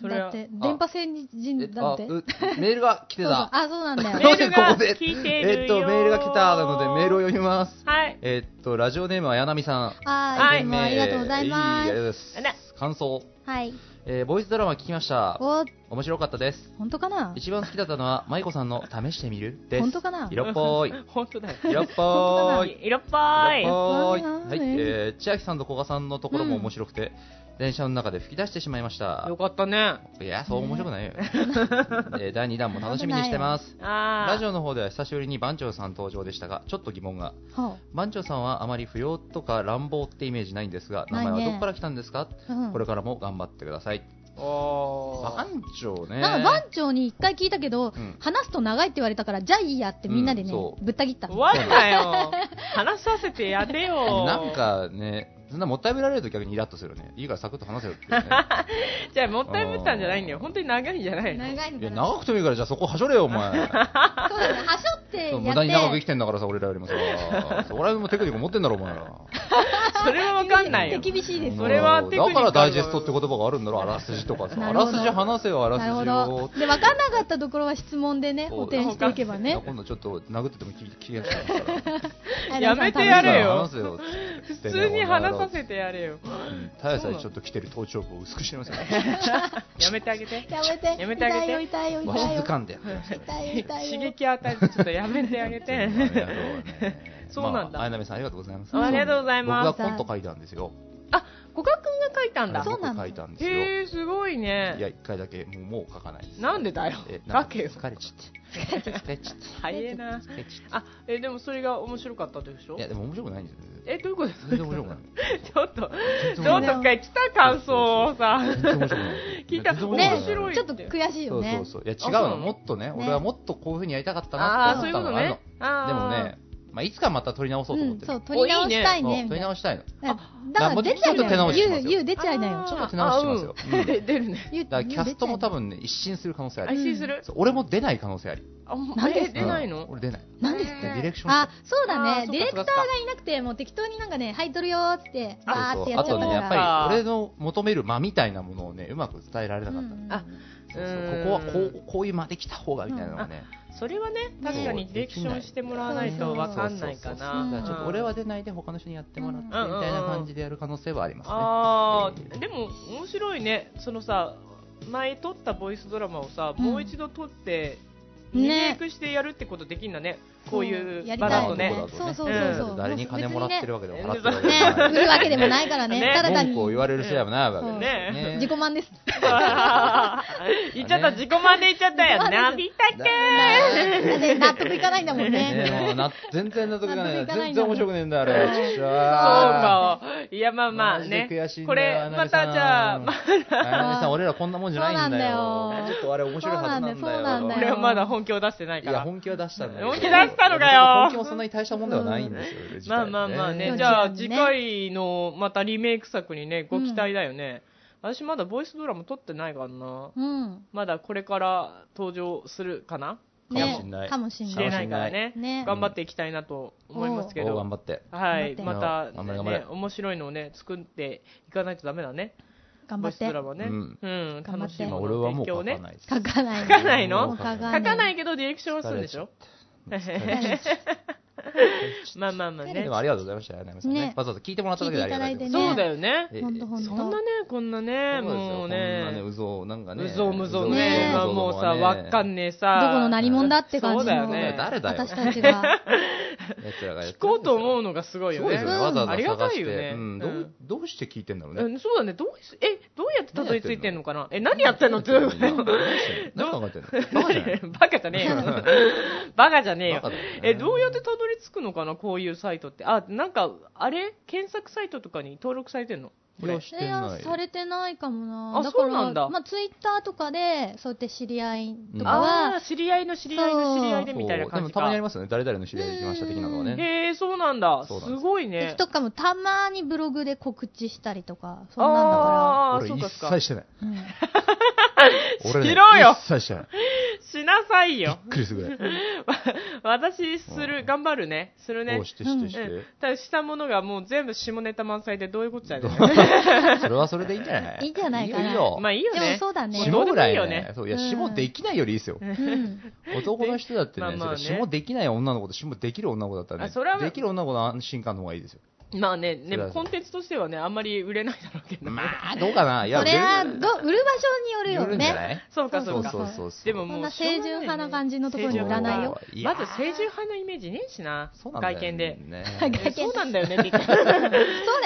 Speaker 3: それ
Speaker 1: だ
Speaker 3: は
Speaker 1: って、電波線人だって。
Speaker 2: え
Speaker 1: そう
Speaker 2: あうメールが来て
Speaker 1: そう
Speaker 2: た
Speaker 1: あ、そうなんだよ。
Speaker 3: メールが
Speaker 2: ここで
Speaker 3: 来てるよ
Speaker 2: えっとメールが来たなのでメールを読みます
Speaker 3: はい
Speaker 2: えっとラジオネームはやなみさん
Speaker 1: は
Speaker 3: はい
Speaker 1: い、どうもありがとうございま
Speaker 2: えーあり
Speaker 1: す。
Speaker 2: がとうござい
Speaker 3: あら
Speaker 2: ます感想
Speaker 1: はい。
Speaker 2: えーボイスドラマ聞きました
Speaker 1: お、
Speaker 2: 面白かったです
Speaker 1: 本当かな
Speaker 2: 一番好きだったのは舞子さんの試してみるです
Speaker 1: 本当かな
Speaker 2: 色っ
Speaker 1: <laughs>
Speaker 2: ぽい
Speaker 3: 本当だよ
Speaker 2: 色っぽい
Speaker 3: 色っぽい
Speaker 2: は
Speaker 1: はい
Speaker 2: ーい。は
Speaker 1: はいい。
Speaker 2: えー千秋さんと古賀さんのところも面白くて、電車の中で吹き出してしまいました
Speaker 3: よ。かったね
Speaker 2: いや、そう面白くないよ。 <laughs> えー第2弾も楽しみにしてます。
Speaker 3: あー
Speaker 2: ラジオの方では久しぶりに番長さん登場でしたが、ちょっと疑問が。
Speaker 1: ほ
Speaker 2: 番長さんはあまり不要とか乱暴ってイメージないんですが、名前は
Speaker 1: ないね
Speaker 2: どこから来たんですか、
Speaker 1: ううん
Speaker 2: これからも頑張ってください。
Speaker 3: おー
Speaker 2: 番長ね。
Speaker 1: なんか番長に一回聞いたけど、
Speaker 2: うん
Speaker 1: 話すと長いって言われたから、じゃあいいやってみんなでね、
Speaker 2: うんそう
Speaker 1: ぶった切ったの。
Speaker 3: わだ
Speaker 1: <laughs>
Speaker 3: よ話させてやれよ
Speaker 2: なんかね、そんなもったいぶられると逆にイラッとするよね。いいからサクッと話せよって
Speaker 3: <laughs>
Speaker 2: いうね。
Speaker 3: じゃあもったいぶったんじゃないんだよ本当に長いんじゃないの
Speaker 1: 長いの
Speaker 2: いや、
Speaker 1: かな。
Speaker 2: 長くてもいいから、じゃあそこはしょれよ、お
Speaker 3: <laughs>
Speaker 2: 前。
Speaker 1: そうだね、はしょってや
Speaker 2: そう
Speaker 1: って。
Speaker 2: 無駄に長く生きてんだからさ、俺らよりもさ、 <laughs> そこら辺もテクニック持ってんだろ、お前ら。
Speaker 3: それはわかん <laughs> ないよ
Speaker 1: 手厳しいです。
Speaker 3: それはテクニック
Speaker 2: だからダイジェストって言葉があるんだろ、あらすじとかさ。
Speaker 1: な
Speaker 2: あ
Speaker 1: るほ
Speaker 2: ら
Speaker 1: ど
Speaker 2: すじ話せよ、あらす
Speaker 1: なるほ
Speaker 2: じ
Speaker 1: ど。。
Speaker 2: を
Speaker 1: で、分かんなかったところは質問でね、
Speaker 2: そ
Speaker 1: 補
Speaker 2: う
Speaker 1: 填していけばね。
Speaker 2: 今度ちょっと殴ってても聞きやすいから。
Speaker 3: やめて <laughs> やれよ
Speaker 2: 話せよ。
Speaker 3: 普通に話させてやれよ
Speaker 2: うん。たやさえちょっと来てる頭頂部を薄くしてますよ。
Speaker 3: <laughs> やめてあげて
Speaker 1: やめて。
Speaker 3: やめてあげて
Speaker 1: 痛いよ、痛いよ、
Speaker 2: わ
Speaker 1: 痛い
Speaker 2: し
Speaker 1: よ
Speaker 2: づ。かんでやってました。
Speaker 1: 痛いよ、痛い
Speaker 3: 刺
Speaker 1: よ。
Speaker 3: 激与えてちょっとやめてあ
Speaker 2: <laughs>
Speaker 3: げて
Speaker 2: 本当にあの野郎はね
Speaker 3: そうなんだ
Speaker 2: まあやなみさん、ありがとうございます。
Speaker 3: ありがとうございます
Speaker 2: 僕がコント書いたんですよ。
Speaker 3: あ古賀くんが書いたんだ
Speaker 1: そうなんだ
Speaker 2: 僕書いたんですよ。
Speaker 3: へえすごい
Speaker 2: いや、
Speaker 3: ね
Speaker 2: 一回だけ、もう、もう書かないです。
Speaker 3: なんでだよ
Speaker 2: えな
Speaker 3: 書
Speaker 2: んか
Speaker 3: けよ
Speaker 2: 疲れちゃ
Speaker 3: <laughs>
Speaker 2: って。疲れちゃって。
Speaker 3: 早えな
Speaker 2: 疲れちゃっ
Speaker 3: あえでもそれが面白かったでしょ
Speaker 2: て。いや、でも面白くないんですよ。
Speaker 3: えどういうこと
Speaker 2: 全然面白くない。
Speaker 3: <laughs> ちょっと、ち
Speaker 2: 全
Speaker 3: ょ
Speaker 2: 然
Speaker 3: っ
Speaker 1: い
Speaker 2: 面白
Speaker 3: と一回来た感想をさ、
Speaker 2: 全然面白くない。
Speaker 3: 聞いた
Speaker 2: 全然
Speaker 1: ね
Speaker 2: 面白くない
Speaker 3: 面白い
Speaker 1: ちょっと悔しい
Speaker 2: そ
Speaker 1: よ
Speaker 2: う
Speaker 1: ね
Speaker 2: そう。そう。いや、
Speaker 3: そ
Speaker 2: 違う
Speaker 3: うなの
Speaker 2: の。もっとね、俺はもっとこういう風にやりたかった
Speaker 3: あ
Speaker 2: な
Speaker 3: あ、
Speaker 2: っ
Speaker 3: そう
Speaker 2: て
Speaker 3: いう
Speaker 2: 思
Speaker 3: こ
Speaker 2: ったの
Speaker 3: と
Speaker 2: がある
Speaker 3: ね
Speaker 2: の。。
Speaker 3: あー
Speaker 2: でもね、、まあ、いつかまた取り直そうと思
Speaker 1: う
Speaker 2: っ
Speaker 1: ん、
Speaker 2: て
Speaker 1: そ
Speaker 2: る
Speaker 1: う、。取り直したい
Speaker 2: そう
Speaker 1: ね。みたい
Speaker 2: 取り
Speaker 1: な
Speaker 2: 直したいの。
Speaker 1: だ
Speaker 2: あ
Speaker 1: から
Speaker 2: もうちょ
Speaker 1: 出
Speaker 2: っと
Speaker 1: ちゃいな
Speaker 2: 手直
Speaker 1: よ。
Speaker 2: ししますよ
Speaker 1: ゆう、ゆう出ちゃいなよ
Speaker 3: あー。
Speaker 2: ちょっと手直しますよ
Speaker 3: あうん <laughs> 出るね。
Speaker 1: ゆう
Speaker 2: だからキャストも多
Speaker 1: 分。
Speaker 2: 分ね、一新する可能性あ
Speaker 3: あ
Speaker 2: る。
Speaker 3: 一新する
Speaker 2: そう俺も出ない可能性あり。
Speaker 3: あ、ほん
Speaker 1: なんで
Speaker 3: え出ない
Speaker 2: うん
Speaker 3: の
Speaker 2: 俺出ない。
Speaker 1: なんです
Speaker 2: デ
Speaker 1: か
Speaker 2: ィレクション
Speaker 1: あ、そうだ
Speaker 3: あー
Speaker 1: ね。
Speaker 3: そっか
Speaker 1: ディレクターがいなくて、もう適当になんかね、はい、撮るよーっつって、わーってや
Speaker 2: あ
Speaker 1: っちゃ
Speaker 2: と
Speaker 1: った
Speaker 2: ね、やっ
Speaker 1: か
Speaker 2: ぱ
Speaker 1: ら。
Speaker 2: り俺の求める間みたいなものをね、うまく伝えられなかった。
Speaker 1: うん
Speaker 3: あ
Speaker 2: そうそう
Speaker 3: うん
Speaker 2: ここはこうこういう間で来た方がみたいなのがね、
Speaker 3: それはね、確かにディレクションしてもらわないとわかんない
Speaker 2: そ
Speaker 3: か
Speaker 2: うそうそうそうだから
Speaker 3: な。
Speaker 2: ちょっと俺は出ないで他の人にやってもらってみたいな感じでやる可能性はありますね。
Speaker 3: あ
Speaker 2: え
Speaker 3: あ、でも面白いね。そのさ、前撮ったボイスドラマをさ、
Speaker 1: うん
Speaker 3: もう一度撮って、
Speaker 1: ね
Speaker 3: リメイクしてやるってことできんだね。こういう
Speaker 1: やり
Speaker 3: 場
Speaker 1: たい
Speaker 3: だと
Speaker 1: よ
Speaker 3: ね
Speaker 1: ね。
Speaker 2: こ。
Speaker 1: そうそうそう
Speaker 3: うん
Speaker 1: そう。
Speaker 2: 誰に金もらってるわけでも払ってるわけ
Speaker 1: 別
Speaker 2: で
Speaker 1: にね、
Speaker 2: もない
Speaker 1: ね売るわけでもないからね。
Speaker 3: ね
Speaker 1: ただ単
Speaker 2: 文
Speaker 1: に
Speaker 2: 句を言われるせやもないわけです
Speaker 3: ね
Speaker 2: ね。
Speaker 1: 自己満です。
Speaker 3: <laughs> 言っち
Speaker 1: <laughs>
Speaker 3: ゃった、自己満で言っちゃったよ。なびたくん
Speaker 1: だって納得いかないんだもん
Speaker 2: ね
Speaker 1: ね。
Speaker 2: もうな全然納得いかない
Speaker 1: 納得いかない
Speaker 2: 全
Speaker 1: んだ
Speaker 2: 然面白くねえんだあれはちっち
Speaker 3: そう
Speaker 2: ゃ
Speaker 3: か。いや、まあまあ
Speaker 2: マ
Speaker 3: ね
Speaker 2: ジで悔しい。んだ
Speaker 3: これ
Speaker 2: ア、ナ
Speaker 3: ま
Speaker 2: ミさ
Speaker 3: た
Speaker 2: ん
Speaker 3: じゃあ、ま
Speaker 2: あやなみさん俺らこんなもんじゃない
Speaker 1: そう
Speaker 2: んだ
Speaker 1: なん
Speaker 2: よ
Speaker 1: だよ
Speaker 2: ちょっとあれ面白いはずなんだよ
Speaker 1: そうなんだ
Speaker 3: あ、
Speaker 1: よ
Speaker 3: 俺はまだ本気を出してない
Speaker 2: い
Speaker 3: か
Speaker 2: や
Speaker 3: ら。
Speaker 2: 本気は出したんだよ
Speaker 3: 本気出したのかよ
Speaker 2: 本気もそんなに大したもんではないんですよ、自体
Speaker 3: まあまあまあね。
Speaker 1: ね
Speaker 3: じゃあ、次回のまたリメイク作にね、ご期待だよね。私まだボイスドラマ撮ってないからな。
Speaker 1: うん。
Speaker 3: まだこれから登場するかな
Speaker 2: かもしんな
Speaker 1: ね
Speaker 2: い。
Speaker 1: かもしん
Speaker 3: 知
Speaker 1: な
Speaker 3: れ
Speaker 1: い。
Speaker 3: ないからね。
Speaker 1: ね。
Speaker 3: 頑張っていきたいなと思いますけ
Speaker 2: お
Speaker 3: ど
Speaker 2: 頑。張って
Speaker 3: はい、
Speaker 1: 頑
Speaker 3: ま
Speaker 2: 張って
Speaker 3: た、
Speaker 2: 頑張れ頑張れ
Speaker 3: ね、面白いのをね、作っていかないとダメだね。
Speaker 1: 頑張
Speaker 3: ボ
Speaker 1: っ
Speaker 3: イスド
Speaker 1: て。
Speaker 3: ラマね。
Speaker 2: う
Speaker 3: うんん、
Speaker 1: 頑張
Speaker 3: 楽
Speaker 1: っ
Speaker 3: しい
Speaker 1: て
Speaker 2: ま
Speaker 3: も
Speaker 2: あ
Speaker 3: の
Speaker 2: 俺はもう書か
Speaker 3: 提供ね。
Speaker 2: ないです
Speaker 1: 書かない。
Speaker 3: 書かないの
Speaker 1: もう書か
Speaker 3: 書
Speaker 1: ない
Speaker 3: かないけどディレクションはするんでしょまあまあまあ
Speaker 2: で
Speaker 3: ね
Speaker 2: も。ありがとうございましたやなみさんね
Speaker 1: ね
Speaker 2: わざわざ聞いてもらっただけでありがたいです
Speaker 1: 聞いていただい
Speaker 3: そうだよね。
Speaker 2: ええ
Speaker 1: ほんとほん
Speaker 3: そ
Speaker 1: と。
Speaker 3: んなね、こんなね、
Speaker 2: そうですよ
Speaker 3: もう
Speaker 2: こんな
Speaker 3: ね
Speaker 2: ね、。うぞう、なんかね。
Speaker 3: うぞうむぞう
Speaker 1: ね
Speaker 3: ね。まあもうさ、わっかんねえさ。
Speaker 1: どこの何者だって感じ
Speaker 3: そうだよ
Speaker 1: の。
Speaker 3: ね
Speaker 2: 誰だよ
Speaker 1: 私たちが。
Speaker 2: <laughs> 奴らがやってるんですよ
Speaker 3: 聞こうと思うのがすごい
Speaker 2: す
Speaker 3: よ
Speaker 2: ごい
Speaker 3: ね。
Speaker 2: ですよね。わざわ
Speaker 3: あ
Speaker 2: ざ
Speaker 3: りが
Speaker 2: 探
Speaker 3: た
Speaker 2: し
Speaker 3: いよ
Speaker 2: て。
Speaker 3: ね。
Speaker 2: うん。どう、どうして聞いてんだろう
Speaker 3: う
Speaker 2: ね。
Speaker 3: んそうだね。どうし、え、どうやっってたどり着いてんのかなえ、何やってん
Speaker 2: <laughs>
Speaker 3: のってどういうことよ
Speaker 2: 何考えてんのバカじゃない
Speaker 3: <laughs> バカじゃねえよ。バカじゃねえよ
Speaker 2: バカだよね。
Speaker 3: え、どうやってたどり着くのかなこういうサイトって。あ、なんか、あれ検索サイトとかに登録されてんの
Speaker 2: い
Speaker 3: これ
Speaker 2: やし
Speaker 1: そ
Speaker 2: て
Speaker 1: れ
Speaker 2: な
Speaker 1: はいされてないかもな。
Speaker 3: あそうなんだ
Speaker 1: まあ、ツイッターとかで、そうやって知り合いとか
Speaker 3: ああ
Speaker 1: は、
Speaker 3: ー、知り合いの知り合いの知り合いでみたいな
Speaker 2: そうで
Speaker 3: 感
Speaker 2: も
Speaker 3: じ
Speaker 2: たま
Speaker 3: か。
Speaker 2: にありますよね誰々の知り合いできました的なのはね
Speaker 3: へえ、そうなんだ。
Speaker 2: そうなん
Speaker 3: す
Speaker 2: です
Speaker 3: ごい
Speaker 1: で
Speaker 3: ね。
Speaker 1: とかもたまにブログで告知したりとか、そんなんだか
Speaker 3: ああー、
Speaker 2: 俺
Speaker 3: そう
Speaker 2: 一
Speaker 3: かそうか
Speaker 2: 切。してない
Speaker 1: ら。うん
Speaker 3: し
Speaker 2: 俺ね
Speaker 3: ろよ
Speaker 2: 一切してない
Speaker 3: しなさ
Speaker 2: <laughs>
Speaker 3: いよ。
Speaker 2: クリスぐらい
Speaker 3: 私、する、
Speaker 2: うん
Speaker 3: 頑張るね。するね
Speaker 2: おう。してしてし
Speaker 3: うん
Speaker 2: て、
Speaker 3: ただしたものがもう全部下ネタ満載でどういうことじゃね
Speaker 2: <laughs> それはそれでいいんじゃない
Speaker 1: いいんじゃないかな
Speaker 2: よよ
Speaker 3: <laughs> まあいいよね
Speaker 1: でもそうだね。
Speaker 2: 霜ぐらい
Speaker 3: どうでもいいよ
Speaker 2: ね
Speaker 3: ね
Speaker 2: そういや
Speaker 1: うん
Speaker 2: 霜できないよりいいですよ
Speaker 1: うん
Speaker 2: 男の人だって
Speaker 3: まあ
Speaker 2: ね
Speaker 3: まあね
Speaker 2: それ霜できない女の子と霜できる女の子だったら
Speaker 3: あそれは
Speaker 2: ねできる女の子の安心感の方がいいですよ
Speaker 3: まあね、
Speaker 2: そ
Speaker 3: で
Speaker 2: りゃ
Speaker 3: も
Speaker 2: そう
Speaker 3: コンテンツとしてはね、あんまり売れないだろうけどね。
Speaker 2: まあどうかないや
Speaker 1: それはど
Speaker 2: 売、
Speaker 1: 売る場所による
Speaker 2: れ
Speaker 1: よ
Speaker 2: るんじゃ
Speaker 1: ね。
Speaker 2: ない
Speaker 3: そうか、そ
Speaker 2: そうう
Speaker 3: か。
Speaker 2: そうそうそう
Speaker 3: でも
Speaker 1: そん
Speaker 3: もう、
Speaker 1: な清純派な感じのところに
Speaker 3: 清純
Speaker 1: 売らないよ
Speaker 3: 派
Speaker 2: いや
Speaker 3: まず清純派のイメージねえしな、
Speaker 2: そうなんだよ
Speaker 3: 外見で。
Speaker 2: ね
Speaker 1: 外見
Speaker 3: えそうな
Speaker 1: <laughs>
Speaker 3: んだよねって言っ
Speaker 1: そ
Speaker 3: て。
Speaker 1: うだ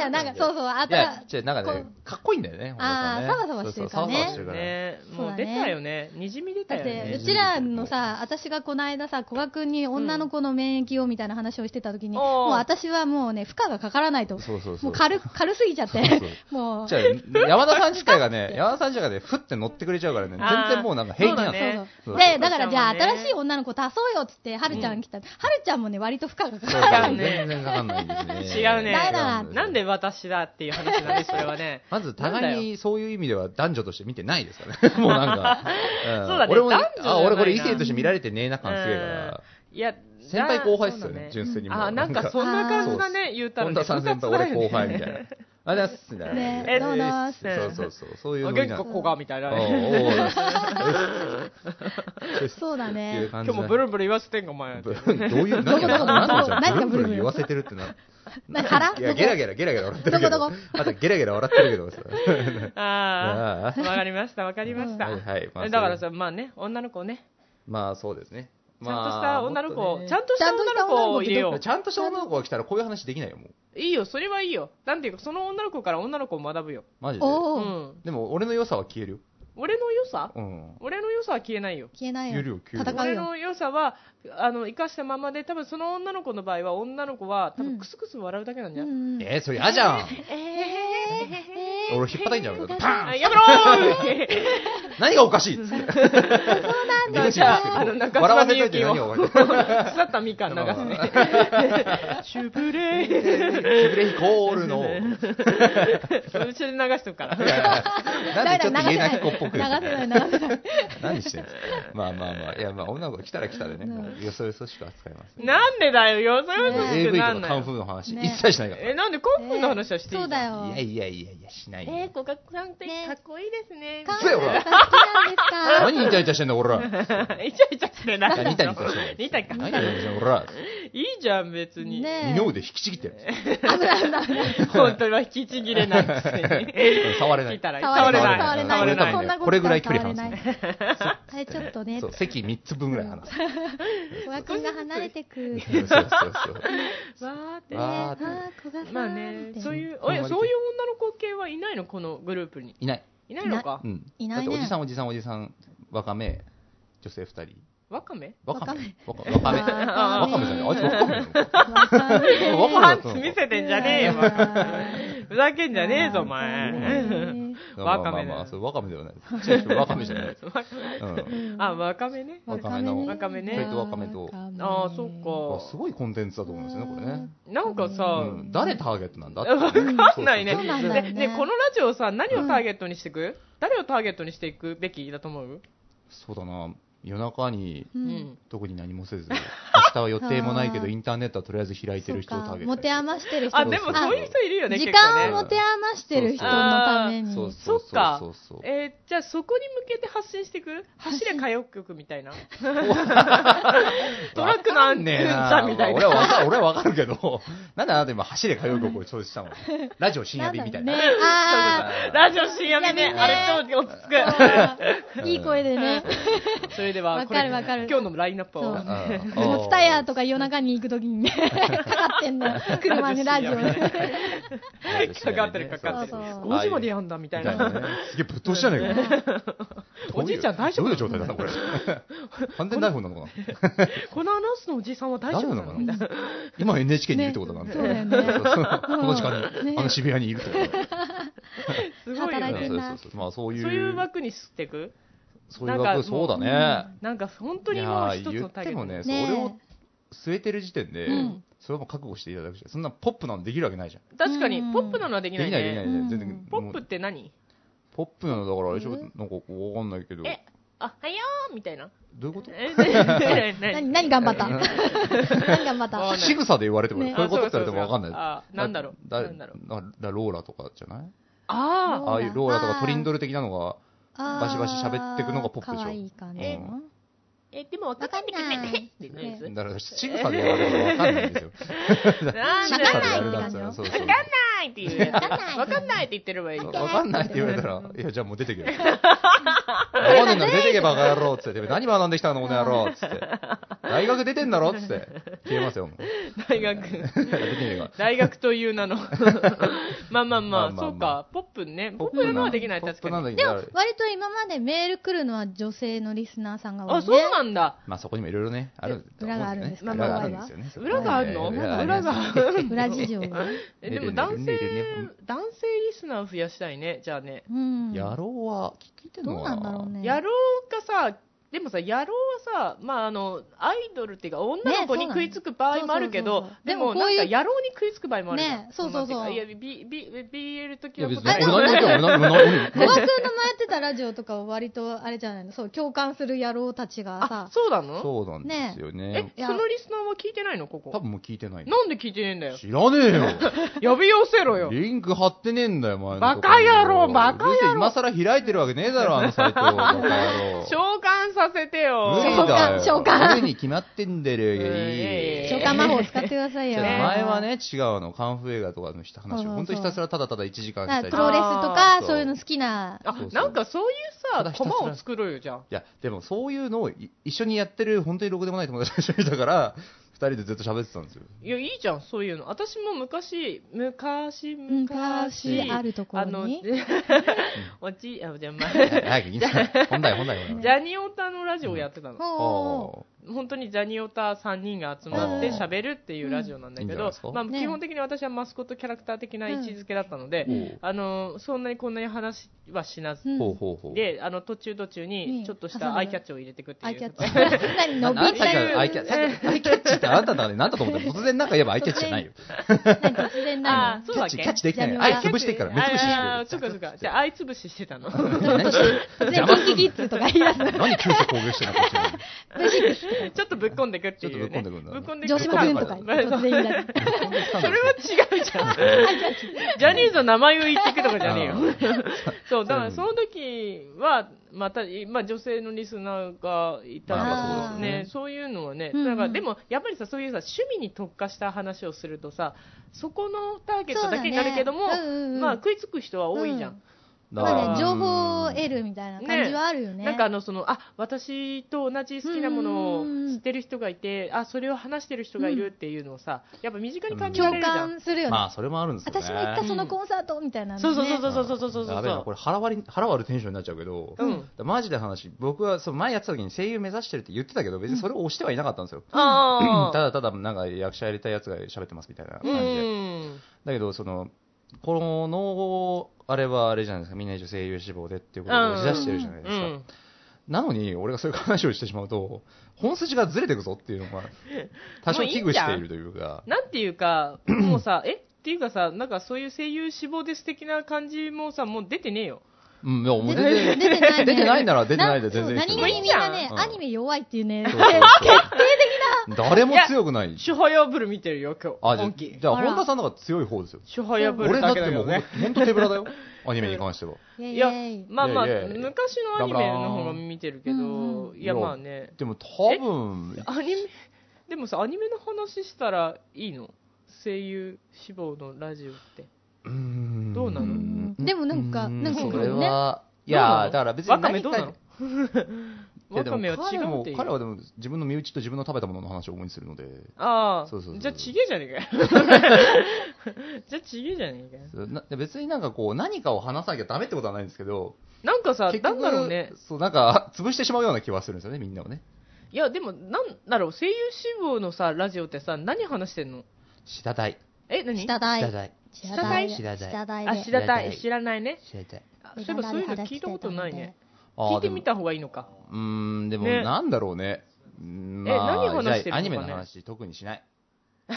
Speaker 1: よ、なんか、そうそう、あ
Speaker 2: いや
Speaker 1: た、
Speaker 2: 違うなんかね
Speaker 1: こ
Speaker 2: かっこいいんだよね
Speaker 1: あー
Speaker 2: 本当
Speaker 1: サバサ
Speaker 2: はね
Speaker 1: バしてる
Speaker 2: そうそう
Speaker 1: からね
Speaker 2: サバサ
Speaker 1: そうだ
Speaker 2: バしてるからね
Speaker 3: ねもう出
Speaker 1: ね
Speaker 3: たよね。にじみ出た
Speaker 1: だっ
Speaker 3: よ
Speaker 1: て
Speaker 3: ね。
Speaker 1: うちらのさ、私がこの間さ、古賀君に女の子の免疫をみたいな話をしてた時に、
Speaker 3: うん
Speaker 1: もう私はもうね、負荷がかからないと、
Speaker 2: そうそうそ
Speaker 1: も
Speaker 2: う
Speaker 1: う軽軽すぎちゃっ
Speaker 2: そう
Speaker 1: て
Speaker 2: そう、
Speaker 1: もう、
Speaker 2: じゃあ山田さん自体がね、山田さん自体がね、ふって乗ってくれちゃうからね、
Speaker 3: あー
Speaker 2: 全然もうなんか平気なの。
Speaker 3: そうだね
Speaker 1: そうそう
Speaker 2: そう
Speaker 1: で、だからじゃあ、
Speaker 3: そうだね
Speaker 1: 新しい女の子足そうよっつって、はるちゃん来た、はるちゃんもね、割と負荷がか
Speaker 2: そ
Speaker 1: か
Speaker 2: う
Speaker 1: ら
Speaker 3: 違
Speaker 1: な
Speaker 3: う
Speaker 1: い。
Speaker 3: ね
Speaker 2: 全然かかんないですね。。
Speaker 3: 違うね
Speaker 1: だから
Speaker 3: なんで私だっていう話なんで、それはね
Speaker 2: まず互いにそういう意味では男女として見てないですからね。もうなんか。ん
Speaker 3: そうだね
Speaker 2: 俺もね
Speaker 3: 男女じゃないな
Speaker 2: あ、俺これ異性として見られてねえな感すげえから。
Speaker 3: いや、
Speaker 2: 先輩後輩っすよね
Speaker 3: そうだ
Speaker 2: 純粋にもう
Speaker 3: あ、なん
Speaker 2: なん
Speaker 3: か
Speaker 2: か
Speaker 3: そんな感じだね、言うたら
Speaker 2: 本
Speaker 3: ね。
Speaker 2: 田さん先輩、俺後輩みたいな。ありがとうございます。
Speaker 1: ね
Speaker 3: え
Speaker 2: みたいな
Speaker 3: どう
Speaker 1: も
Speaker 2: そうそうそう。そういう
Speaker 3: あ
Speaker 2: ノリ
Speaker 3: 結
Speaker 2: な
Speaker 3: 構
Speaker 2: の。
Speaker 3: 子がみたいな
Speaker 2: おう
Speaker 3: ね。
Speaker 2: おう
Speaker 1: そうだ
Speaker 2: ってい
Speaker 1: ね
Speaker 2: う。感じだ
Speaker 3: <laughs> 今日
Speaker 2: ね
Speaker 3: もブルンブルン言わせてんか、お前。
Speaker 2: どういう、何が、何が、何がブルブル言わせてるってな。
Speaker 1: な腹
Speaker 2: いや、
Speaker 1: どこ
Speaker 2: ゲラゲラ、ゲラゲラ笑ってるけど。
Speaker 1: どこどこ
Speaker 2: あと、ゲラゲラ笑ってるけどさ。
Speaker 3: あ
Speaker 2: あ <laughs>
Speaker 3: あ、わかりました、わかりました。
Speaker 2: はいはいまあ
Speaker 3: えだからさ、まあね、女の子をね、
Speaker 2: まあ、そうですね。
Speaker 3: ちゃんとした女の子を、ちゃ
Speaker 2: ん
Speaker 3: んとした女の子を入れよ
Speaker 2: ちゃんとした女の子が来たらこういう話できないよ、もう。
Speaker 3: う。いいよ、それはいいよ。なんていうか、その女の子から女の子を学ぶよ。
Speaker 2: マジで。
Speaker 3: う
Speaker 1: おお、
Speaker 3: ん。
Speaker 2: でも、俺の良さは消えるよ。
Speaker 3: 俺の良さ
Speaker 2: うん。
Speaker 3: 俺の良さは消えないよ。
Speaker 1: 消えないよ。
Speaker 2: 給料給料
Speaker 1: 戦う
Speaker 3: 俺
Speaker 1: よ。
Speaker 3: の良さは、あの、生かしたままで、多分その女の子の場合は、女の子は、多
Speaker 1: う
Speaker 3: 分
Speaker 1: ん
Speaker 3: クスクス笑うだけなんじゃ。
Speaker 1: うんん
Speaker 2: えー、それ嫌じゃん。
Speaker 1: えー
Speaker 2: 俺引っ叩いんじゃん。パ
Speaker 3: あ
Speaker 2: ーン
Speaker 3: やめろー
Speaker 2: 何がおかしいそうなん
Speaker 3: だじゃああの中島
Speaker 2: 笑わせといて
Speaker 3: みゆき
Speaker 2: 何
Speaker 3: を
Speaker 2: がおかしい
Speaker 3: 腐ったみかん流すね。シュブレー。
Speaker 2: キブレヒコールの。
Speaker 3: うちで流しとくから。
Speaker 2: なんでちょっと家なき子っぽく
Speaker 1: 流せない、流せない。
Speaker 2: 何してんすかまあまあまあ、いやまあ女の子が来たら来たでね、もうよそよそしく扱います、ね。
Speaker 3: <laughs> なんでだよ、よそよそし
Speaker 2: AV
Speaker 3: く
Speaker 2: と
Speaker 3: な
Speaker 2: か
Speaker 3: んな
Speaker 2: カン
Speaker 3: よ
Speaker 2: フ。ーの話、
Speaker 1: ね
Speaker 2: 一切しないから。
Speaker 3: え、なんでカンフーの話はしていい
Speaker 1: そうだよ。
Speaker 3: よ。
Speaker 2: いやいやいやいや、しないよ。
Speaker 3: えー、コカさんって
Speaker 1: ね
Speaker 3: かっこいいですね。
Speaker 1: カン
Speaker 2: せよほら
Speaker 1: 好きなんですか
Speaker 2: 何イチャイチャしてんだ、俺ら。
Speaker 3: イチャイチャしてない
Speaker 2: 何イチャイチャしてんだ。
Speaker 3: 似たか。
Speaker 2: 何イチャイチャしてんだ、俺ら。
Speaker 3: いいじゃん、別に。
Speaker 1: ね
Speaker 2: 二の腕引きちぎってる。。
Speaker 3: 本当には引きちぎれないくせに
Speaker 2: 触れない
Speaker 3: 聞たら
Speaker 1: 触
Speaker 3: 触
Speaker 1: れ
Speaker 3: れ
Speaker 1: な
Speaker 3: ない
Speaker 1: 触
Speaker 3: い。
Speaker 1: れない
Speaker 2: 触れない
Speaker 1: そんなこと
Speaker 2: これぐらい距離離す
Speaker 1: 触れないあれちょっとね
Speaker 2: そう、席3つ分ぐらい離す。
Speaker 1: 小賀君が離れてく
Speaker 2: そうそうそう
Speaker 3: わーっ
Speaker 2: わ
Speaker 3: てね。
Speaker 2: ー
Speaker 1: あ
Speaker 2: っ
Speaker 1: あ
Speaker 2: て
Speaker 1: 小賀さん
Speaker 3: まあね、そういうう、おいそういう女の子系はいないのこのグループに。
Speaker 2: いない。
Speaker 3: いないのか
Speaker 2: う。ん。
Speaker 1: いないね
Speaker 2: だっておじさん、おじさん、おじさん、若め、女性2人。
Speaker 3: わかめ
Speaker 2: 若め若め。
Speaker 1: わ
Speaker 2: 若め。
Speaker 1: か
Speaker 2: 若めじゃない。あいつ若めなの
Speaker 1: わ
Speaker 2: わ
Speaker 3: パ
Speaker 2: か
Speaker 3: ン
Speaker 2: めだった
Speaker 3: ツ
Speaker 2: の
Speaker 3: 見せてんじゃねえよ。ふざけんじゃねえぞ、お
Speaker 2: まあ
Speaker 3: 前。
Speaker 2: まあ
Speaker 3: ワカメだよ
Speaker 2: まあまあ、それワカメではない。違うワカメじゃない。うん。
Speaker 3: あ、わかめね。
Speaker 2: わかめの
Speaker 1: わかめね
Speaker 2: それとわかめと
Speaker 3: ああ、そ
Speaker 2: あ
Speaker 3: っ
Speaker 2: す
Speaker 3: か。
Speaker 2: ごいコンテンツだと思うんですよね、これね。
Speaker 3: なんかさ、
Speaker 2: う
Speaker 3: わ
Speaker 2: ん。誰ターゲットなんだ
Speaker 3: かんないね。
Speaker 1: そうなんだよね
Speaker 3: ね、ねこのラジオさ、何をターゲットにしていく誰をターゲットにしていくべきだと思う
Speaker 2: そうだな。夜中に
Speaker 1: う。。
Speaker 3: うん
Speaker 2: 特に何もせず、明日は予定もないけど、
Speaker 1: あー
Speaker 2: インターネットはとりあえず開い
Speaker 1: そ
Speaker 2: てる
Speaker 1: う
Speaker 2: 人をタ
Speaker 1: か
Speaker 2: ーゲット
Speaker 1: 持て余してる人
Speaker 3: あ、でもそういう人いるよね、
Speaker 1: 時
Speaker 3: 結
Speaker 1: 間
Speaker 3: 構
Speaker 1: を
Speaker 3: ね。
Speaker 1: 持て余してる人のために
Speaker 2: そう
Speaker 3: そ
Speaker 2: そう
Speaker 3: っ
Speaker 2: そう
Speaker 3: か
Speaker 2: そうそう。
Speaker 3: えーじゃあそこに向けて発信してくる走れ歌謡曲みたいな。トラックのあん
Speaker 2: ね
Speaker 3: ね
Speaker 2: え
Speaker 3: ん
Speaker 2: な
Speaker 3: みたい
Speaker 2: 俺は
Speaker 3: な。
Speaker 2: わか俺はわかるけど、なんであなた今走れ歌謡曲を調子したのラジオ深夜便みたいな。
Speaker 1: なんだろうねあ
Speaker 3: ラジオ深夜便ね、
Speaker 1: 深夜便ね
Speaker 3: あれ超落ち着く。
Speaker 1: あいい声でね。
Speaker 3: それでは、
Speaker 1: わ
Speaker 3: こ
Speaker 1: か
Speaker 3: れ、
Speaker 1: るわかる
Speaker 3: 今日のラインナップを
Speaker 1: そう。
Speaker 2: うん
Speaker 1: でも、ツタヤとか夜中に行くときにね、かかってんの。
Speaker 2: <laughs>
Speaker 1: 車にラジオ
Speaker 3: ラジオ
Speaker 1: ね。
Speaker 3: かかってるかかってる。
Speaker 1: そうそう
Speaker 3: 5時までやんだみたい
Speaker 2: みたいな
Speaker 3: な。
Speaker 2: ねすげえぶっ通しじゃねえかよ。
Speaker 3: おじいちゃん大丈夫
Speaker 2: どういう状態だな、これ。完全台本なのかな
Speaker 3: このアナウンスのおじいさんは大丈夫なの
Speaker 2: 大丈夫なのか今 NHK にいるってことなん
Speaker 1: ねそ
Speaker 2: で。
Speaker 1: うだよね
Speaker 2: そうそうこの時間
Speaker 1: ね
Speaker 2: に、あの渋谷にいるってことだ
Speaker 3: すごいよ
Speaker 1: 働いて
Speaker 3: ね
Speaker 1: る。な
Speaker 2: そうそうそうまあそういう、
Speaker 3: そういう枠に吸ってく
Speaker 2: そういう
Speaker 3: なん
Speaker 2: 枠、
Speaker 3: か
Speaker 2: そうだね。
Speaker 3: なんか本当
Speaker 2: い
Speaker 3: にもう
Speaker 2: や
Speaker 3: 一つ
Speaker 2: ー言
Speaker 3: の
Speaker 2: っ
Speaker 3: タ
Speaker 2: て
Speaker 3: ーゲッ
Speaker 2: も
Speaker 3: ト
Speaker 2: ね、それを
Speaker 1: ね
Speaker 2: 据えてる時点で
Speaker 1: うん、
Speaker 2: それはもう覚悟していただくしかそんなポップなのできるわけないじゃん。
Speaker 3: 確かに
Speaker 1: うん
Speaker 3: ポップなのはできな
Speaker 2: で
Speaker 3: い
Speaker 2: きない、できな
Speaker 1: ね
Speaker 2: い。
Speaker 1: う
Speaker 2: 全然
Speaker 1: ん
Speaker 2: も
Speaker 3: ポ
Speaker 2: う
Speaker 3: ップって何
Speaker 2: ポップなのだから、あれでしょ
Speaker 1: う
Speaker 2: なん
Speaker 1: ん
Speaker 2: かわかんないけど。ど
Speaker 3: えあはよーみたいな
Speaker 2: ういうこと
Speaker 3: え何
Speaker 1: <laughs> 何、
Speaker 3: 何
Speaker 1: 何頑張った何頑張っ
Speaker 3: わかん
Speaker 1: た
Speaker 3: な
Speaker 2: <laughs>
Speaker 3: い
Speaker 2: 仕草で言われても、
Speaker 1: ね
Speaker 2: こういうことって言われて
Speaker 3: あ
Speaker 2: もわかんない。
Speaker 3: あなんだろう
Speaker 2: だ
Speaker 3: なんだろう
Speaker 2: だだローラとかじゃない
Speaker 3: あ
Speaker 2: ああいうローラと
Speaker 1: あ
Speaker 2: か
Speaker 1: ー
Speaker 2: トリンドル的なのが、
Speaker 1: あー
Speaker 2: バシバシ喋ってくのがポップでしょ
Speaker 1: 可愛い感じ
Speaker 2: え
Speaker 1: の。
Speaker 3: ーえでもわかんないってなやつ
Speaker 2: だから、仕草で言われてもわかんないんですよ。
Speaker 3: なん
Speaker 2: 仕
Speaker 3: だ
Speaker 1: わ
Speaker 2: 草
Speaker 1: か
Speaker 2: で
Speaker 1: んないって
Speaker 2: やるな
Speaker 1: 感
Speaker 2: んて
Speaker 1: じ
Speaker 2: ね
Speaker 1: よ
Speaker 2: そう
Speaker 3: わ
Speaker 2: そう
Speaker 3: か
Speaker 2: ん
Speaker 3: ないっていうやつ
Speaker 1: わかんない
Speaker 3: わかんないって言ってればいい
Speaker 2: わかんないって言われたら、いや、じゃあもう出てけよ。わかんねえんだら出てけばカ野郎っつって、てめえ何学んできたのこの野郎っつって。大学出てんだろっつって。消えますよ、もう。
Speaker 3: 大学
Speaker 2: 出てねえか
Speaker 3: 大学とい
Speaker 2: <laughs>
Speaker 3: う名の
Speaker 2: まあま
Speaker 3: まあまあま
Speaker 2: あ
Speaker 3: あ
Speaker 2: まあ
Speaker 3: そうかポップね
Speaker 2: ら。
Speaker 3: ポップなのはできない確
Speaker 2: ポップな
Speaker 3: か
Speaker 2: ん
Speaker 3: に
Speaker 2: だけ
Speaker 1: で
Speaker 2: ど
Speaker 1: も、割と今までメール来るのは女性のリスナーさんが多いね。
Speaker 3: あそうなんだ
Speaker 2: まあそこにもいろいろね、あると思
Speaker 1: 裏
Speaker 2: うよね。
Speaker 1: があるんです
Speaker 3: か
Speaker 2: 裏があるんですよね。
Speaker 3: 裏があるの
Speaker 2: いやいや
Speaker 3: 裏がある
Speaker 1: 裏事
Speaker 2: <laughs>
Speaker 1: 情。
Speaker 3: えでも男性
Speaker 2: ねねねね
Speaker 3: 男性リスナー増やしたいねじゃあね
Speaker 1: うん。
Speaker 2: 野郎は、聞いてん
Speaker 1: ど
Speaker 2: の
Speaker 1: う
Speaker 2: か
Speaker 1: なんだろうね。
Speaker 3: 野郎がさでもさ野郎はさまああのアイドルっていうか女の子に
Speaker 1: ねそうなの
Speaker 3: 食いつく場合もあるけ
Speaker 1: そう
Speaker 3: ど
Speaker 1: そうそうそう
Speaker 3: でも
Speaker 1: でもこ
Speaker 3: な
Speaker 1: うい
Speaker 3: ん
Speaker 1: う
Speaker 3: か野郎に食いつく場合もあるじゃん
Speaker 1: ねそうそうそう
Speaker 3: なんていかいや B B BL
Speaker 2: い
Speaker 3: 的
Speaker 2: や
Speaker 3: な
Speaker 2: 別
Speaker 3: こ
Speaker 2: に
Speaker 3: と
Speaker 2: 俺
Speaker 1: あでも
Speaker 2: 何言っても俺何俺何
Speaker 1: <laughs> 小川君の前やってたラジオとかは割とあれじゃないのそう共感する野郎たちが
Speaker 3: あ
Speaker 1: さ
Speaker 3: そうなの
Speaker 2: そうなんですよ
Speaker 3: え
Speaker 2: ね。
Speaker 1: いや
Speaker 3: そのリスナーは聞いてないのこ
Speaker 2: 多
Speaker 3: こ
Speaker 2: 分もう聞いてない。
Speaker 3: なんで聞いてねえんだよ
Speaker 2: 知らねえよ。
Speaker 3: 呼び寄せろよ
Speaker 2: リンク貼ってねえんだよ、前のとこに。
Speaker 3: バカ野郎バカ
Speaker 2: う
Speaker 3: 野郎
Speaker 2: るせえ今更開いてるわけねえだろ、あのサイト。バカ野郎。
Speaker 3: 召喚させてよ
Speaker 2: 無理だよ。
Speaker 1: 召喚
Speaker 2: 無理に決まってんだよ、
Speaker 3: え
Speaker 1: 召喚魔法使ってください
Speaker 2: ちょ
Speaker 1: よ
Speaker 2: っと
Speaker 3: ね
Speaker 2: 前はね、違うの、カンフ映画とか
Speaker 1: そ
Speaker 2: の
Speaker 1: う
Speaker 2: 話
Speaker 1: そう
Speaker 2: を、
Speaker 1: そう
Speaker 2: 本当にひたすらただただ1時間
Speaker 1: だか
Speaker 2: した
Speaker 1: ら
Speaker 2: り
Speaker 1: プロレスとか
Speaker 2: あー
Speaker 1: そういうの好きな
Speaker 3: あ
Speaker 2: そうそう
Speaker 3: なんかそういう
Speaker 2: ただひた
Speaker 3: さ
Speaker 2: すら
Speaker 3: 駒を作ろうよじゃあ
Speaker 2: いや、でもそういうのをい一緒にやってる、本当にろくでもない友達が一緒にいたから、 <laughs> 二人でずっと喋ってたんですよ。
Speaker 3: いやいいじゃんそういうの私も昔昔昔
Speaker 1: 昔あるところ
Speaker 3: あの
Speaker 1: に
Speaker 3: <laughs> おじいあじゃあ、まあ、
Speaker 2: 早くいいんですよ本題、本題、本
Speaker 3: ジ
Speaker 2: 題。
Speaker 3: ャニオタのラジオやってたの、
Speaker 1: ほ
Speaker 2: お
Speaker 3: 本当にジャニオタ3人が集まって
Speaker 2: うん
Speaker 3: 喋るっていうラジオなんだけ
Speaker 2: うんいいんじゃない
Speaker 3: ど
Speaker 2: ですか、
Speaker 3: まあ、
Speaker 1: ね
Speaker 3: 基本的に私はマスコットキャラクター的な位置づけだったので、
Speaker 2: ー
Speaker 3: あのそんなにこんなに話はしなず
Speaker 1: う、うん
Speaker 2: ほうほうほう。
Speaker 3: であの途中途中にちょっとしたアイキャッチを入れていくって
Speaker 1: ア
Speaker 3: い
Speaker 1: イキャ
Speaker 3: う
Speaker 1: ッチ何
Speaker 2: な
Speaker 1: 伸
Speaker 2: な
Speaker 1: び
Speaker 2: さっき
Speaker 1: た
Speaker 2: からアイキャさっきアイキャッチってあなたのね、なんだと思ってる突然なんか言えばアイキャッチじゃないよ。
Speaker 1: 何突然な
Speaker 3: あ
Speaker 1: の
Speaker 3: ー
Speaker 2: キ
Speaker 3: <laughs> そう
Speaker 2: ャッ
Speaker 3: だっ
Speaker 2: チ、
Speaker 3: け
Speaker 2: キャッチできない。
Speaker 1: じゃあ
Speaker 2: アイ潰してるから、目潰し
Speaker 3: ああー、
Speaker 2: し
Speaker 3: そっかそっか。じゃあ、愛つぶししてた
Speaker 1: <laughs>
Speaker 3: の。
Speaker 2: てる。何してる
Speaker 1: 突然キンキキッズとか言い出す
Speaker 2: 何急遽攻撃してんのこっちに
Speaker 3: <laughs> ちょっとぶっこんでくっていう、ね。
Speaker 2: ちょっとぶっこんでくんだ
Speaker 3: ぶっこんでく
Speaker 1: 女子マブンとか突然
Speaker 3: <laughs>
Speaker 1: 言い出す
Speaker 3: <laughs> それは違うじゃん。ジャニーズの名前を言ってくとかじゃねえよ。
Speaker 2: <laughs>
Speaker 3: そう、だからその時は、また、まあ女性のリスナーがいたりと
Speaker 1: まあ
Speaker 3: か
Speaker 1: そうです
Speaker 2: ね
Speaker 3: ね、そういうのはね、
Speaker 1: うんうん
Speaker 3: だからでもやっぱりさ、そういうさ、趣味に特化した話をするとさ、そこのターゲットだけになるけども、
Speaker 1: そうだねうんうんうん
Speaker 3: まあ食いつく人は多いじゃん。
Speaker 1: うん
Speaker 2: だから
Speaker 1: まあね情報を得るみたいな感じはあるよね
Speaker 3: なんかあのそのあ私と同じ好きなものを知ってる人がいてあそれを話してる人がいるっていうのをさやっぱ身近に感じられ
Speaker 1: 共
Speaker 3: るじゃん、
Speaker 1: 感するよね
Speaker 2: まあ、それもあるんですよね。
Speaker 1: 私も行ったそのコンサートみたいなのね
Speaker 3: そうそうそうそうそうそうそうそう
Speaker 2: やべえなこれ腹割り腹割るテンションになっちゃうけど、
Speaker 3: うん
Speaker 2: だからマジで話僕はその前やってた時に声優目指してるって言ってたけど別にそれを押してはいなかったんですよ、
Speaker 3: あ
Speaker 2: た
Speaker 3: あ
Speaker 2: だただなんか役者やりたいやつが喋ってますみたいな感
Speaker 3: う
Speaker 2: じで、
Speaker 3: ん
Speaker 2: だけどそのこのあれはあれじゃないですかみんな一応声優志望でっていうことを押し出してるじゃないで
Speaker 3: う
Speaker 2: すか、
Speaker 3: ん
Speaker 2: なのに俺がそういう話をしてしまうと本筋がずれていくぞっていうのが多少危惧しているというか
Speaker 3: なんていう
Speaker 2: <clears throat>
Speaker 3: かもうさえっていうかさなんかそういう声優志望です的な感じもさもう出てねえよ
Speaker 2: うん、でももう
Speaker 1: 出
Speaker 2: 全然
Speaker 1: てないね
Speaker 2: 出てないなら出てないで全然いい
Speaker 1: な
Speaker 2: です
Speaker 1: そう
Speaker 2: よ
Speaker 1: 何々みんなね、
Speaker 2: うん
Speaker 1: アニメ弱いっていうね、
Speaker 2: そうそう誰も
Speaker 3: いや
Speaker 2: 強くない
Speaker 3: シュハヤブル見てるよ今日
Speaker 2: あ、じゃ
Speaker 3: 本
Speaker 2: あ、
Speaker 3: 気
Speaker 2: じゃあ
Speaker 1: あら
Speaker 2: 本田さんの方が強い方ですよ。
Speaker 3: シュハヤブル
Speaker 2: 俺だ
Speaker 3: だ
Speaker 2: っ
Speaker 3: けだ
Speaker 2: て
Speaker 3: け
Speaker 2: もうほ
Speaker 3: ど
Speaker 2: ん
Speaker 3: ね
Speaker 2: ほんと手ぶらだよ。アニメに関しては。
Speaker 1: イェイ
Speaker 3: い
Speaker 1: イ
Speaker 3: や
Speaker 1: ェイ
Speaker 3: まあまあ
Speaker 2: いやいやいや
Speaker 3: 昔のアニメの方が見てるけ
Speaker 1: うん
Speaker 3: ど
Speaker 1: うん
Speaker 3: いやまあね
Speaker 2: でも多分、
Speaker 3: アニメでもさアニメの話したらいいの声優志望のラジオって
Speaker 2: うーん
Speaker 3: どうなの
Speaker 1: でもなんかなんか
Speaker 2: それ
Speaker 1: ね
Speaker 2: は、い
Speaker 3: どうな
Speaker 2: や
Speaker 3: の
Speaker 2: ーだから別に
Speaker 3: わか
Speaker 2: 何
Speaker 3: めどうな
Speaker 2: か
Speaker 3: の、
Speaker 2: いや
Speaker 3: <laughs> わ
Speaker 2: で
Speaker 3: か
Speaker 2: も
Speaker 3: めは違
Speaker 2: 彼
Speaker 3: うっ
Speaker 2: も
Speaker 3: ていう。
Speaker 2: 彼はでも自分の身内と自分の食べたものの話を思いにするので、
Speaker 3: ああ、
Speaker 2: そうそうそう
Speaker 3: じゃあちげえじゃねえかよ。
Speaker 2: <laughs>
Speaker 3: じゃあちげえじゃねえかよ。
Speaker 2: な別になんかこう何かを話さなきゃダメってことはないんですけど、
Speaker 3: なんかさ、
Speaker 2: 結
Speaker 3: な
Speaker 2: 局
Speaker 3: んだろうね。
Speaker 2: そうなんか潰してしまうような気はするんですよね、みんなをね。
Speaker 3: いや、でも、なんだろう、声優志望のさ、ラジオってさ、何話してんの
Speaker 2: しだたい。
Speaker 3: え、何
Speaker 1: 下台。
Speaker 2: しだたい。
Speaker 1: 下台。
Speaker 2: 下台
Speaker 1: 下台
Speaker 3: あ、
Speaker 1: で
Speaker 3: 知ら
Speaker 2: 知
Speaker 3: な
Speaker 2: らない
Speaker 3: い。知らないね。
Speaker 2: しだたい。
Speaker 3: あそういえばそういうの聞いたことないね。
Speaker 2: あー
Speaker 3: 聞いてみ。た方がいいのか。
Speaker 2: でもうーん、でも
Speaker 3: ね
Speaker 2: なんだろうね。うーん
Speaker 3: え
Speaker 2: まあ
Speaker 3: 何話してるのかね
Speaker 2: じゃあアニメの話、特にしない。
Speaker 1: し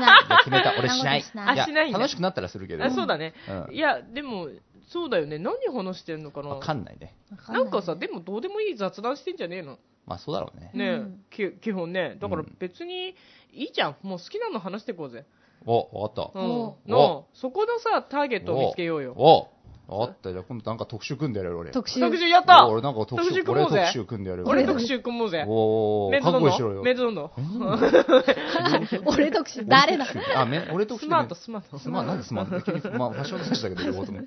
Speaker 1: ない
Speaker 2: いや決めた、俺しない。
Speaker 1: そんなことしない
Speaker 2: や
Speaker 3: あしないんだ
Speaker 2: 楽しくなったらするけど。
Speaker 3: あそうだね。
Speaker 2: うん
Speaker 3: いや、でも、そうだよね。何話してんのかな。
Speaker 2: わかんないね。
Speaker 3: なんかさ、で
Speaker 1: も、
Speaker 3: もどうでもいい雑談してんじゃねえの
Speaker 2: まあそうだろうね。
Speaker 3: ね、
Speaker 1: うん
Speaker 3: き基本ね。だから
Speaker 2: うん
Speaker 3: 別にいいじゃん。もう好きなの話していこうぜ。
Speaker 2: お、わかった
Speaker 3: う。ん。
Speaker 1: お
Speaker 3: の、そこのさ、ターゲットを見つけようよ。
Speaker 2: おおわかった。じゃあ今度なんか特集組んでやるよ、俺。
Speaker 1: 特集。
Speaker 3: 特集やった
Speaker 2: お俺なんか特
Speaker 3: 特集
Speaker 2: 集、
Speaker 3: 組
Speaker 2: 俺
Speaker 3: もうぜ
Speaker 2: 特集組んでやるよ。
Speaker 3: 俺特集組もうぜ。
Speaker 2: お
Speaker 3: メ
Speaker 2: ー、
Speaker 3: イド
Speaker 2: 覚
Speaker 3: ど
Speaker 2: 悟
Speaker 3: んど
Speaker 2: しろよ。
Speaker 3: メイドどんどん。
Speaker 1: <laughs> 俺特集。誰だ
Speaker 2: 俺特集あ、め俺特集
Speaker 3: <laughs> ス
Speaker 2: ね。
Speaker 3: マート、スマート。
Speaker 2: スマート、なんでスマート急にまあ、ファッションの話だけど、両方と
Speaker 3: <laughs>
Speaker 2: も。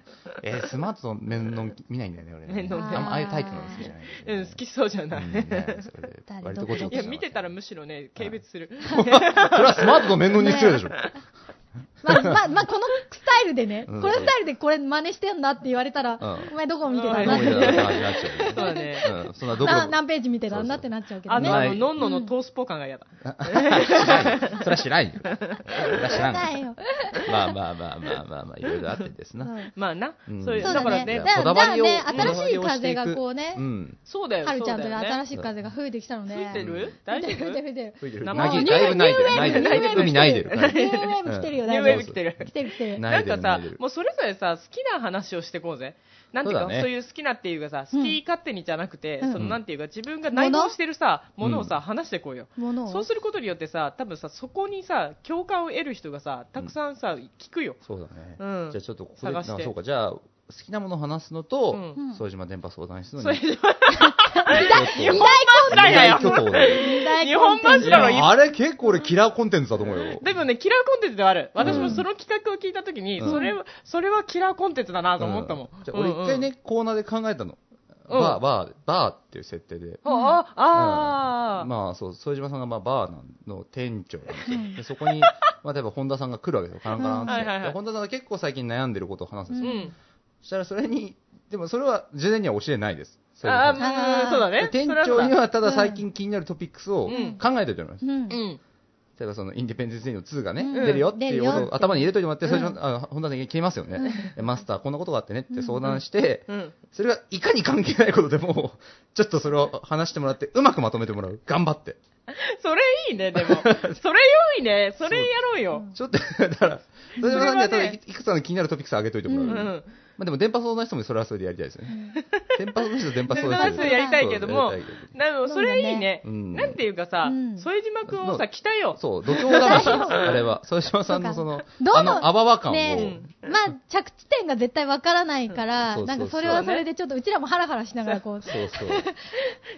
Speaker 2: えー、スマートと面倒見ないんだよね、俺ね。
Speaker 3: 面倒ね
Speaker 2: あんまああいうタイプの好きじゃない。
Speaker 3: うん、好きそうじゃ
Speaker 2: うん
Speaker 3: ない。
Speaker 2: ねそれで
Speaker 1: 誰
Speaker 2: 割とごちょっとし
Speaker 3: いや、
Speaker 2: てます
Speaker 3: 見てたらむしろね、軽蔑する。
Speaker 2: それはスマートの面倒に失礼でしょ。
Speaker 1: まあ、まあ、まあ、このスタイルでね、
Speaker 2: うん
Speaker 1: このスタイルでこれ真似してんだって言われたら、
Speaker 2: うん
Speaker 1: お前どこを見てたん
Speaker 3: う
Speaker 1: だ
Speaker 3: ん
Speaker 1: っ
Speaker 2: みたいな
Speaker 1: て、
Speaker 2: 感じになっちゃう
Speaker 3: そうだね。
Speaker 2: よね。うん、そんなどこ
Speaker 1: な何ページ見てたんだってなっちゃうけど
Speaker 3: あ
Speaker 1: ね。
Speaker 3: の、あ
Speaker 2: ない
Speaker 3: の、のんののトースポ感が嫌だ。
Speaker 2: それは知らんよ。
Speaker 3: <laughs>
Speaker 2: それは知ら
Speaker 1: だ
Speaker 2: んよ。
Speaker 1: よ。
Speaker 2: まあまあまあまあまあまあ、いろいろあってです
Speaker 1: う
Speaker 2: な。
Speaker 1: ん
Speaker 3: まあな。
Speaker 2: うん
Speaker 3: そういう、
Speaker 1: そう
Speaker 3: だから
Speaker 1: だね。
Speaker 3: ね
Speaker 1: だ、からだからね、
Speaker 2: こだわりを
Speaker 1: 新しい風がこうね
Speaker 2: う、ん。
Speaker 3: そうだよ、
Speaker 1: はる
Speaker 3: そう
Speaker 1: ちゃんと
Speaker 3: だ
Speaker 1: ね
Speaker 3: よ
Speaker 1: 新
Speaker 3: ね。
Speaker 1: しい風が吹いてきたの
Speaker 3: ついて
Speaker 1: ね。
Speaker 3: る大
Speaker 1: 吹い
Speaker 3: 丈
Speaker 1: てる、
Speaker 3: 夫
Speaker 1: 吹いてる、吹いてる。
Speaker 2: だいぶ
Speaker 3: 生
Speaker 2: ない
Speaker 3: ニュー
Speaker 2: だいぶないで
Speaker 1: ニューウェー
Speaker 2: る。
Speaker 1: ブ
Speaker 2: ないでる。海ない
Speaker 1: ニュー
Speaker 2: でる。
Speaker 1: ウェーブ来てるよ
Speaker 3: ニュ
Speaker 1: ね。
Speaker 3: ーウェーブ来てる。
Speaker 1: 来てる来てる。
Speaker 2: な
Speaker 3: ないん
Speaker 2: でる
Speaker 3: か
Speaker 2: な
Speaker 3: さ
Speaker 2: いでる、
Speaker 3: もうそれぞれさ、好きな話をしてこうぜ。なんていうか、
Speaker 2: そ
Speaker 3: そうう,、
Speaker 2: だね
Speaker 3: いう好きなっていうかさ、
Speaker 1: うん
Speaker 3: 好き勝手にじゃなくて、
Speaker 1: うん
Speaker 3: そのなんていうか、自分が
Speaker 1: もの
Speaker 3: 内包してるさ、ものを
Speaker 2: う
Speaker 3: さ、
Speaker 2: ん
Speaker 3: 話してこうよ。
Speaker 1: もの
Speaker 3: そう
Speaker 1: を。
Speaker 3: することによってさ、多分さ、そこにさ、共感を得る人がさ、たくさんさ、聞くよ。
Speaker 2: そうだね。
Speaker 3: うん
Speaker 2: じゃあちょっとここで、
Speaker 3: 探
Speaker 2: な
Speaker 3: して
Speaker 2: そうか、じゃあ、好きなものを話すのと、
Speaker 3: うん
Speaker 1: うん
Speaker 2: 副島電波相談室の
Speaker 3: それ
Speaker 2: 二
Speaker 3: で、
Speaker 1: 二大コンテンツ
Speaker 3: だよ
Speaker 2: 大巨頭で。
Speaker 1: 二大
Speaker 3: 日
Speaker 1: コン
Speaker 3: 本
Speaker 1: テン
Speaker 3: マ
Speaker 1: ツ
Speaker 3: ジだろ、
Speaker 2: あれ結構俺キラーコンテンツだと思うよ。
Speaker 3: でもね、キラーコンテンツではある。私も
Speaker 2: うん
Speaker 3: その企画を聞いたときに、
Speaker 2: うん
Speaker 3: それは、それはキラーコンテンツだなと思ったもん
Speaker 2: う。じゃあ俺一回ね、コーナーで考えたの。
Speaker 3: うん
Speaker 2: バー、バー、バーっていう設定で。
Speaker 3: うんうん。ああ、ああ、
Speaker 2: まあそう、副島さんがまあバーなんの店長なんですよ
Speaker 1: うん
Speaker 2: でそこ
Speaker 3: <laughs>
Speaker 2: に、まあ例えば本田さんが来るわけですよ。カランカランって。
Speaker 3: はいはいはい
Speaker 2: で本田さんが結構最近悩んでることを話すんです
Speaker 3: う
Speaker 2: よ。
Speaker 3: ん。
Speaker 2: そしたらそれに、でもそれは事前には教えないです。それ
Speaker 3: あ
Speaker 2: で
Speaker 3: あ、うん、そうだね。
Speaker 2: 店
Speaker 3: それ
Speaker 2: 長に
Speaker 3: は
Speaker 2: はただ最近気になるトピックスを
Speaker 3: うん
Speaker 2: 考えておいてもらいます。
Speaker 1: うん
Speaker 3: さ、う。ん。
Speaker 2: 例えばそのインディペンデンス・デイの2がね、
Speaker 1: うん
Speaker 2: 出るよっていうこ
Speaker 1: 出る
Speaker 2: と
Speaker 1: よって
Speaker 2: を頭に入れといてもらって、それじゃ
Speaker 1: うん
Speaker 2: あ本田さんに消えますよね、でマスター、こんなことがあってねって相談して、
Speaker 3: うん。
Speaker 2: それがいかに関係ないことでも、ちょっとそれを話してもらって、うまくまとめてもらう、頑張って。
Speaker 3: <laughs> それいいね、
Speaker 2: <laughs>
Speaker 3: でも。それ良いね。それやろうよ。
Speaker 2: ちょっと、だから、それは
Speaker 3: それはね
Speaker 2: ね、ただいくつかの気になるトピックス上げといてもらう。
Speaker 3: う
Speaker 1: うん
Speaker 3: ん。
Speaker 2: まあでも、電波相談室もそれはそれでやりたいですよね。電波相談室は電波
Speaker 3: で
Speaker 2: 相
Speaker 3: も
Speaker 2: 談
Speaker 3: ダ
Speaker 2: 室
Speaker 3: ン
Speaker 2: で
Speaker 3: スやりたいけども
Speaker 2: そうやりたいけ、
Speaker 3: でもそれいいね。
Speaker 2: うん
Speaker 3: なんていうかさ
Speaker 1: うん、
Speaker 3: 副島くんをさ、来たよ。
Speaker 2: そう、度胸魂ですよ、あれは。副島さんのその、
Speaker 1: ど
Speaker 2: あ
Speaker 1: の
Speaker 2: の、あばわ感を、
Speaker 1: ねまあ、着地点が絶対わからないから、
Speaker 2: そうそう
Speaker 1: な
Speaker 2: そうん
Speaker 1: かそれはそれでちょっとうちらもハラハラしながらこう、
Speaker 2: そうそう。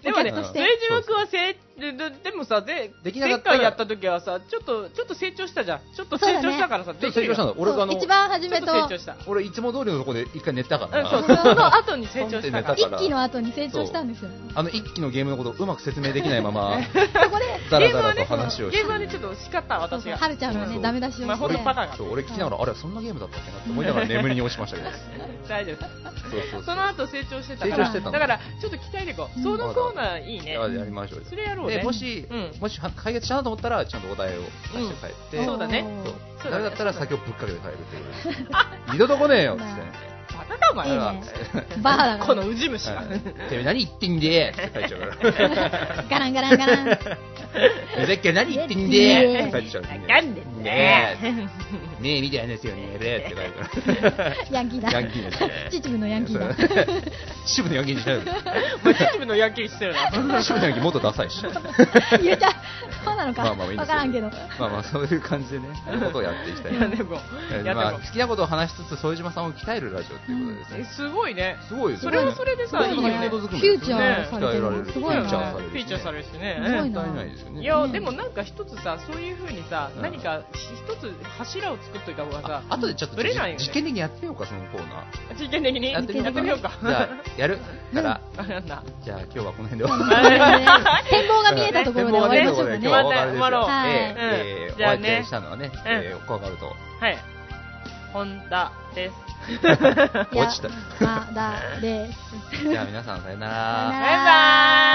Speaker 3: でもね、
Speaker 2: お
Speaker 3: 副
Speaker 2: 客として
Speaker 3: 島くんはせい、でででもさ、で、
Speaker 2: できなか
Speaker 3: 前
Speaker 2: ったら
Speaker 3: 回やった時はさ、ちょっと、ちょっと成長したじゃん。ちょっと成長したからさ、
Speaker 2: ちょっ
Speaker 3: で
Speaker 2: と
Speaker 3: き
Speaker 2: 成長
Speaker 3: るよ
Speaker 2: したの。俺があの
Speaker 1: そう、一番初
Speaker 3: ちょっ
Speaker 1: め
Speaker 3: と
Speaker 1: と、
Speaker 3: 成長した。うん、
Speaker 2: 俺いつも通りのとこで一回寝たから
Speaker 3: そう、
Speaker 2: な、
Speaker 3: その後に成長した
Speaker 2: だ
Speaker 3: から。
Speaker 2: から
Speaker 1: 一期の後に成長したんですよ。
Speaker 2: あの一期のゲームのことをうまく説明できないまま、
Speaker 1: そこで、
Speaker 2: だ
Speaker 3: ゲ
Speaker 2: ら
Speaker 3: ーム
Speaker 2: だ
Speaker 3: は
Speaker 2: らと
Speaker 3: ね、
Speaker 2: 話をし
Speaker 3: ゲー
Speaker 2: て
Speaker 3: ムはね、ちょっと叱った、
Speaker 1: そう
Speaker 3: 私
Speaker 1: そう
Speaker 3: が。
Speaker 1: はるちゃんが
Speaker 2: そ
Speaker 1: ね、
Speaker 2: う
Speaker 1: ダメ出し
Speaker 3: お
Speaker 1: を
Speaker 3: 前、
Speaker 1: し
Speaker 3: ほん
Speaker 1: て
Speaker 3: と、バカが。
Speaker 2: そう俺聞きながら、あれ、そんなゲームだったっけなって思いながら眠りに落ちましたけど、
Speaker 3: 大丈夫。
Speaker 2: そうそうそ
Speaker 3: その後成長してたか
Speaker 2: 成
Speaker 3: ら。
Speaker 2: 長してたの
Speaker 3: だから、ちょっと期待でいこう。そのコーナーいいね。
Speaker 2: う、やりましょうよ
Speaker 3: それやろうね。
Speaker 2: でもし、
Speaker 3: うん
Speaker 2: もし解決したなと思ったら、ちゃんとお題を出して帰って、
Speaker 3: うんそうだね
Speaker 2: そう
Speaker 3: そう
Speaker 2: ダ
Speaker 3: だね
Speaker 2: メだったら酒をぶっかけて帰るっていう、二度と来ねえよって言ってね、
Speaker 3: バカかお
Speaker 1: い
Speaker 3: 前
Speaker 1: い
Speaker 3: は。
Speaker 1: ね。バーだか
Speaker 3: <laughs>
Speaker 1: ら
Speaker 3: このウジ虫が。
Speaker 2: うんてめえ、何言ってんでーって帰っちゃうから、
Speaker 1: ガランガランガラン。
Speaker 2: <laughs> ふざけんな何言ってんでーって帰っちゃう
Speaker 3: わ
Speaker 2: ね
Speaker 3: かんでんね
Speaker 2: ねえ、ねえみたいなですよね、べーって帰るから。
Speaker 1: ヤンキーだ。
Speaker 2: ヤンキーですね
Speaker 1: 秩父のヤンキーだ。
Speaker 2: 渋野ヤンキーにしないで
Speaker 3: お <laughs> 前、秩父のヤンキーしてるな。
Speaker 2: 渋野ヤンキーもっとダサいし。
Speaker 1: 言えちゃう。そうなのか。
Speaker 2: まあ
Speaker 1: わ
Speaker 2: まあいいんですよ
Speaker 1: からんけど。
Speaker 2: まあまあそういう感じでね、そういうことをやっていきたい。
Speaker 3: やってこう。
Speaker 2: えー
Speaker 3: や
Speaker 2: まあ
Speaker 3: ってこ
Speaker 2: 好きなことを話しつつ、副島さんを鍛えるラジオってということです
Speaker 3: え
Speaker 2: ね。
Speaker 3: すごいね。
Speaker 2: すごいです
Speaker 3: そ
Speaker 2: ね。
Speaker 3: れはそれでさ、いいよね。
Speaker 2: フ
Speaker 1: フューチャーされて
Speaker 2: ね
Speaker 1: る。
Speaker 2: え
Speaker 1: すごい
Speaker 3: よ
Speaker 1: な
Speaker 3: ね
Speaker 2: フューチャーされる
Speaker 3: フューチャーされるし
Speaker 1: すご
Speaker 3: ね。
Speaker 1: い
Speaker 2: もったいないですよね。
Speaker 3: いや、
Speaker 1: うん
Speaker 3: でもなんか一つさ、そういう風にさ
Speaker 2: う、ん
Speaker 3: 何か一つ柱を作っといた方がさ
Speaker 2: あ、後でちょっと
Speaker 3: ぶれないよね
Speaker 2: 実験的にやってみようか、そのコーナ
Speaker 3: 実験的に
Speaker 2: ー。
Speaker 3: やってみようか。
Speaker 2: じゃ
Speaker 3: <laughs>
Speaker 2: あ、やるから、
Speaker 3: あ、なんだ。
Speaker 2: じゃあ今日はこの辺で終わり
Speaker 1: そうですね展望が見えたところで終わりましょうか
Speaker 2: 今日
Speaker 1: ね。
Speaker 2: は終わりましょう。
Speaker 1: はい
Speaker 2: ええ
Speaker 3: うん
Speaker 2: お
Speaker 3: じゃあ
Speaker 2: 相
Speaker 3: ね
Speaker 2: 手したのはね、えー、小川と
Speaker 3: はい。本田です。
Speaker 2: 落ちた。 <laughs>
Speaker 1: まだです。
Speaker 2: じゃあ皆さんさ
Speaker 1: さよなら
Speaker 2: よなら。
Speaker 3: バイバーイ